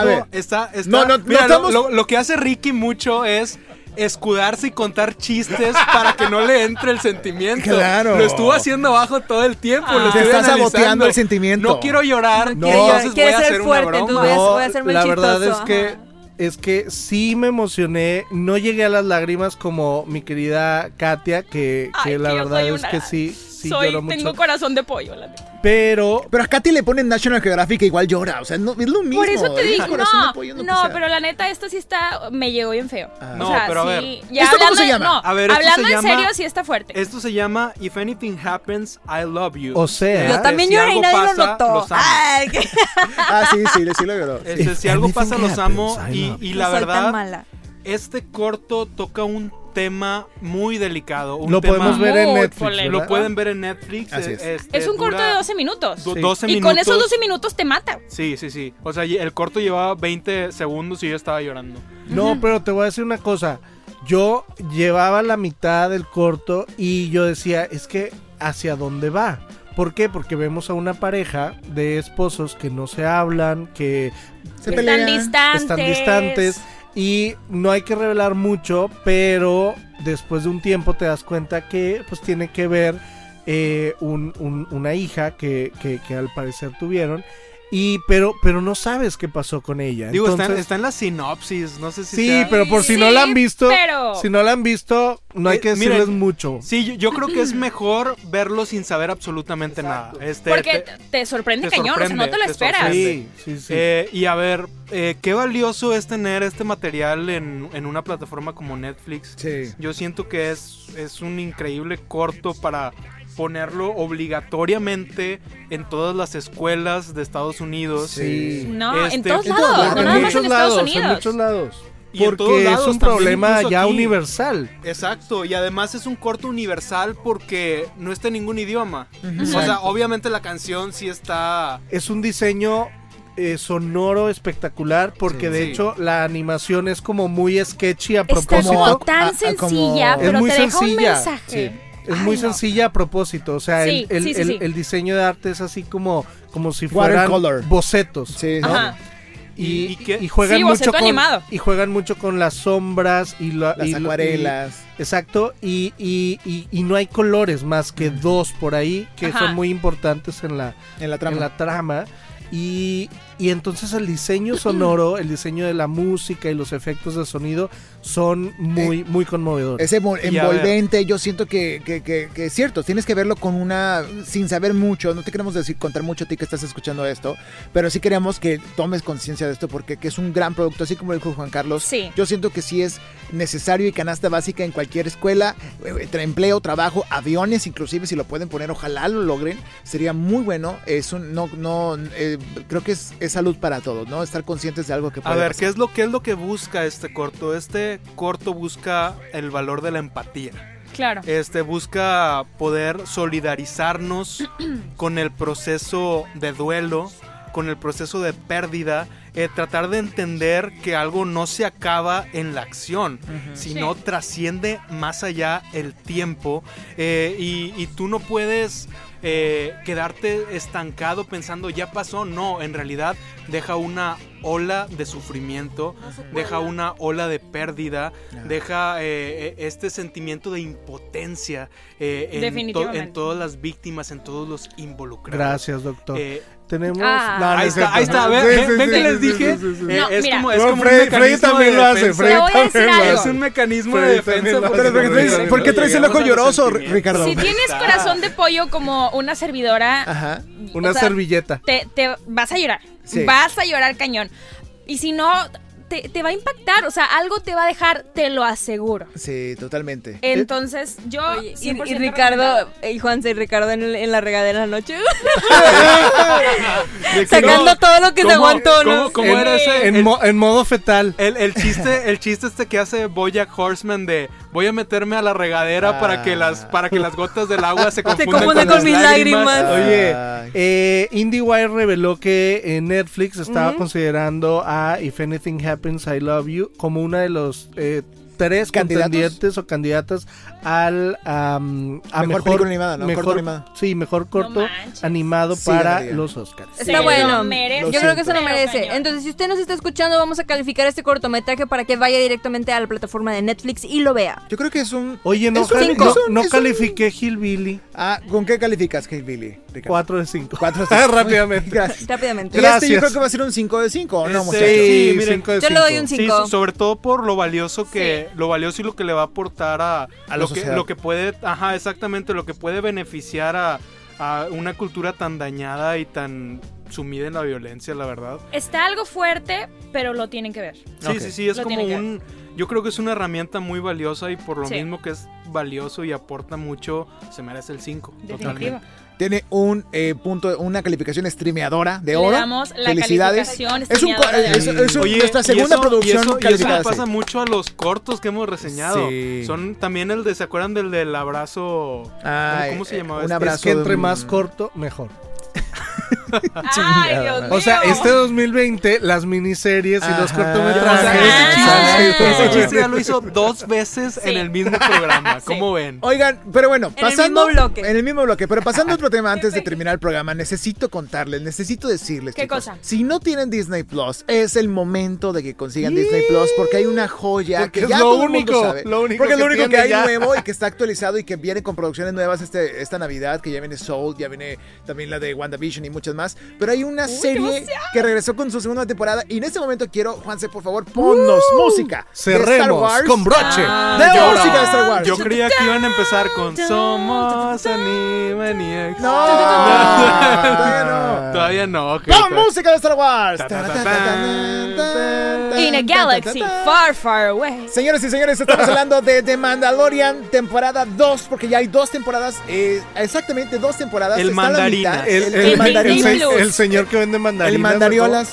[SPEAKER 1] (laughs) A ver.
[SPEAKER 2] está, está-
[SPEAKER 1] No, no, no
[SPEAKER 2] mira, lo-
[SPEAKER 1] estamos-
[SPEAKER 2] lo, lo que hace Ricky mucho es escudarse y contar chistes para que no le entre el sentimiento.
[SPEAKER 1] Claro. Ah.
[SPEAKER 2] Lo estuvo haciendo abajo todo el tiempo. lo
[SPEAKER 1] Te
[SPEAKER 2] estuve
[SPEAKER 1] estás
[SPEAKER 2] analizando.
[SPEAKER 1] saboteando el sentimiento.
[SPEAKER 2] No quiero llorar.
[SPEAKER 4] No.
[SPEAKER 2] entonces voy
[SPEAKER 4] Quieres
[SPEAKER 2] a
[SPEAKER 4] ser
[SPEAKER 2] hacer
[SPEAKER 4] fuerte,
[SPEAKER 2] una broma.
[SPEAKER 4] Voy a- voy a hacerme el
[SPEAKER 6] la verdad
[SPEAKER 4] chistoso,
[SPEAKER 6] es que
[SPEAKER 4] ajá.
[SPEAKER 6] es que sí me emocioné, no llegué a las lágrimas como mi querida Katia, que,
[SPEAKER 3] Ay,
[SPEAKER 6] que la
[SPEAKER 3] que yo
[SPEAKER 6] verdad
[SPEAKER 3] soy
[SPEAKER 6] es
[SPEAKER 3] una-
[SPEAKER 6] que sí, sí
[SPEAKER 3] Soy,
[SPEAKER 6] lloró
[SPEAKER 3] tengo
[SPEAKER 6] mucho.
[SPEAKER 3] corazón de pollo, la neta.
[SPEAKER 6] Pero
[SPEAKER 1] Pero a Katy le ponen National Geographic que igual llora. O sea, no, es lo mismo.
[SPEAKER 3] Por eso te
[SPEAKER 1] es
[SPEAKER 3] digo,
[SPEAKER 1] corazón de
[SPEAKER 3] no,
[SPEAKER 1] pollo,
[SPEAKER 3] no,
[SPEAKER 1] que sea. Ah.
[SPEAKER 3] pero la neta, esto sí está, me llegó bien feo.
[SPEAKER 2] Ah. No, pero a ver.
[SPEAKER 3] ya
[SPEAKER 1] ¿Esto cómo
[SPEAKER 3] hablando
[SPEAKER 1] se
[SPEAKER 3] de-
[SPEAKER 1] llama?
[SPEAKER 3] no,
[SPEAKER 2] A ver, esto
[SPEAKER 3] hablando
[SPEAKER 2] se
[SPEAKER 3] en
[SPEAKER 2] llama-
[SPEAKER 3] serio, sí está fuerte.
[SPEAKER 2] Esto se llama If Anything Happens, I Love You.
[SPEAKER 6] O sea-
[SPEAKER 4] Yo
[SPEAKER 2] Este,
[SPEAKER 4] también
[SPEAKER 2] si
[SPEAKER 4] lloré y
[SPEAKER 2] algo
[SPEAKER 4] nadie lo
[SPEAKER 2] pasa,
[SPEAKER 4] notó.
[SPEAKER 2] los amo.
[SPEAKER 4] Ay, que
[SPEAKER 1] Ah, sí, sí, sí lo
[SPEAKER 6] (laughs)
[SPEAKER 1] lloró.
[SPEAKER 2] Este,
[SPEAKER 6] If
[SPEAKER 2] si algo
[SPEAKER 6] anything
[SPEAKER 2] pasa, los amo.
[SPEAKER 6] happens, I
[SPEAKER 2] Y,
[SPEAKER 6] love
[SPEAKER 2] y
[SPEAKER 4] no
[SPEAKER 2] la
[SPEAKER 4] soy tan
[SPEAKER 2] verdad,
[SPEAKER 4] mala.
[SPEAKER 2] este corto toca un tema muy delicado. Un
[SPEAKER 6] lo
[SPEAKER 2] tema-
[SPEAKER 6] podemos ver en
[SPEAKER 3] muy
[SPEAKER 6] Netflix.
[SPEAKER 3] polémico.
[SPEAKER 2] Lo
[SPEAKER 6] ¿verdad?
[SPEAKER 2] pueden ver en Netflix.
[SPEAKER 1] Así es.
[SPEAKER 2] este,
[SPEAKER 3] es un corto
[SPEAKER 2] dura
[SPEAKER 3] de 12 minutos.
[SPEAKER 2] do-
[SPEAKER 6] Sí.
[SPEAKER 2] 12
[SPEAKER 3] y
[SPEAKER 2] minutos.
[SPEAKER 3] con esos 12 minutos te mata.
[SPEAKER 2] Sí, sí, sí. O sea, y el corto llevaba 20 segundos y yo estaba llorando.
[SPEAKER 6] No, pero te voy a decir una cosa. Yo llevaba la mitad del corto y yo decía, es que hacia dónde va. ¿Por qué? Porque vemos a una pareja de esposos que no se hablan, que
[SPEAKER 1] Se
[SPEAKER 3] Están
[SPEAKER 1] pelean.
[SPEAKER 3] distantes.
[SPEAKER 6] están distantes y no hay que revelar mucho, pero después de un tiempo te das cuenta que pues tiene que ver eh, un- un- una hija que, que- que al parecer tuvieron Y, pero, pero no sabes qué pasó con ella.
[SPEAKER 2] Digo, está, en-
[SPEAKER 6] Entonces-
[SPEAKER 2] está en la sinopsis, no sé si
[SPEAKER 6] Sí,
[SPEAKER 2] sea-
[SPEAKER 6] pero por si no
[SPEAKER 3] Sí,
[SPEAKER 6] la han visto,
[SPEAKER 3] pero-
[SPEAKER 6] si no la han visto, no hay
[SPEAKER 2] Eh,
[SPEAKER 6] que
[SPEAKER 2] miren,
[SPEAKER 6] decirles mucho.
[SPEAKER 2] Sí, yo, yo creo que es mejor verlo sin saber absolutamente nada. Este,
[SPEAKER 3] Porque
[SPEAKER 2] te-
[SPEAKER 3] te, te sorprende
[SPEAKER 2] te
[SPEAKER 3] cañón, o sea, no
[SPEAKER 2] sorprende,
[SPEAKER 3] te lo
[SPEAKER 2] te
[SPEAKER 3] esperas.
[SPEAKER 2] sorprende.
[SPEAKER 6] Sí, sí, sí.
[SPEAKER 2] Eh, y a ver, eh, qué valioso es tener este material en, en una plataforma como Netflix.
[SPEAKER 1] Sí.
[SPEAKER 2] Yo siento que es, es un increíble corto para ponerlo obligatoriamente en todas las escuelas de Estados Unidos.
[SPEAKER 6] sí.
[SPEAKER 3] No, en
[SPEAKER 2] Este,
[SPEAKER 3] todos
[SPEAKER 2] en
[SPEAKER 3] lados, no nada más en
[SPEAKER 6] muchos
[SPEAKER 3] Estados
[SPEAKER 6] lados, en
[SPEAKER 3] Unidos.
[SPEAKER 6] muchos lados.
[SPEAKER 2] Y en todos
[SPEAKER 6] Porque es
[SPEAKER 2] lados
[SPEAKER 6] un
[SPEAKER 2] también,
[SPEAKER 6] problema
[SPEAKER 2] incluso
[SPEAKER 6] ya
[SPEAKER 2] aquí.
[SPEAKER 6] universal.
[SPEAKER 2] Exacto, y además es un corto universal porque no está en ningún idioma. O sea, obviamente la canción sí está...
[SPEAKER 6] Es un diseño eh, sonoro espectacular porque de
[SPEAKER 2] Sí.
[SPEAKER 6] hecho la animación es como muy sketchy a
[SPEAKER 3] Está
[SPEAKER 6] propósito.
[SPEAKER 3] como tan
[SPEAKER 1] a- a- como-
[SPEAKER 3] sencilla,
[SPEAKER 1] Es
[SPEAKER 3] pero
[SPEAKER 6] muy
[SPEAKER 3] te deja un
[SPEAKER 6] sencilla,
[SPEAKER 3] mensaje.
[SPEAKER 6] Es muy
[SPEAKER 3] Ay, no.
[SPEAKER 6] sencilla a propósito, o sea,
[SPEAKER 3] Sí,
[SPEAKER 6] el, el-
[SPEAKER 3] sí, sí,
[SPEAKER 6] el-
[SPEAKER 3] sí.
[SPEAKER 6] el diseño de arte es así como, como si fueran
[SPEAKER 1] Watercolor.
[SPEAKER 6] bocetos.
[SPEAKER 1] Sí,
[SPEAKER 6] ¿no?
[SPEAKER 3] Ajá.
[SPEAKER 6] Y,
[SPEAKER 2] ¿Y- y qué?
[SPEAKER 6] y juegan
[SPEAKER 3] Sí,
[SPEAKER 6] mucho
[SPEAKER 3] boceto
[SPEAKER 6] con,
[SPEAKER 3] animado.
[SPEAKER 6] y juegan mucho con las sombras y la-
[SPEAKER 1] Las
[SPEAKER 6] y lo- y-
[SPEAKER 1] acuarelas.
[SPEAKER 6] exacto, y, y, y- y no hay colores más que dos por ahí que
[SPEAKER 3] Ajá.
[SPEAKER 6] son muy importantes en la,
[SPEAKER 1] En la trama.
[SPEAKER 6] en la trama. Y, y entonces el diseño sonoro, el diseño de la música y los efectos de sonido son muy, muy conmovedores.
[SPEAKER 1] Es emo-
[SPEAKER 2] Y a ver.
[SPEAKER 1] envolvente, yo siento que, que- que- que es cierto, tienes que verlo con una, sin saber mucho, no te queremos decir, contar mucho a ti que estás escuchando esto, pero sí queremos que tomes conciencia de esto porque que es un gran producto, así como dijo Juan Carlos,
[SPEAKER 3] Sí.
[SPEAKER 1] yo siento que sí es necesario y canasta básica en cualquier escuela, eh, tra- empleo, trabajo, aviones inclusive, si lo pueden poner, ojalá lo logren, sería muy bueno, es un, no, no, eh, creo que es, es salud para todos, ¿no? Estar conscientes de algo que
[SPEAKER 2] A
[SPEAKER 1] puede
[SPEAKER 2] ver,
[SPEAKER 1] pasar.
[SPEAKER 2] ¿qué es, lo, ¿qué es lo que busca este corto? Este corto busca el valor de la empatía.
[SPEAKER 3] Claro.
[SPEAKER 2] Este busca poder solidarizarnos
[SPEAKER 3] (clears throat)
[SPEAKER 2] con el proceso de duelo, con el proceso de pérdida, eh, tratar de entender que algo no se acaba en la acción, sino
[SPEAKER 3] Sí.
[SPEAKER 2] trasciende más allá el tiempo eh, y, y tú no puedes eh, quedarte estancado pensando ya pasó, no, en realidad deja una ola de sufrimiento, deja una ola de pérdida, deja eh, eh, este sentimiento de impotencia eh, en, to-
[SPEAKER 3] Definitivamente.
[SPEAKER 2] en todas las víctimas, en todos los involucrados.
[SPEAKER 6] Gracias, doctor.
[SPEAKER 2] Eh,
[SPEAKER 6] Tenemos.
[SPEAKER 3] Ah.
[SPEAKER 6] No, no
[SPEAKER 2] ahí
[SPEAKER 6] es cierto.
[SPEAKER 2] está, ahí está, ven,
[SPEAKER 6] Sí,
[SPEAKER 2] ven-
[SPEAKER 6] sí,
[SPEAKER 2] ven
[SPEAKER 6] sí,
[SPEAKER 2] que
[SPEAKER 6] sí,
[SPEAKER 2] les
[SPEAKER 6] sí,
[SPEAKER 2] dije.
[SPEAKER 6] sí, sí, sí.
[SPEAKER 2] eh,
[SPEAKER 3] No,
[SPEAKER 2] es
[SPEAKER 3] mira.
[SPEAKER 2] como, es
[SPEAKER 6] Bueno,
[SPEAKER 2] como
[SPEAKER 6] Freddy-
[SPEAKER 2] un
[SPEAKER 6] Freddy
[SPEAKER 2] mecanismo
[SPEAKER 6] también
[SPEAKER 2] de
[SPEAKER 6] lo hace,
[SPEAKER 2] defensa.
[SPEAKER 6] Freddy
[SPEAKER 3] Te voy a decir
[SPEAKER 6] también lo
[SPEAKER 3] algo.
[SPEAKER 6] hace.
[SPEAKER 2] Es un mecanismo
[SPEAKER 6] Freddy
[SPEAKER 2] de
[SPEAKER 6] también
[SPEAKER 2] defensa.
[SPEAKER 6] lo hace.
[SPEAKER 2] porque
[SPEAKER 6] Pero, pero,
[SPEAKER 2] no
[SPEAKER 6] pero,
[SPEAKER 2] llegamos
[SPEAKER 6] ¿por qué
[SPEAKER 2] a los
[SPEAKER 6] traes el
[SPEAKER 2] sentimientos.
[SPEAKER 1] ojo lloroso, Ricardo?
[SPEAKER 3] Si tienes corazón de pollo como una servidora,
[SPEAKER 1] Ajá.
[SPEAKER 3] o
[SPEAKER 6] Una
[SPEAKER 3] sea,
[SPEAKER 6] servilleta.
[SPEAKER 3] te, te vas a llorar.
[SPEAKER 1] Sí.
[SPEAKER 3] Vas a llorar cañón. Y si no, te, te va a impactar. O sea, algo te va a dejar, te lo aseguro.
[SPEAKER 1] Sí, totalmente.
[SPEAKER 3] Entonces, yo.
[SPEAKER 4] Oye, y,
[SPEAKER 3] 100%
[SPEAKER 4] y Ricardo,
[SPEAKER 3] recomendado.
[SPEAKER 4] y Juanse y Ricardo en, el- en la regadera en la noche.
[SPEAKER 2] (laughs) De que
[SPEAKER 4] Sacando
[SPEAKER 2] no,
[SPEAKER 4] todo lo que se
[SPEAKER 2] ¿cómo-
[SPEAKER 4] aguantó, ¿no?
[SPEAKER 2] ¿Cómo, eh? cómo
[SPEAKER 6] En-
[SPEAKER 2] era ese?
[SPEAKER 6] En,
[SPEAKER 2] El-
[SPEAKER 6] mo- en modo fetal.
[SPEAKER 2] El, el chiste, el chiste este que hace Bojack Horseman de voy a meterme a la regadera para que las
[SPEAKER 1] Ah.
[SPEAKER 2] para que las gotas del agua se confundan
[SPEAKER 4] confunde
[SPEAKER 2] con,
[SPEAKER 4] con mis
[SPEAKER 2] mis lágrimas. Ah,
[SPEAKER 4] lágrimas.
[SPEAKER 6] Oye,
[SPEAKER 1] Ay.
[SPEAKER 6] eh, IndieWire reveló que eh, Netflix estaba considerando a If Anything Happens, I Love You como una de los eh, tres
[SPEAKER 1] ¿Candidatos?
[SPEAKER 6] candidates o candidatas al am, a
[SPEAKER 1] Mejor
[SPEAKER 6] mejor,
[SPEAKER 1] película animada, ¿no?
[SPEAKER 6] mejor-
[SPEAKER 1] Corto animado.
[SPEAKER 6] Sí, mejor corto
[SPEAKER 3] manches.
[SPEAKER 6] animado
[SPEAKER 1] Sí,
[SPEAKER 6] para
[SPEAKER 1] ganaría.
[SPEAKER 6] los Oscars.
[SPEAKER 3] Se
[SPEAKER 4] Está
[SPEAKER 3] lo
[SPEAKER 4] bueno.
[SPEAKER 3] merece.
[SPEAKER 4] Yo creo que se lo
[SPEAKER 3] Pero
[SPEAKER 4] merece.
[SPEAKER 3] cañón.
[SPEAKER 4] Entonces, si usted nos está escuchando, vamos a calificar este cortometraje para que vaya directamente a la plataforma de Netflix y lo vea. (laughs)
[SPEAKER 1] Yo creo que es un.
[SPEAKER 6] Oye, no,
[SPEAKER 1] Es un
[SPEAKER 6] cali-
[SPEAKER 1] cinco.
[SPEAKER 6] no-
[SPEAKER 1] Es un-
[SPEAKER 6] no
[SPEAKER 1] es un-
[SPEAKER 6] califiqué Hillbilly.
[SPEAKER 1] Ah, ¿con qué calificas, Kate Billy? Ricardo?
[SPEAKER 6] 4 de 5.
[SPEAKER 1] Cuatro.
[SPEAKER 6] (laughs) Rápidamente.
[SPEAKER 1] Gracias.
[SPEAKER 4] Rápidamente.
[SPEAKER 1] Y este yo
[SPEAKER 6] Gracias.
[SPEAKER 1] creo que va a ser un 5 de 5, ¿o no,
[SPEAKER 2] Sí.
[SPEAKER 1] muchachos?
[SPEAKER 2] Sí,
[SPEAKER 6] Sí,
[SPEAKER 2] miren,
[SPEAKER 6] cinco de
[SPEAKER 4] Yo le doy
[SPEAKER 6] cinco.
[SPEAKER 4] un
[SPEAKER 2] Sí,
[SPEAKER 4] 5.
[SPEAKER 2] so- sobre todo por lo valioso que lo valioso y lo que le va a aportar a,
[SPEAKER 1] la
[SPEAKER 2] lo que
[SPEAKER 1] sociedad.
[SPEAKER 2] lo que puede, ajá, exactamente lo que puede beneficiar a, a una cultura tan dañada y tan sumida en la violencia, la verdad.
[SPEAKER 3] Está algo fuerte, pero lo tienen que ver.
[SPEAKER 2] Sí, sí, sí, es
[SPEAKER 3] Lo
[SPEAKER 2] como
[SPEAKER 3] tienen que ver.
[SPEAKER 2] un... Yo creo que es una herramienta muy valiosa y por lo
[SPEAKER 3] Sí.
[SPEAKER 2] mismo que es valioso y aporta mucho, se merece el 5.
[SPEAKER 3] Definitivo.
[SPEAKER 1] Tiene un eh, punto, una calificación streameadora de
[SPEAKER 3] Le
[SPEAKER 1] oro.
[SPEAKER 3] damos la
[SPEAKER 1] Felicidades.
[SPEAKER 3] calificación
[SPEAKER 1] Es un, co-
[SPEAKER 3] streameadora de
[SPEAKER 1] es-
[SPEAKER 3] oro.
[SPEAKER 1] es un-
[SPEAKER 2] Oye,
[SPEAKER 1] nuestra
[SPEAKER 2] y
[SPEAKER 1] segunda
[SPEAKER 2] eso- y
[SPEAKER 1] producción
[SPEAKER 2] eso, y eso
[SPEAKER 1] calificada.
[SPEAKER 2] le pasa
[SPEAKER 1] sí.
[SPEAKER 2] mucho a los cortos que hemos reseñado.
[SPEAKER 1] Sí.
[SPEAKER 2] Son también el de, ¿se acuerdan del del abrazo?
[SPEAKER 1] Ah,
[SPEAKER 2] ¿Cómo se
[SPEAKER 1] eh,
[SPEAKER 2] llamaba?
[SPEAKER 1] un
[SPEAKER 2] este?
[SPEAKER 1] abrazo.
[SPEAKER 6] Es que entre
[SPEAKER 1] de un-
[SPEAKER 6] más corto, mejor.
[SPEAKER 3] Ay, Dios mío.
[SPEAKER 6] O sea, este 2020, las miniseries y los
[SPEAKER 1] Ajá.
[SPEAKER 6] cortometrajes.
[SPEAKER 2] O sea, ese chiste-
[SPEAKER 3] Ah.
[SPEAKER 2] Ese chiste ya lo hizo dos veces en el mismo programa. ¿Cómo ven?
[SPEAKER 1] Oigan, pero bueno,
[SPEAKER 4] el
[SPEAKER 1] pasando
[SPEAKER 4] mismo bloque.
[SPEAKER 1] en el mismo bloque, pero pasando a otro
[SPEAKER 3] (laughs)
[SPEAKER 1] tema antes de terminar el programa, necesito contarles, necesito decirles,
[SPEAKER 3] ¿Qué
[SPEAKER 1] chicos,
[SPEAKER 3] cosa?
[SPEAKER 1] si no tienen Disney Plus, es el momento de que consigan Disney Plus porque hay una joya
[SPEAKER 6] Porque
[SPEAKER 1] que
[SPEAKER 6] es
[SPEAKER 1] ya
[SPEAKER 6] lo
[SPEAKER 1] todo el
[SPEAKER 6] único,
[SPEAKER 1] mundo sabe,
[SPEAKER 6] lo único
[SPEAKER 1] porque es lo
[SPEAKER 6] que
[SPEAKER 1] único que
[SPEAKER 6] tiene
[SPEAKER 1] hay
[SPEAKER 6] ya.
[SPEAKER 1] nuevo
[SPEAKER 6] (laughs)
[SPEAKER 1] y que está actualizado y que viene con producciones nuevas este esta Navidad, que ya viene Soul, ya viene también la de WandaVision y muchas más. Pero hay una
[SPEAKER 3] Uy, qué
[SPEAKER 1] serie
[SPEAKER 3] emoción.
[SPEAKER 1] que regresó con su segunda temporada. Y en este momento quiero, Juanse, por favor, ponnos
[SPEAKER 3] Uh.
[SPEAKER 1] música. de Star
[SPEAKER 6] Cerremos
[SPEAKER 1] Wars.
[SPEAKER 6] con broche.
[SPEAKER 3] Ah,
[SPEAKER 1] De
[SPEAKER 3] yo-
[SPEAKER 1] música de Star Wars.
[SPEAKER 2] Yo creía que iban a empezar con Somos Animaniacs.
[SPEAKER 1] No, todavía no.
[SPEAKER 2] Todavía no. ok,
[SPEAKER 1] ¡Pon
[SPEAKER 2] ok.
[SPEAKER 1] música de Star Wars!
[SPEAKER 2] Ta, ta, ta, ta.
[SPEAKER 3] In a galaxy far, far away.
[SPEAKER 1] Señores y señores, estamos hablando de The Mandalorian temporada 2, porque ya hay dos temporadas, eh, exactamente dos temporadas.
[SPEAKER 2] El
[SPEAKER 1] está a la
[SPEAKER 2] mandarina.
[SPEAKER 1] mitad.
[SPEAKER 6] El, el-
[SPEAKER 3] El
[SPEAKER 6] el-
[SPEAKER 3] mandarín
[SPEAKER 6] el-
[SPEAKER 3] blues.
[SPEAKER 6] el señor que vende mandarinas.
[SPEAKER 1] El Mandariolas.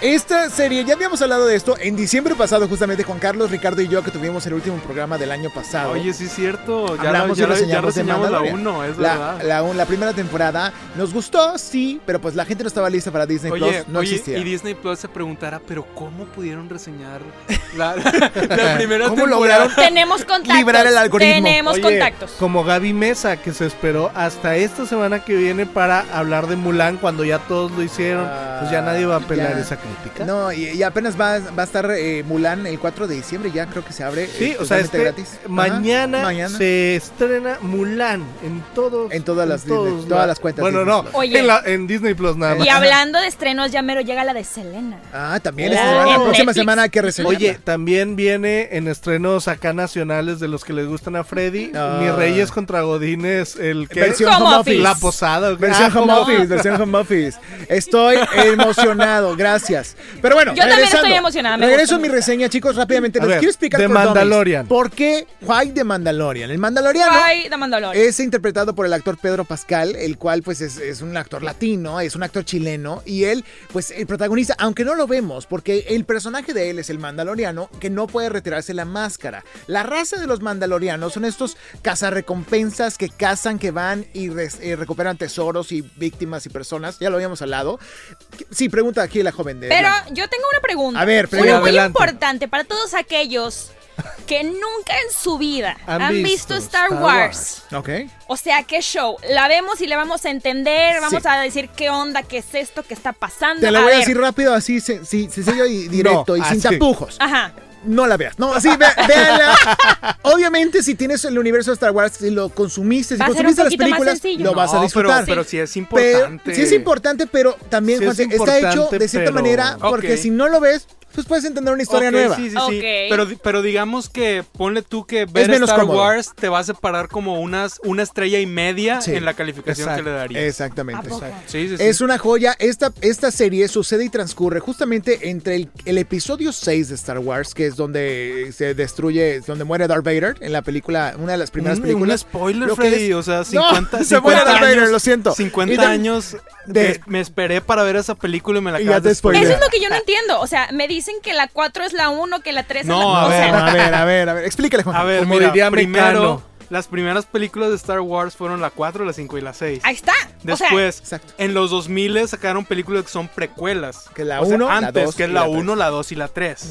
[SPEAKER 1] Esta serie, ya habíamos hablado de esto en diciembre pasado, justamente Juan Carlos, Ricardo y yo, que tuvimos el último programa del año pasado.
[SPEAKER 2] Oye, sí es cierto. Ya, la,
[SPEAKER 1] Hablamos
[SPEAKER 2] ya,
[SPEAKER 1] y
[SPEAKER 2] la- ya
[SPEAKER 1] reseñamos de
[SPEAKER 2] reseñamos la
[SPEAKER 1] Mandalorian.
[SPEAKER 2] 1, es
[SPEAKER 1] la,
[SPEAKER 2] verdad.
[SPEAKER 1] la, un- la primera temporada nos gustó, sí, pero pues la gente no estaba lista para Disney
[SPEAKER 2] Oye,
[SPEAKER 1] Plus, no
[SPEAKER 2] oye,
[SPEAKER 1] existía.
[SPEAKER 2] y Disney Plus se preguntará, pero ¿cómo pudieron reseñar
[SPEAKER 1] (laughs)
[SPEAKER 2] la, (laughs) la primera
[SPEAKER 1] ¿Cómo
[SPEAKER 2] temporada?
[SPEAKER 1] lograron? (laughs)
[SPEAKER 3] Tenemos contactos.
[SPEAKER 1] Librar el algoritmo.
[SPEAKER 3] Tenemos
[SPEAKER 6] Oye,
[SPEAKER 3] contactos.
[SPEAKER 6] Como Gaby Mesa, que se esperó hasta esta semana que viene para hablar de Mulan cuando ya todos lo hicieron. pues ya nadie va a apelar
[SPEAKER 1] ya.
[SPEAKER 6] esa crítica.
[SPEAKER 1] No, y, y apenas va, va a estar eh, Mulan el 4 de diciembre, ya creo que se abre.
[SPEAKER 6] Sí,
[SPEAKER 1] eh,
[SPEAKER 6] o
[SPEAKER 1] totalmente
[SPEAKER 6] sea, este,
[SPEAKER 1] gratis. Ajá,
[SPEAKER 6] mañana,
[SPEAKER 1] mañana.
[SPEAKER 6] se estrena Mulan en todos
[SPEAKER 1] En todas las Disney-
[SPEAKER 6] todos
[SPEAKER 1] todas
[SPEAKER 6] la-
[SPEAKER 1] las cuentas
[SPEAKER 6] Bueno,
[SPEAKER 1] Disney
[SPEAKER 6] no,
[SPEAKER 1] Plus.
[SPEAKER 3] Oye.
[SPEAKER 6] en, la- en Disney Plus nada más.
[SPEAKER 3] Y hablando de estrenos, ya mero llega la de Selena.
[SPEAKER 1] Ah, también
[SPEAKER 6] Oh.
[SPEAKER 1] esta semana, la
[SPEAKER 6] En
[SPEAKER 1] próxima
[SPEAKER 3] Netflix.
[SPEAKER 1] semana hay que reseñarla.
[SPEAKER 6] Oye, también viene en estrenos acá nacionales de los que les gustan a Freddy,
[SPEAKER 1] Ah.
[SPEAKER 6] Mis Reyes contra Godines, el que
[SPEAKER 1] Versión
[SPEAKER 3] Home
[SPEAKER 1] home
[SPEAKER 3] office.
[SPEAKER 1] office.
[SPEAKER 6] la posada, ¿o qué?
[SPEAKER 1] Versión
[SPEAKER 6] Ah,
[SPEAKER 1] home
[SPEAKER 6] ¿cómo?
[SPEAKER 1] office, versión home office. Estoy
[SPEAKER 3] (laughs)
[SPEAKER 1] emocionado, gracias. Pero bueno,
[SPEAKER 3] Yo también
[SPEAKER 1] regresando.
[SPEAKER 3] estoy emocionada, me gusta
[SPEAKER 1] Regreso a mi
[SPEAKER 3] mucho.
[SPEAKER 1] reseña, chicos, rápidamente.
[SPEAKER 6] A
[SPEAKER 1] Les
[SPEAKER 6] ver,
[SPEAKER 1] quiero explicar
[SPEAKER 6] The
[SPEAKER 1] por Domis,
[SPEAKER 6] Mandalorian.
[SPEAKER 1] ¿Por qué Why The Mandalorian? El Mandaloriano
[SPEAKER 3] Ay, de Mandalorian.
[SPEAKER 1] es interpretado por el actor Pedro Pascal, el cual pues es, es un actor latino, es un actor chileno, y él pues el protagonista, aunque no lo vemos, porque el personaje de él es el mandaloriano que no puede retirarse la máscara. La raza de los mandalorianos son estos cazarrecompensas que cazan, que van y res- eh, recuperan tesoros y víctimas y personas, ya lo habíamos hablado. Sí, pregunta aquí la joven de...
[SPEAKER 3] Pero
[SPEAKER 1] blanco.
[SPEAKER 3] yo tengo una pregunta.
[SPEAKER 1] Eh, A ver,
[SPEAKER 3] Una
[SPEAKER 1] pregunta.
[SPEAKER 3] muy
[SPEAKER 6] Adelante.
[SPEAKER 3] importante para todos aquellos que nunca en
[SPEAKER 1] (laughs)
[SPEAKER 3] su vida
[SPEAKER 6] Han
[SPEAKER 3] han, visto,
[SPEAKER 6] visto
[SPEAKER 3] Star,
[SPEAKER 6] Star
[SPEAKER 3] Wars.
[SPEAKER 1] Ok.
[SPEAKER 3] O sea, qué show. La vemos y le vamos a entender, vamos
[SPEAKER 1] Sí.
[SPEAKER 3] a decir qué onda, qué es esto, qué está pasando.
[SPEAKER 1] Te la
[SPEAKER 3] A
[SPEAKER 1] voy a
[SPEAKER 3] ver.
[SPEAKER 1] decir rápido, así, sen- sí, sencillo y directo, y sin
[SPEAKER 6] así.
[SPEAKER 1] tapujos.
[SPEAKER 3] Ajá.
[SPEAKER 1] No la veas. No, sí, ve,
[SPEAKER 3] (laughs)
[SPEAKER 1] véanla. Obviamente, si tienes el universo de Star Wars, si lo consumiste, si
[SPEAKER 3] Va a ser un
[SPEAKER 1] consumiste las
[SPEAKER 3] poquito más
[SPEAKER 1] películas,
[SPEAKER 3] sencillo.
[SPEAKER 1] lo vas a
[SPEAKER 2] No,
[SPEAKER 1] disfrutar.
[SPEAKER 2] Pero, pero sí es
[SPEAKER 1] Pero-
[SPEAKER 2] importante.
[SPEAKER 1] sí es importante, pero también
[SPEAKER 6] Sí es
[SPEAKER 1] Juanse, está hecho
[SPEAKER 6] importante,
[SPEAKER 1] de cierta
[SPEAKER 6] pero-
[SPEAKER 1] manera, porque
[SPEAKER 2] Ok.
[SPEAKER 1] si no lo ves, pues puedes entender una historia
[SPEAKER 2] Ok,
[SPEAKER 1] nueva.
[SPEAKER 2] Sí, sí, sí.
[SPEAKER 3] Ok.
[SPEAKER 2] Pero, di- pero digamos que ponle tú que ver
[SPEAKER 1] menos
[SPEAKER 2] Star
[SPEAKER 1] cómodo.
[SPEAKER 2] Wars te va a separar como unas, una estrella y media
[SPEAKER 1] Sí,
[SPEAKER 2] en la calificación que
[SPEAKER 6] exacto,
[SPEAKER 2] le daría.
[SPEAKER 3] ¿A
[SPEAKER 1] Exactamente.
[SPEAKER 3] poco?
[SPEAKER 2] Sí, sí, sí.
[SPEAKER 1] Es una joya. Esta, esta serie sucede y transcurre justamente entre el, el episodio 6 de Star Wars, que es donde se destruye, donde muere Darth Vader en la película, una de las primeras
[SPEAKER 2] Mm, Un-
[SPEAKER 1] películas.
[SPEAKER 2] Un spoiler,
[SPEAKER 1] Lo que
[SPEAKER 2] Freddy.
[SPEAKER 1] es-
[SPEAKER 2] O sea,
[SPEAKER 1] No, (laughs)
[SPEAKER 2] 50,
[SPEAKER 1] se muere
[SPEAKER 2] 50
[SPEAKER 1] Darth
[SPEAKER 2] años.
[SPEAKER 1] Vader, lo siento. Y
[SPEAKER 2] 50
[SPEAKER 1] de-
[SPEAKER 2] años.
[SPEAKER 1] de-
[SPEAKER 2] me, me esperé para ver esa película y me la
[SPEAKER 1] Y
[SPEAKER 2] acabas
[SPEAKER 1] ya te
[SPEAKER 2] de spoilear.
[SPEAKER 3] Eso
[SPEAKER 1] spoileé.
[SPEAKER 3] es lo que yo no entiendo. O sea, me dicen que la 4 es la 1, que la 3 es
[SPEAKER 2] No,
[SPEAKER 3] la
[SPEAKER 2] a
[SPEAKER 3] o sea,
[SPEAKER 2] ver,
[SPEAKER 1] a ver, a ver, a ver. Explícale, (laughs) Juan.
[SPEAKER 2] A ver,
[SPEAKER 6] Como
[SPEAKER 2] mira,
[SPEAKER 6] diría
[SPEAKER 2] primero,
[SPEAKER 6] Mecano.
[SPEAKER 2] las primeras películas de Star Wars fueron la 4, la 5 y la 6.
[SPEAKER 3] Ahí está.
[SPEAKER 2] Después,
[SPEAKER 1] Exacto.
[SPEAKER 2] en los 2000 sacaron películas que son precuelas.
[SPEAKER 1] Que la
[SPEAKER 2] O sea,
[SPEAKER 1] uno, la
[SPEAKER 2] antes,
[SPEAKER 1] dos
[SPEAKER 2] que es
[SPEAKER 1] y
[SPEAKER 2] la
[SPEAKER 1] la tres.
[SPEAKER 2] 1, la 2 y la 3.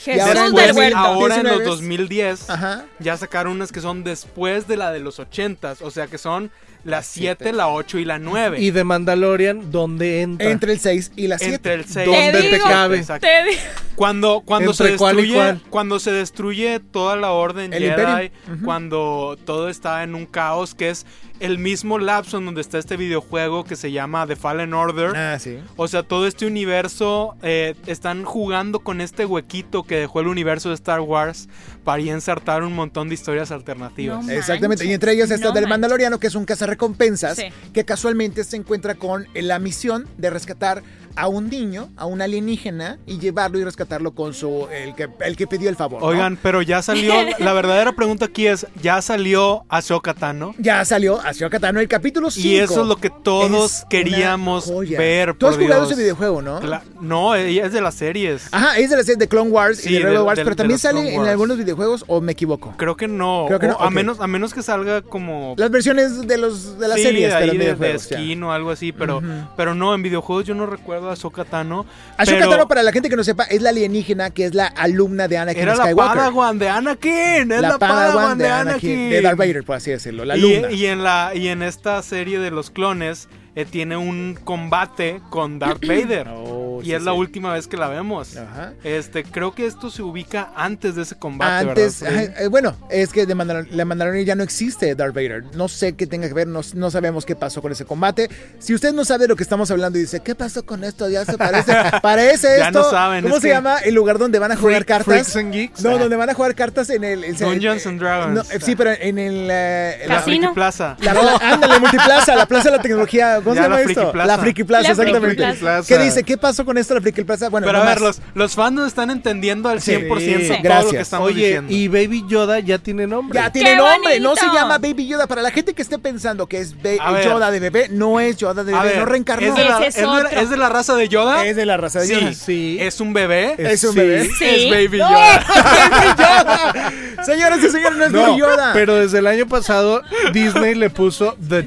[SPEAKER 3] o sea, Jesús
[SPEAKER 1] ahora en
[SPEAKER 3] del
[SPEAKER 1] dos mil-
[SPEAKER 3] Huerto.
[SPEAKER 2] ahora en los
[SPEAKER 1] 19.
[SPEAKER 2] 2010
[SPEAKER 1] Ajá.
[SPEAKER 2] ya sacaron unas que son después de la de los 80s, o sea que son la 7, la 8 y la 9.
[SPEAKER 6] Y de Mandalorian, ¿dónde entra?
[SPEAKER 1] Entre el 6 y la 7.
[SPEAKER 2] entre el 6
[SPEAKER 6] ¿Dónde
[SPEAKER 3] te digo,
[SPEAKER 6] cabe?
[SPEAKER 2] Exacto.
[SPEAKER 3] Te digo.
[SPEAKER 2] Cuando, cuando se
[SPEAKER 6] Entre cuál y
[SPEAKER 2] destruye,
[SPEAKER 6] cuál.
[SPEAKER 2] cuando se destruye toda la orden
[SPEAKER 1] El
[SPEAKER 2] Jedi,
[SPEAKER 1] Imperio.
[SPEAKER 2] cuando todo está en un caos, que es el mismo lapso en donde está este videojuego que se llama The Fallen Order.
[SPEAKER 1] Ah, sí.
[SPEAKER 2] O sea, todo este universo eh, están jugando con este huequito que dejó el universo de Star Wars para ahí ensartar un montón de historias alternativas.
[SPEAKER 3] No
[SPEAKER 1] Exactamente,
[SPEAKER 3] manches.
[SPEAKER 1] y entre ellas está
[SPEAKER 3] No
[SPEAKER 1] del
[SPEAKER 3] manches.
[SPEAKER 1] Mandaloriano, que es un cazarrecompensas,
[SPEAKER 3] Sí.
[SPEAKER 1] que casualmente se encuentra con la misión de rescatar a un niño, a un alienígena, y llevarlo y rescatarlo con su el que, el que pidió el favor. ¿no?
[SPEAKER 2] Oigan, pero ya salió, la verdadera pregunta aquí es, ¿ya salió Ahsoka Tano?
[SPEAKER 1] Ya salió Ahsoka Tano el capítulo 5.
[SPEAKER 2] Y eso es lo que todos queríamos ver,
[SPEAKER 1] Tú has
[SPEAKER 2] por
[SPEAKER 1] jugado
[SPEAKER 2] Dios.
[SPEAKER 1] ese videojuego, ¿no?
[SPEAKER 2] Cla- No, ella es de las series.
[SPEAKER 1] Ajá, es de la serie de Clone Wars
[SPEAKER 2] Sí,
[SPEAKER 1] y de Rebel
[SPEAKER 2] del-
[SPEAKER 1] Wars,
[SPEAKER 2] del-
[SPEAKER 1] pero
[SPEAKER 2] de
[SPEAKER 1] también
[SPEAKER 2] los
[SPEAKER 1] sale
[SPEAKER 2] Clone
[SPEAKER 1] en
[SPEAKER 2] Wars.
[SPEAKER 1] algunos videojuegos, o me equivoco.
[SPEAKER 2] Creo que no.
[SPEAKER 1] Creo que
[SPEAKER 2] o-
[SPEAKER 1] no,
[SPEAKER 2] A,
[SPEAKER 1] ok.
[SPEAKER 2] menos, a menos que salga como...
[SPEAKER 1] Las versiones de los de las
[SPEAKER 2] sí,
[SPEAKER 1] series de
[SPEAKER 2] ahí
[SPEAKER 1] los
[SPEAKER 2] de, de
[SPEAKER 1] videojuegos. ya.
[SPEAKER 2] skin o algo así, pero, pero no, en videojuegos yo no recuerdo a Ahsoka Tano.
[SPEAKER 1] Ahsoka
[SPEAKER 2] pero
[SPEAKER 1] Tano, para la gente que no sepa, es la alienígena que es la alumna de Anakin
[SPEAKER 2] Era la
[SPEAKER 1] Skywalker.
[SPEAKER 2] Padawan de Anakin. Es
[SPEAKER 1] Padawan
[SPEAKER 2] la, Padawan de Anakin.
[SPEAKER 1] de Darth Vader, por así decirlo, la
[SPEAKER 2] Y,
[SPEAKER 1] alumna.
[SPEAKER 2] y en la, y
[SPEAKER 1] (clears throat)
[SPEAKER 2] en esta serie de los clones eh, tiene un combate con Darth Vader.
[SPEAKER 1] Oh,
[SPEAKER 2] y es la última vez que la vemos.
[SPEAKER 1] Ajá.
[SPEAKER 2] Este, creo que esto se ubica antes de ese combate,
[SPEAKER 1] Antes,
[SPEAKER 2] ¿verdad? Freddy?
[SPEAKER 1] ajá, eh, bueno, es que de Mandalor- la Mandalorian ya no existe Darth Vader. No sé qué tenga que ver, no, no sabemos qué pasó con ese combate. Si usted no sabe de lo que estamos hablando y dice, ¿qué pasó con esto? Ya se
[SPEAKER 2] (laughs)
[SPEAKER 1] parece, parece
[SPEAKER 2] Ya
[SPEAKER 1] esto.
[SPEAKER 2] no saben,
[SPEAKER 1] ¿Cómo
[SPEAKER 2] es
[SPEAKER 1] se
[SPEAKER 2] que-
[SPEAKER 1] llama el lugar donde van a jugar
[SPEAKER 2] Freak-
[SPEAKER 1] cartas?
[SPEAKER 2] Freaks and Geeks.
[SPEAKER 6] Ah,
[SPEAKER 2] eh.
[SPEAKER 1] No, donde van a jugar cartas en el. en-
[SPEAKER 2] Dungeons and Dragons.
[SPEAKER 1] no, eh, sí, pero en el. eh, en
[SPEAKER 2] La
[SPEAKER 1] la-
[SPEAKER 3] Casino.
[SPEAKER 2] Friki Plaza.
[SPEAKER 1] la- la- ándale, multiplaza, la plaza de la tecnología. ¿Cómo
[SPEAKER 2] Ya,
[SPEAKER 1] se llama
[SPEAKER 2] la
[SPEAKER 1] esto?
[SPEAKER 2] Friki Plaza.
[SPEAKER 1] La Friki Plaza,
[SPEAKER 3] La Friki
[SPEAKER 1] exactamente.
[SPEAKER 3] Plaza.
[SPEAKER 1] ¿Qué dice? ¿Qué pasó con esto, la Friki Plaza? Bueno,
[SPEAKER 2] Pero a
[SPEAKER 1] no más.
[SPEAKER 2] ver, los, los fans no están entendiendo al
[SPEAKER 1] Sí,
[SPEAKER 2] 100% todo lo
[SPEAKER 1] gracias.
[SPEAKER 2] que estamos
[SPEAKER 6] Oye,
[SPEAKER 2] diciendo.
[SPEAKER 6] y Baby Yoda ya tiene nombre.
[SPEAKER 1] Ya tiene
[SPEAKER 3] ¡Qué
[SPEAKER 1] nombre, no se
[SPEAKER 3] bonito!
[SPEAKER 1] llama Baby Yoda. Para la gente que esté pensando que es be-
[SPEAKER 2] A ver.
[SPEAKER 1] Yoda de bebé, no es Yoda de
[SPEAKER 2] A
[SPEAKER 1] bebé,
[SPEAKER 2] ver,
[SPEAKER 1] no reencarnó.
[SPEAKER 2] ¿es de, la,
[SPEAKER 3] Ese
[SPEAKER 2] es
[SPEAKER 3] es
[SPEAKER 2] de la-
[SPEAKER 3] otro.
[SPEAKER 2] es de la raza de Yoda?
[SPEAKER 1] Es de la raza de Yoda. (laughs)
[SPEAKER 2] sí, sí. ¿Es un bebé?
[SPEAKER 1] Es un bebé.
[SPEAKER 3] Sí.
[SPEAKER 2] Es Baby
[SPEAKER 3] No.
[SPEAKER 2] Yoda.
[SPEAKER 1] Baby Yoda. Señoras y señores, (laughs) no es
[SPEAKER 6] No,
[SPEAKER 1] Baby Yoda.
[SPEAKER 6] pero desde el año pasado Disney le puso The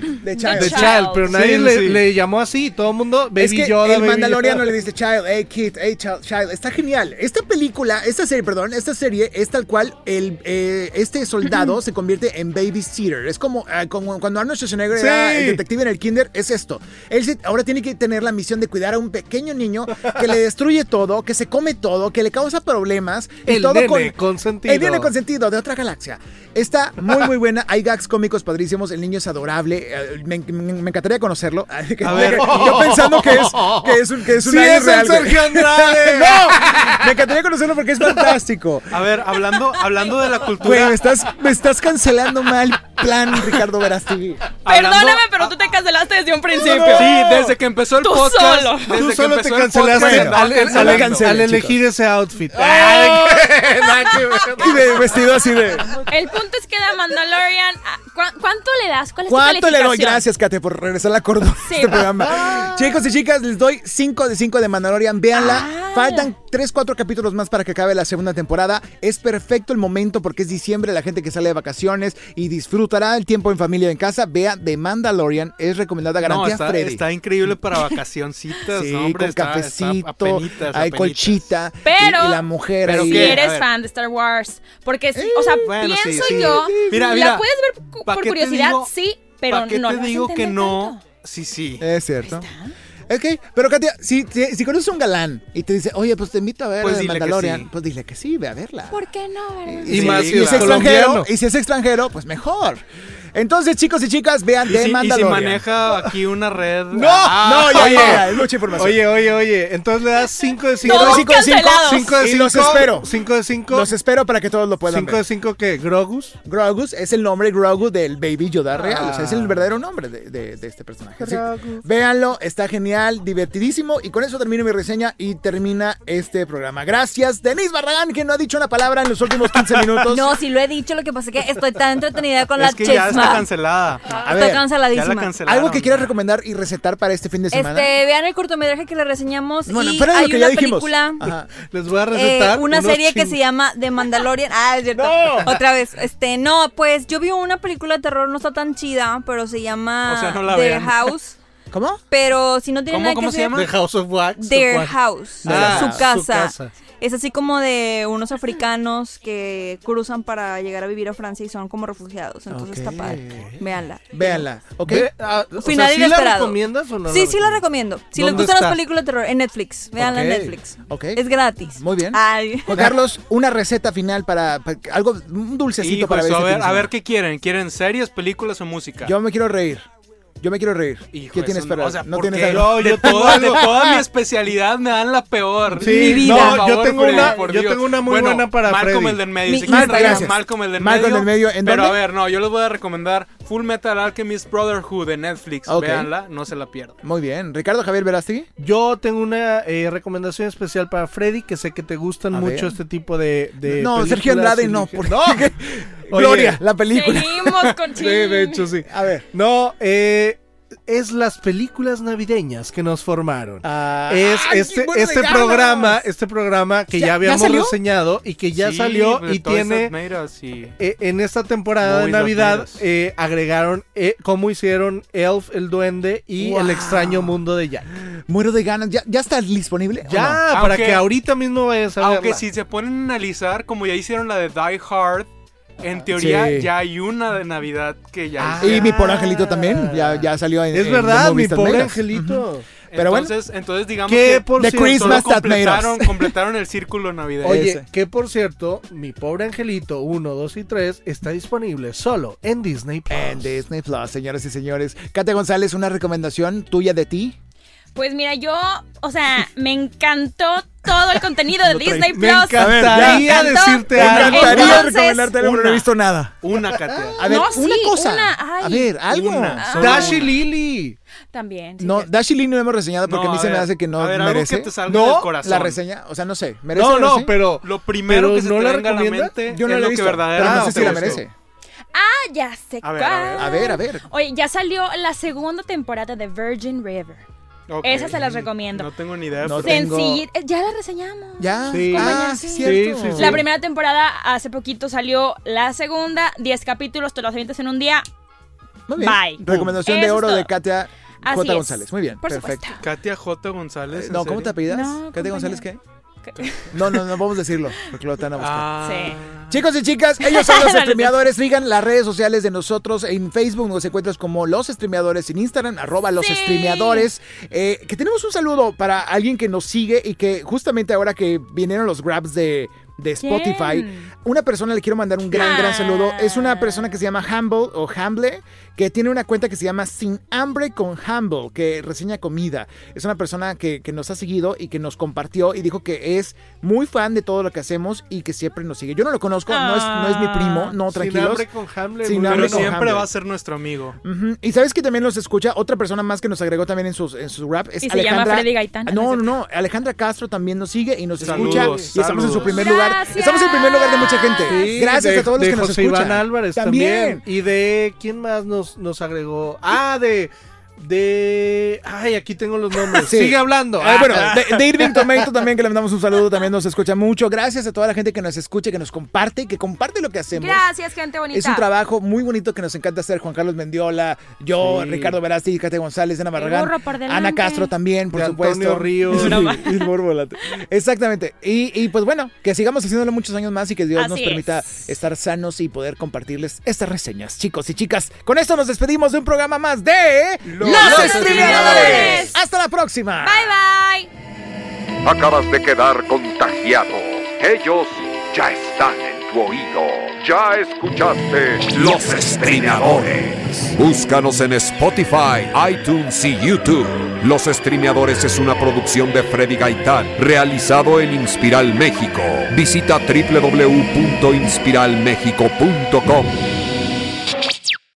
[SPEAKER 1] de Child.
[SPEAKER 6] The
[SPEAKER 3] The
[SPEAKER 6] Child,
[SPEAKER 3] Child.
[SPEAKER 6] pero
[SPEAKER 2] Sí,
[SPEAKER 6] nadie le,
[SPEAKER 2] sí.
[SPEAKER 6] le llamó así. Todo el mundo, Baby
[SPEAKER 1] es que
[SPEAKER 6] Yoda,
[SPEAKER 1] el
[SPEAKER 6] Baby
[SPEAKER 1] mandaloriano
[SPEAKER 6] Yoda.
[SPEAKER 1] le dice child, hey kid, hey child, child. Está genial. Esta película, esta serie, perdón, esta serie es tal cual el, eh, este soldado se convierte en babysitter. Es como, ah, como cuando Arnold Schwarzenegger era
[SPEAKER 6] Sí.
[SPEAKER 1] el detective en el kinder, es esto. Él se- ahora tiene que tener la misión de cuidar a un pequeño niño que le destruye todo, que se come todo, que le causa problemas.
[SPEAKER 6] El
[SPEAKER 1] todo
[SPEAKER 6] nene consentido.
[SPEAKER 1] El nene consentido de otra galaxia. Está muy, muy buena. Hay gags cómicos padrísimos. El niño es adorable. eh, Me, me- me encantaría conocerlo. (laughs)
[SPEAKER 2] A ver.
[SPEAKER 1] Yo pensando que es, que es un, que es un
[SPEAKER 6] Sí,
[SPEAKER 1] alien
[SPEAKER 6] es el
[SPEAKER 1] real, güey.
[SPEAKER 6] Sergio
[SPEAKER 1] (laughs)
[SPEAKER 6] Andrade.
[SPEAKER 1] ¡No! Me encantaría conocerlo porque es fantástico.
[SPEAKER 2] A ver, hablando, hablando de la
[SPEAKER 1] Güey,
[SPEAKER 2] cultura.
[SPEAKER 1] me estás, me estás cancelando mal plan, Ricardo Verástegui.
[SPEAKER 2] hablando-
[SPEAKER 3] Perdóname, pero tú te cancelaste desde un principio.
[SPEAKER 2] Sí, desde que empezó el
[SPEAKER 3] Tú
[SPEAKER 2] podcast.
[SPEAKER 3] solo.
[SPEAKER 2] desde
[SPEAKER 6] Tú
[SPEAKER 2] que
[SPEAKER 6] solo te
[SPEAKER 2] empezó el
[SPEAKER 6] cancelaste
[SPEAKER 2] podcast,
[SPEAKER 6] al,
[SPEAKER 2] andaba
[SPEAKER 6] al- al-
[SPEAKER 2] cancelando.
[SPEAKER 1] cancelen,
[SPEAKER 6] al
[SPEAKER 1] chicos.
[SPEAKER 6] elegir ese outfit.
[SPEAKER 1] Ah,
[SPEAKER 3] Ah,
[SPEAKER 6] Ay, qué- nada que ver.
[SPEAKER 1] Y de vestido así de.
[SPEAKER 3] El punto es que The Mandalorian, ah, ¿cu- ¿cuánto le das? ¿Cuál es tu
[SPEAKER 1] ¿Cuánto le doy?
[SPEAKER 3] calificación?
[SPEAKER 1] Gracias, Kate, por regresar la cordón
[SPEAKER 3] Sí. Ah.
[SPEAKER 1] de este programa. Chicos y chicas, les doy 5 de 5 de Mandalorian. Véanla.
[SPEAKER 3] Ah.
[SPEAKER 1] Faltan 3, 4 capítulos más para que acabe la segunda temporada. Es perfecto el momento porque es diciembre, la gente que sale de vacaciones y disfrutará el tiempo en familia o en casa. Vea The Mandalorian. Es recomendada
[SPEAKER 2] No,
[SPEAKER 1] garantía
[SPEAKER 2] está,
[SPEAKER 1] Freddy.
[SPEAKER 2] está increíble para vacacioncitas,
[SPEAKER 1] Sí,
[SPEAKER 2] no, hombre.
[SPEAKER 1] con
[SPEAKER 2] está- está
[SPEAKER 1] cafecito,
[SPEAKER 2] apenitas,
[SPEAKER 1] hay
[SPEAKER 2] apenitas.
[SPEAKER 1] colchita y-
[SPEAKER 3] Pero-
[SPEAKER 1] y, la mujer
[SPEAKER 2] pero
[SPEAKER 1] ahí.
[SPEAKER 3] Si
[SPEAKER 2] ¿qué? A
[SPEAKER 3] eres
[SPEAKER 2] ver.
[SPEAKER 3] fan de Star Wars. Porque, sí, o sea,
[SPEAKER 2] Bueno, sí,
[SPEAKER 3] pienso
[SPEAKER 2] sí.
[SPEAKER 3] yo.
[SPEAKER 2] Mira,
[SPEAKER 3] la
[SPEAKER 2] mira,
[SPEAKER 3] puedes ver cu-
[SPEAKER 2] ¿pa'
[SPEAKER 3] por
[SPEAKER 2] qué te
[SPEAKER 3] curiosidad,
[SPEAKER 2] digo-
[SPEAKER 3] sí, pero
[SPEAKER 2] ¿Para qué
[SPEAKER 3] no
[SPEAKER 2] te
[SPEAKER 3] lo vas a
[SPEAKER 2] digo que
[SPEAKER 3] entender
[SPEAKER 2] no?
[SPEAKER 3] tanto.
[SPEAKER 2] Sí, sí.
[SPEAKER 1] Es cierto. Ok, pero Katia, si, si, si conoces a un galán y te dice, oye, pues te invito a ver
[SPEAKER 2] Pues
[SPEAKER 1] The
[SPEAKER 2] dile que
[SPEAKER 1] Mandalorian,
[SPEAKER 2] sí.
[SPEAKER 1] pues dile que sí, ve a verla.
[SPEAKER 9] ¿Por qué no, verdad?
[SPEAKER 6] Y
[SPEAKER 2] Sí,
[SPEAKER 6] más
[SPEAKER 2] claro.
[SPEAKER 6] si
[SPEAKER 2] Y
[SPEAKER 6] es
[SPEAKER 2] si es
[SPEAKER 6] colombiano.
[SPEAKER 1] extranjero, y si es extranjero, pues mejor. Entonces, chicos y chicas, vean
[SPEAKER 2] Y
[SPEAKER 1] The
[SPEAKER 2] si, y si
[SPEAKER 1] Mandalorian.
[SPEAKER 2] maneja Ah. aquí una red.
[SPEAKER 1] No, no, ya, ya, ya, es mucha información.
[SPEAKER 6] Oye, oye, oye. Entonces le das 5 de 5.
[SPEAKER 3] Todos
[SPEAKER 6] 5 de 5.
[SPEAKER 3] cancelados.
[SPEAKER 6] 5 de
[SPEAKER 1] Y
[SPEAKER 6] 5.
[SPEAKER 1] los espero.
[SPEAKER 6] 5 de 5.
[SPEAKER 1] los espero para que todos lo puedan
[SPEAKER 6] 5 de
[SPEAKER 1] ver.
[SPEAKER 6] 5 que Grogus.
[SPEAKER 1] Grogu es el nombre Grogu del Baby Yoda real, o sea, es
[SPEAKER 2] Ah.
[SPEAKER 1] el verdadero nombre de, de- de este personaje. Así que véanlo, está genial, divertidísimo y con eso termino mi reseña y termina este programa. Gracias, Denise Barragán, que no ha dicho una palabra en los últimos 15 minutos.
[SPEAKER 4] (laughs) No, si lo he dicho, lo que pasa es que estoy tan entretenida con la
[SPEAKER 2] Es que ya está
[SPEAKER 4] chisma.
[SPEAKER 2] cancelada.
[SPEAKER 1] A
[SPEAKER 4] Está
[SPEAKER 1] ver,
[SPEAKER 2] Ya la
[SPEAKER 4] canceladísima.
[SPEAKER 2] cancelaron.
[SPEAKER 1] algo que quieras recomendar y recetar para este fin de semana.
[SPEAKER 4] Este, vean el cortometraje que le reseñamos
[SPEAKER 1] bueno,
[SPEAKER 4] y
[SPEAKER 1] fuera de
[SPEAKER 4] hay
[SPEAKER 1] lo que
[SPEAKER 4] una
[SPEAKER 1] ya dijimos.
[SPEAKER 4] película
[SPEAKER 1] Ajá.
[SPEAKER 6] Les voy a
[SPEAKER 4] eh,
[SPEAKER 6] recetar.
[SPEAKER 4] una
[SPEAKER 6] unos
[SPEAKER 4] serie que
[SPEAKER 6] chin-
[SPEAKER 4] se llama The Mandalorian. Ah, es cierto. Otra vez. Este, no, pues yo vi una película de terror, no está tan chida, pero se llama
[SPEAKER 2] O sea, no la
[SPEAKER 4] The
[SPEAKER 2] vean.
[SPEAKER 4] House.
[SPEAKER 1] ¿Cómo?
[SPEAKER 4] Pero si no tiene
[SPEAKER 2] ¿Cómo-
[SPEAKER 4] nada
[SPEAKER 2] cómo
[SPEAKER 4] que
[SPEAKER 2] se
[SPEAKER 4] hacer-
[SPEAKER 2] llama?
[SPEAKER 6] The House of Wax.
[SPEAKER 4] Their
[SPEAKER 6] ¿o cuál?
[SPEAKER 4] house,
[SPEAKER 6] Ah,
[SPEAKER 4] su,
[SPEAKER 6] su
[SPEAKER 4] casa.
[SPEAKER 6] casa.
[SPEAKER 4] Es así como de unos africanos que cruzan para llegar a vivir a Francia y son como refugiados. Entonces está padre. Véanla.
[SPEAKER 1] Véanla, ¿ok?
[SPEAKER 6] Ve- ah, o sea,
[SPEAKER 4] Final
[SPEAKER 6] ¿sí la
[SPEAKER 4] inesperado.
[SPEAKER 6] recomiendas o no?
[SPEAKER 4] sí, sí la recomiendo. Si les
[SPEAKER 6] ¿Dónde
[SPEAKER 4] gustan
[SPEAKER 6] está?
[SPEAKER 4] las películas de terror, en Netflix. Véanla
[SPEAKER 6] Ok,
[SPEAKER 4] en Netflix.
[SPEAKER 1] ok.
[SPEAKER 4] Es gratis.
[SPEAKER 1] Muy bien.
[SPEAKER 4] Ay.
[SPEAKER 1] Juan Carlos, una receta final para, para- algo, un dulcecito
[SPEAKER 2] Hijo,
[SPEAKER 1] para ver.
[SPEAKER 2] eso, a
[SPEAKER 1] este
[SPEAKER 2] ver,
[SPEAKER 1] fin de
[SPEAKER 2] a ver
[SPEAKER 1] semana.
[SPEAKER 2] qué quieren. ¿Quieren series, películas o música?
[SPEAKER 1] Yo me quiero reír. Yo me quiero reír.
[SPEAKER 2] Hijo,
[SPEAKER 1] ¿Qué tienes
[SPEAKER 2] eso
[SPEAKER 1] para?
[SPEAKER 2] O sea,
[SPEAKER 1] no
[SPEAKER 2] ¿por
[SPEAKER 1] tienes
[SPEAKER 2] qué?
[SPEAKER 1] algo?
[SPEAKER 6] No, yo
[SPEAKER 2] De
[SPEAKER 6] tengo
[SPEAKER 2] toda, de
[SPEAKER 6] algo.
[SPEAKER 2] toda mi especialidad me dan la peor.
[SPEAKER 6] Sí,
[SPEAKER 4] Mi vida.
[SPEAKER 6] no,
[SPEAKER 2] Por
[SPEAKER 6] yo
[SPEAKER 2] favor,
[SPEAKER 6] tengo
[SPEAKER 2] Freddy,
[SPEAKER 6] una-
[SPEAKER 2] por
[SPEAKER 6] yo
[SPEAKER 2] Dios.
[SPEAKER 6] tengo una muy
[SPEAKER 2] Bueno,
[SPEAKER 6] buena para
[SPEAKER 2] Malcolm
[SPEAKER 6] Freddy.
[SPEAKER 2] el del medio.
[SPEAKER 4] Mi-
[SPEAKER 2] si quieren
[SPEAKER 4] Malcolm,
[SPEAKER 2] reír,
[SPEAKER 1] gracias.
[SPEAKER 2] Malcolm el del
[SPEAKER 1] Malcolm
[SPEAKER 2] medio.
[SPEAKER 1] del medio, ¿en
[SPEAKER 2] pero
[SPEAKER 1] dónde?
[SPEAKER 2] a ver, no, yo les voy a recomendar Full Metal Alchemist Brotherhood de Netflix.
[SPEAKER 1] Ok.
[SPEAKER 2] Véanla, no se la pierdan.
[SPEAKER 1] Muy bien. Ricardo Javier Verástegui.
[SPEAKER 6] Yo tengo una eh, recomendación especial para Freddy, que sé que te gustan
[SPEAKER 1] A
[SPEAKER 6] mucho
[SPEAKER 1] ver.
[SPEAKER 6] este tipo de. de
[SPEAKER 1] No,
[SPEAKER 6] películas
[SPEAKER 1] Sergio Andrade no.
[SPEAKER 6] indígenas.
[SPEAKER 1] por- (laughs)
[SPEAKER 6] No, Oye,
[SPEAKER 1] Gloria, la película.
[SPEAKER 3] Seguimos
[SPEAKER 2] (laughs)
[SPEAKER 3] con
[SPEAKER 6] Sí, de hecho, sí.
[SPEAKER 1] A ver.
[SPEAKER 6] No, eh, es las películas navideñas que nos formaron.
[SPEAKER 1] Ah,
[SPEAKER 6] es
[SPEAKER 1] ¡ay,
[SPEAKER 6] este,
[SPEAKER 1] qué buenos
[SPEAKER 6] este
[SPEAKER 1] regalos!
[SPEAKER 6] programa, este programa que
[SPEAKER 1] ¿Ya-
[SPEAKER 6] ya,
[SPEAKER 1] ya
[SPEAKER 6] habíamos
[SPEAKER 1] salió?
[SPEAKER 6] reseñado y que ya
[SPEAKER 2] Sí,
[SPEAKER 6] salió
[SPEAKER 2] de
[SPEAKER 6] y
[SPEAKER 2] Toys That
[SPEAKER 6] tiene
[SPEAKER 2] Made Us y-
[SPEAKER 6] eh, en esta temporada
[SPEAKER 2] Muy
[SPEAKER 6] de Navidad
[SPEAKER 2] noteros.
[SPEAKER 6] eh, agregaron eh, cómo hicieron Elf, el duende y
[SPEAKER 1] Wow.
[SPEAKER 6] el extraño mundo de Jack.
[SPEAKER 2] Eh,
[SPEAKER 1] Muero de ganas. ¿Ya, ya está disponible? o no?
[SPEAKER 6] Ya,
[SPEAKER 2] no?
[SPEAKER 6] para
[SPEAKER 2] Aunque-
[SPEAKER 6] que ahorita mismo vayas a
[SPEAKER 2] Aunque
[SPEAKER 6] verla.
[SPEAKER 2] si se ponen a analizar, como ya hicieron la de Die Hard, en teoría
[SPEAKER 1] Sí.
[SPEAKER 2] ya hay una de Navidad que ya
[SPEAKER 6] Ah,
[SPEAKER 2] hicieron.
[SPEAKER 1] Y mi pobre angelito también. Ya, ya salió en.
[SPEAKER 6] Es
[SPEAKER 1] en
[SPEAKER 6] verdad,
[SPEAKER 1] The
[SPEAKER 6] mi
[SPEAKER 1] Movies Tan
[SPEAKER 6] pobre
[SPEAKER 1] Negras.
[SPEAKER 6] angelito.
[SPEAKER 1] Pero bueno.
[SPEAKER 2] entonces, entonces digamos
[SPEAKER 6] Que
[SPEAKER 2] que
[SPEAKER 6] por
[SPEAKER 1] The
[SPEAKER 6] cierto,
[SPEAKER 1] Christmas
[SPEAKER 2] solo
[SPEAKER 1] that made us.
[SPEAKER 2] completaron, completaron el círculo navideño.
[SPEAKER 6] Oye,
[SPEAKER 1] Ese.
[SPEAKER 6] que por cierto, mi pobre angelito 1, 2 y 3 está disponible solo en Disney Plus.
[SPEAKER 1] En Disney Plus, señoras y señores. Kate González, una recomendación tuya de ti.
[SPEAKER 3] Pues mira, yo, o sea, me encantó todo
[SPEAKER 2] (laughs)
[SPEAKER 3] el contenido de Disney Plus.
[SPEAKER 6] Me
[SPEAKER 1] ya.
[SPEAKER 6] encantaría
[SPEAKER 3] Me encantó.
[SPEAKER 6] decirte
[SPEAKER 3] Me
[SPEAKER 6] algo.
[SPEAKER 3] encantaría. Entonces,
[SPEAKER 1] algo, pero no he visto nada.
[SPEAKER 2] Una, Katia.
[SPEAKER 1] A ver,
[SPEAKER 3] No,
[SPEAKER 1] una
[SPEAKER 3] sí,
[SPEAKER 1] cosa.
[SPEAKER 3] una, ay.
[SPEAKER 1] a ver, algo.
[SPEAKER 2] Una, solo
[SPEAKER 6] Dash y
[SPEAKER 2] una.
[SPEAKER 6] Lily.
[SPEAKER 3] También. sí,
[SPEAKER 1] No,
[SPEAKER 3] sí.
[SPEAKER 1] Dash y Lee no hemos reseñado porque
[SPEAKER 2] No,
[SPEAKER 1] a mí
[SPEAKER 2] a
[SPEAKER 1] se me
[SPEAKER 2] ver,
[SPEAKER 1] hace que no
[SPEAKER 2] a ver, algo
[SPEAKER 1] merece.
[SPEAKER 2] que te salga
[SPEAKER 1] no,
[SPEAKER 2] del corazón.
[SPEAKER 1] la reseña, o sea, no sé. ¿merece
[SPEAKER 6] No,
[SPEAKER 1] la
[SPEAKER 6] no,
[SPEAKER 1] reseña?
[SPEAKER 6] pero.
[SPEAKER 2] Lo primero
[SPEAKER 6] pero
[SPEAKER 2] que se
[SPEAKER 6] ¿no
[SPEAKER 2] te
[SPEAKER 6] la
[SPEAKER 2] venga a la
[SPEAKER 6] recomiendas?
[SPEAKER 2] mente
[SPEAKER 1] Yo no la
[SPEAKER 2] es
[SPEAKER 1] he
[SPEAKER 2] lo
[SPEAKER 1] visto,
[SPEAKER 2] que
[SPEAKER 1] pero no sé
[SPEAKER 2] verdaderamente
[SPEAKER 1] si la
[SPEAKER 2] te gustó.
[SPEAKER 1] merece.
[SPEAKER 3] Ah, ya sé
[SPEAKER 2] A
[SPEAKER 3] cuál.
[SPEAKER 2] ver, a ver.
[SPEAKER 1] A ver, a ver.
[SPEAKER 3] Oye, ya salió la segunda temporada de Virgin River.
[SPEAKER 2] Ok.
[SPEAKER 3] Esa se las recomiendo.
[SPEAKER 2] No tengo ni idea.
[SPEAKER 1] No
[SPEAKER 2] pero-
[SPEAKER 1] tengo-
[SPEAKER 3] Sencillita. Eh, Ya la reseñamos.
[SPEAKER 1] Ya.
[SPEAKER 6] Sí.
[SPEAKER 1] Ah,
[SPEAKER 3] Compañía,
[SPEAKER 1] sí,
[SPEAKER 3] sí.
[SPEAKER 1] cierto.
[SPEAKER 6] Sí, sí, sí.
[SPEAKER 3] La primera temporada hace poquito salió la segunda, 10 capítulos, te los avientas en un día.
[SPEAKER 1] Muy bien.
[SPEAKER 3] Bye.
[SPEAKER 1] Recomendación
[SPEAKER 3] Eso
[SPEAKER 1] de
[SPEAKER 3] es
[SPEAKER 1] oro de
[SPEAKER 3] todo.
[SPEAKER 1] Katia
[SPEAKER 3] Así
[SPEAKER 1] J.
[SPEAKER 3] es.
[SPEAKER 1] González. Muy bien,
[SPEAKER 3] Por
[SPEAKER 1] perfecto.
[SPEAKER 3] supuesto.
[SPEAKER 2] Katia J. González.
[SPEAKER 1] Eh, No, ¿cómo te apellidas?
[SPEAKER 3] No,
[SPEAKER 1] ¿Katia
[SPEAKER 3] compañero.
[SPEAKER 1] González qué?
[SPEAKER 3] Que-
[SPEAKER 1] No, no, no vamos a decirlo, porque lo están a buscar.
[SPEAKER 2] Ah,
[SPEAKER 3] Sí.
[SPEAKER 1] Chicos y chicas, ellos
[SPEAKER 3] (laughs)
[SPEAKER 1] son los
[SPEAKER 3] No, no,
[SPEAKER 1] streameadores. Sigan las redes sociales de nosotros. En Facebook nos encuentras como los streameadores. En Instagram, arroba los
[SPEAKER 3] Sí.
[SPEAKER 1] streameadores. Eh, que tenemos un saludo para alguien que nos sigue y que justamente ahora que vinieron los grabs de, de Spotify,
[SPEAKER 3] ¿Quién?
[SPEAKER 1] una persona le quiero mandar un gran, gran saludo. Es una persona que se llama Humble o Humble, que tiene una cuenta que se llama Sin Hambre con Humble, que reseña comida. Es una persona que, que nos ha seguido y que nos compartió y dijo que es muy fan de todo lo que hacemos y que siempre nos sigue. Yo no lo conozco, no, es, no es mi primo, no,
[SPEAKER 6] Sin
[SPEAKER 1] tranquilos.
[SPEAKER 6] hambre con Hamlet.
[SPEAKER 1] Sin
[SPEAKER 6] muy
[SPEAKER 1] hambre
[SPEAKER 2] Pero
[SPEAKER 6] bien.
[SPEAKER 1] con
[SPEAKER 2] siempre
[SPEAKER 1] Hamlet.
[SPEAKER 2] va a ser nuestro amigo.
[SPEAKER 1] Ujú. Y sabes que también los escucha otra persona más que nos agregó también en, sus, en su rap. Es
[SPEAKER 3] Y se llama
[SPEAKER 1] Alejandra. Ah,
[SPEAKER 3] Freddy Gaitán.
[SPEAKER 1] No, no, no. Alejandra Castro también nos sigue y nos
[SPEAKER 2] Saludos,
[SPEAKER 1] escucha. Y estamos en su
[SPEAKER 2] saludos.
[SPEAKER 1] primer lugar.
[SPEAKER 3] Gracias.
[SPEAKER 1] Estamos en primer lugar de mucha gente.
[SPEAKER 6] Sí,
[SPEAKER 1] Gracias
[SPEAKER 6] de-
[SPEAKER 1] a todos los
[SPEAKER 6] de
[SPEAKER 1] que nos
[SPEAKER 6] José
[SPEAKER 1] escuchan.
[SPEAKER 6] Iván Álvarez también. Y de. ¿Quién más nos, nos agregó? Ah, de. De. Ay, aquí tengo los nombres.
[SPEAKER 1] (laughs) Sí.
[SPEAKER 6] Sigue hablando.
[SPEAKER 1] Ah,
[SPEAKER 6] Ah,
[SPEAKER 1] bueno, de,
[SPEAKER 6] (laughs)
[SPEAKER 1] de Irving Tomato también, que le mandamos un saludo, también nos escucha mucho. Gracias a toda la gente que nos escucha, que nos comparte, que comparte lo que hacemos.
[SPEAKER 3] Gracias, gente bonita.
[SPEAKER 1] Es un trabajo muy bonito que nos encanta hacer. Juan Carlos Mendiola, yo,
[SPEAKER 6] Sí.
[SPEAKER 1] Ricardo Verasti, Cate González, Ana Barragán,
[SPEAKER 3] burro por delante.
[SPEAKER 1] Ana Castro también, por
[SPEAKER 6] De
[SPEAKER 1] supuesto.
[SPEAKER 6] Antonio Ríos.
[SPEAKER 1] Sí,
[SPEAKER 6] (laughs) Broma.
[SPEAKER 1] y el burro volante. Exactamente. Y, y, pues bueno, que sigamos haciéndolo muchos años más y que Dios
[SPEAKER 3] Así
[SPEAKER 1] nos permita
[SPEAKER 3] es.
[SPEAKER 1] estar sanos y poder compartirles estas reseñas, chicos y chicas. Con esto nos despedimos de un programa más de Los,
[SPEAKER 3] Streameadores.
[SPEAKER 1] Hasta la próxima.
[SPEAKER 3] Bye, bye.
[SPEAKER 10] Acabas de quedar contagiado. Ellos ya están en tu oído. Ya escuchaste
[SPEAKER 8] Los Streameadores. Búscanos en Spotify, iTunes y YouTube. Los Streameadores es una producción de Freddy Gaitán, realizado en Inspiral México. Visita www.inspiralmexico.com.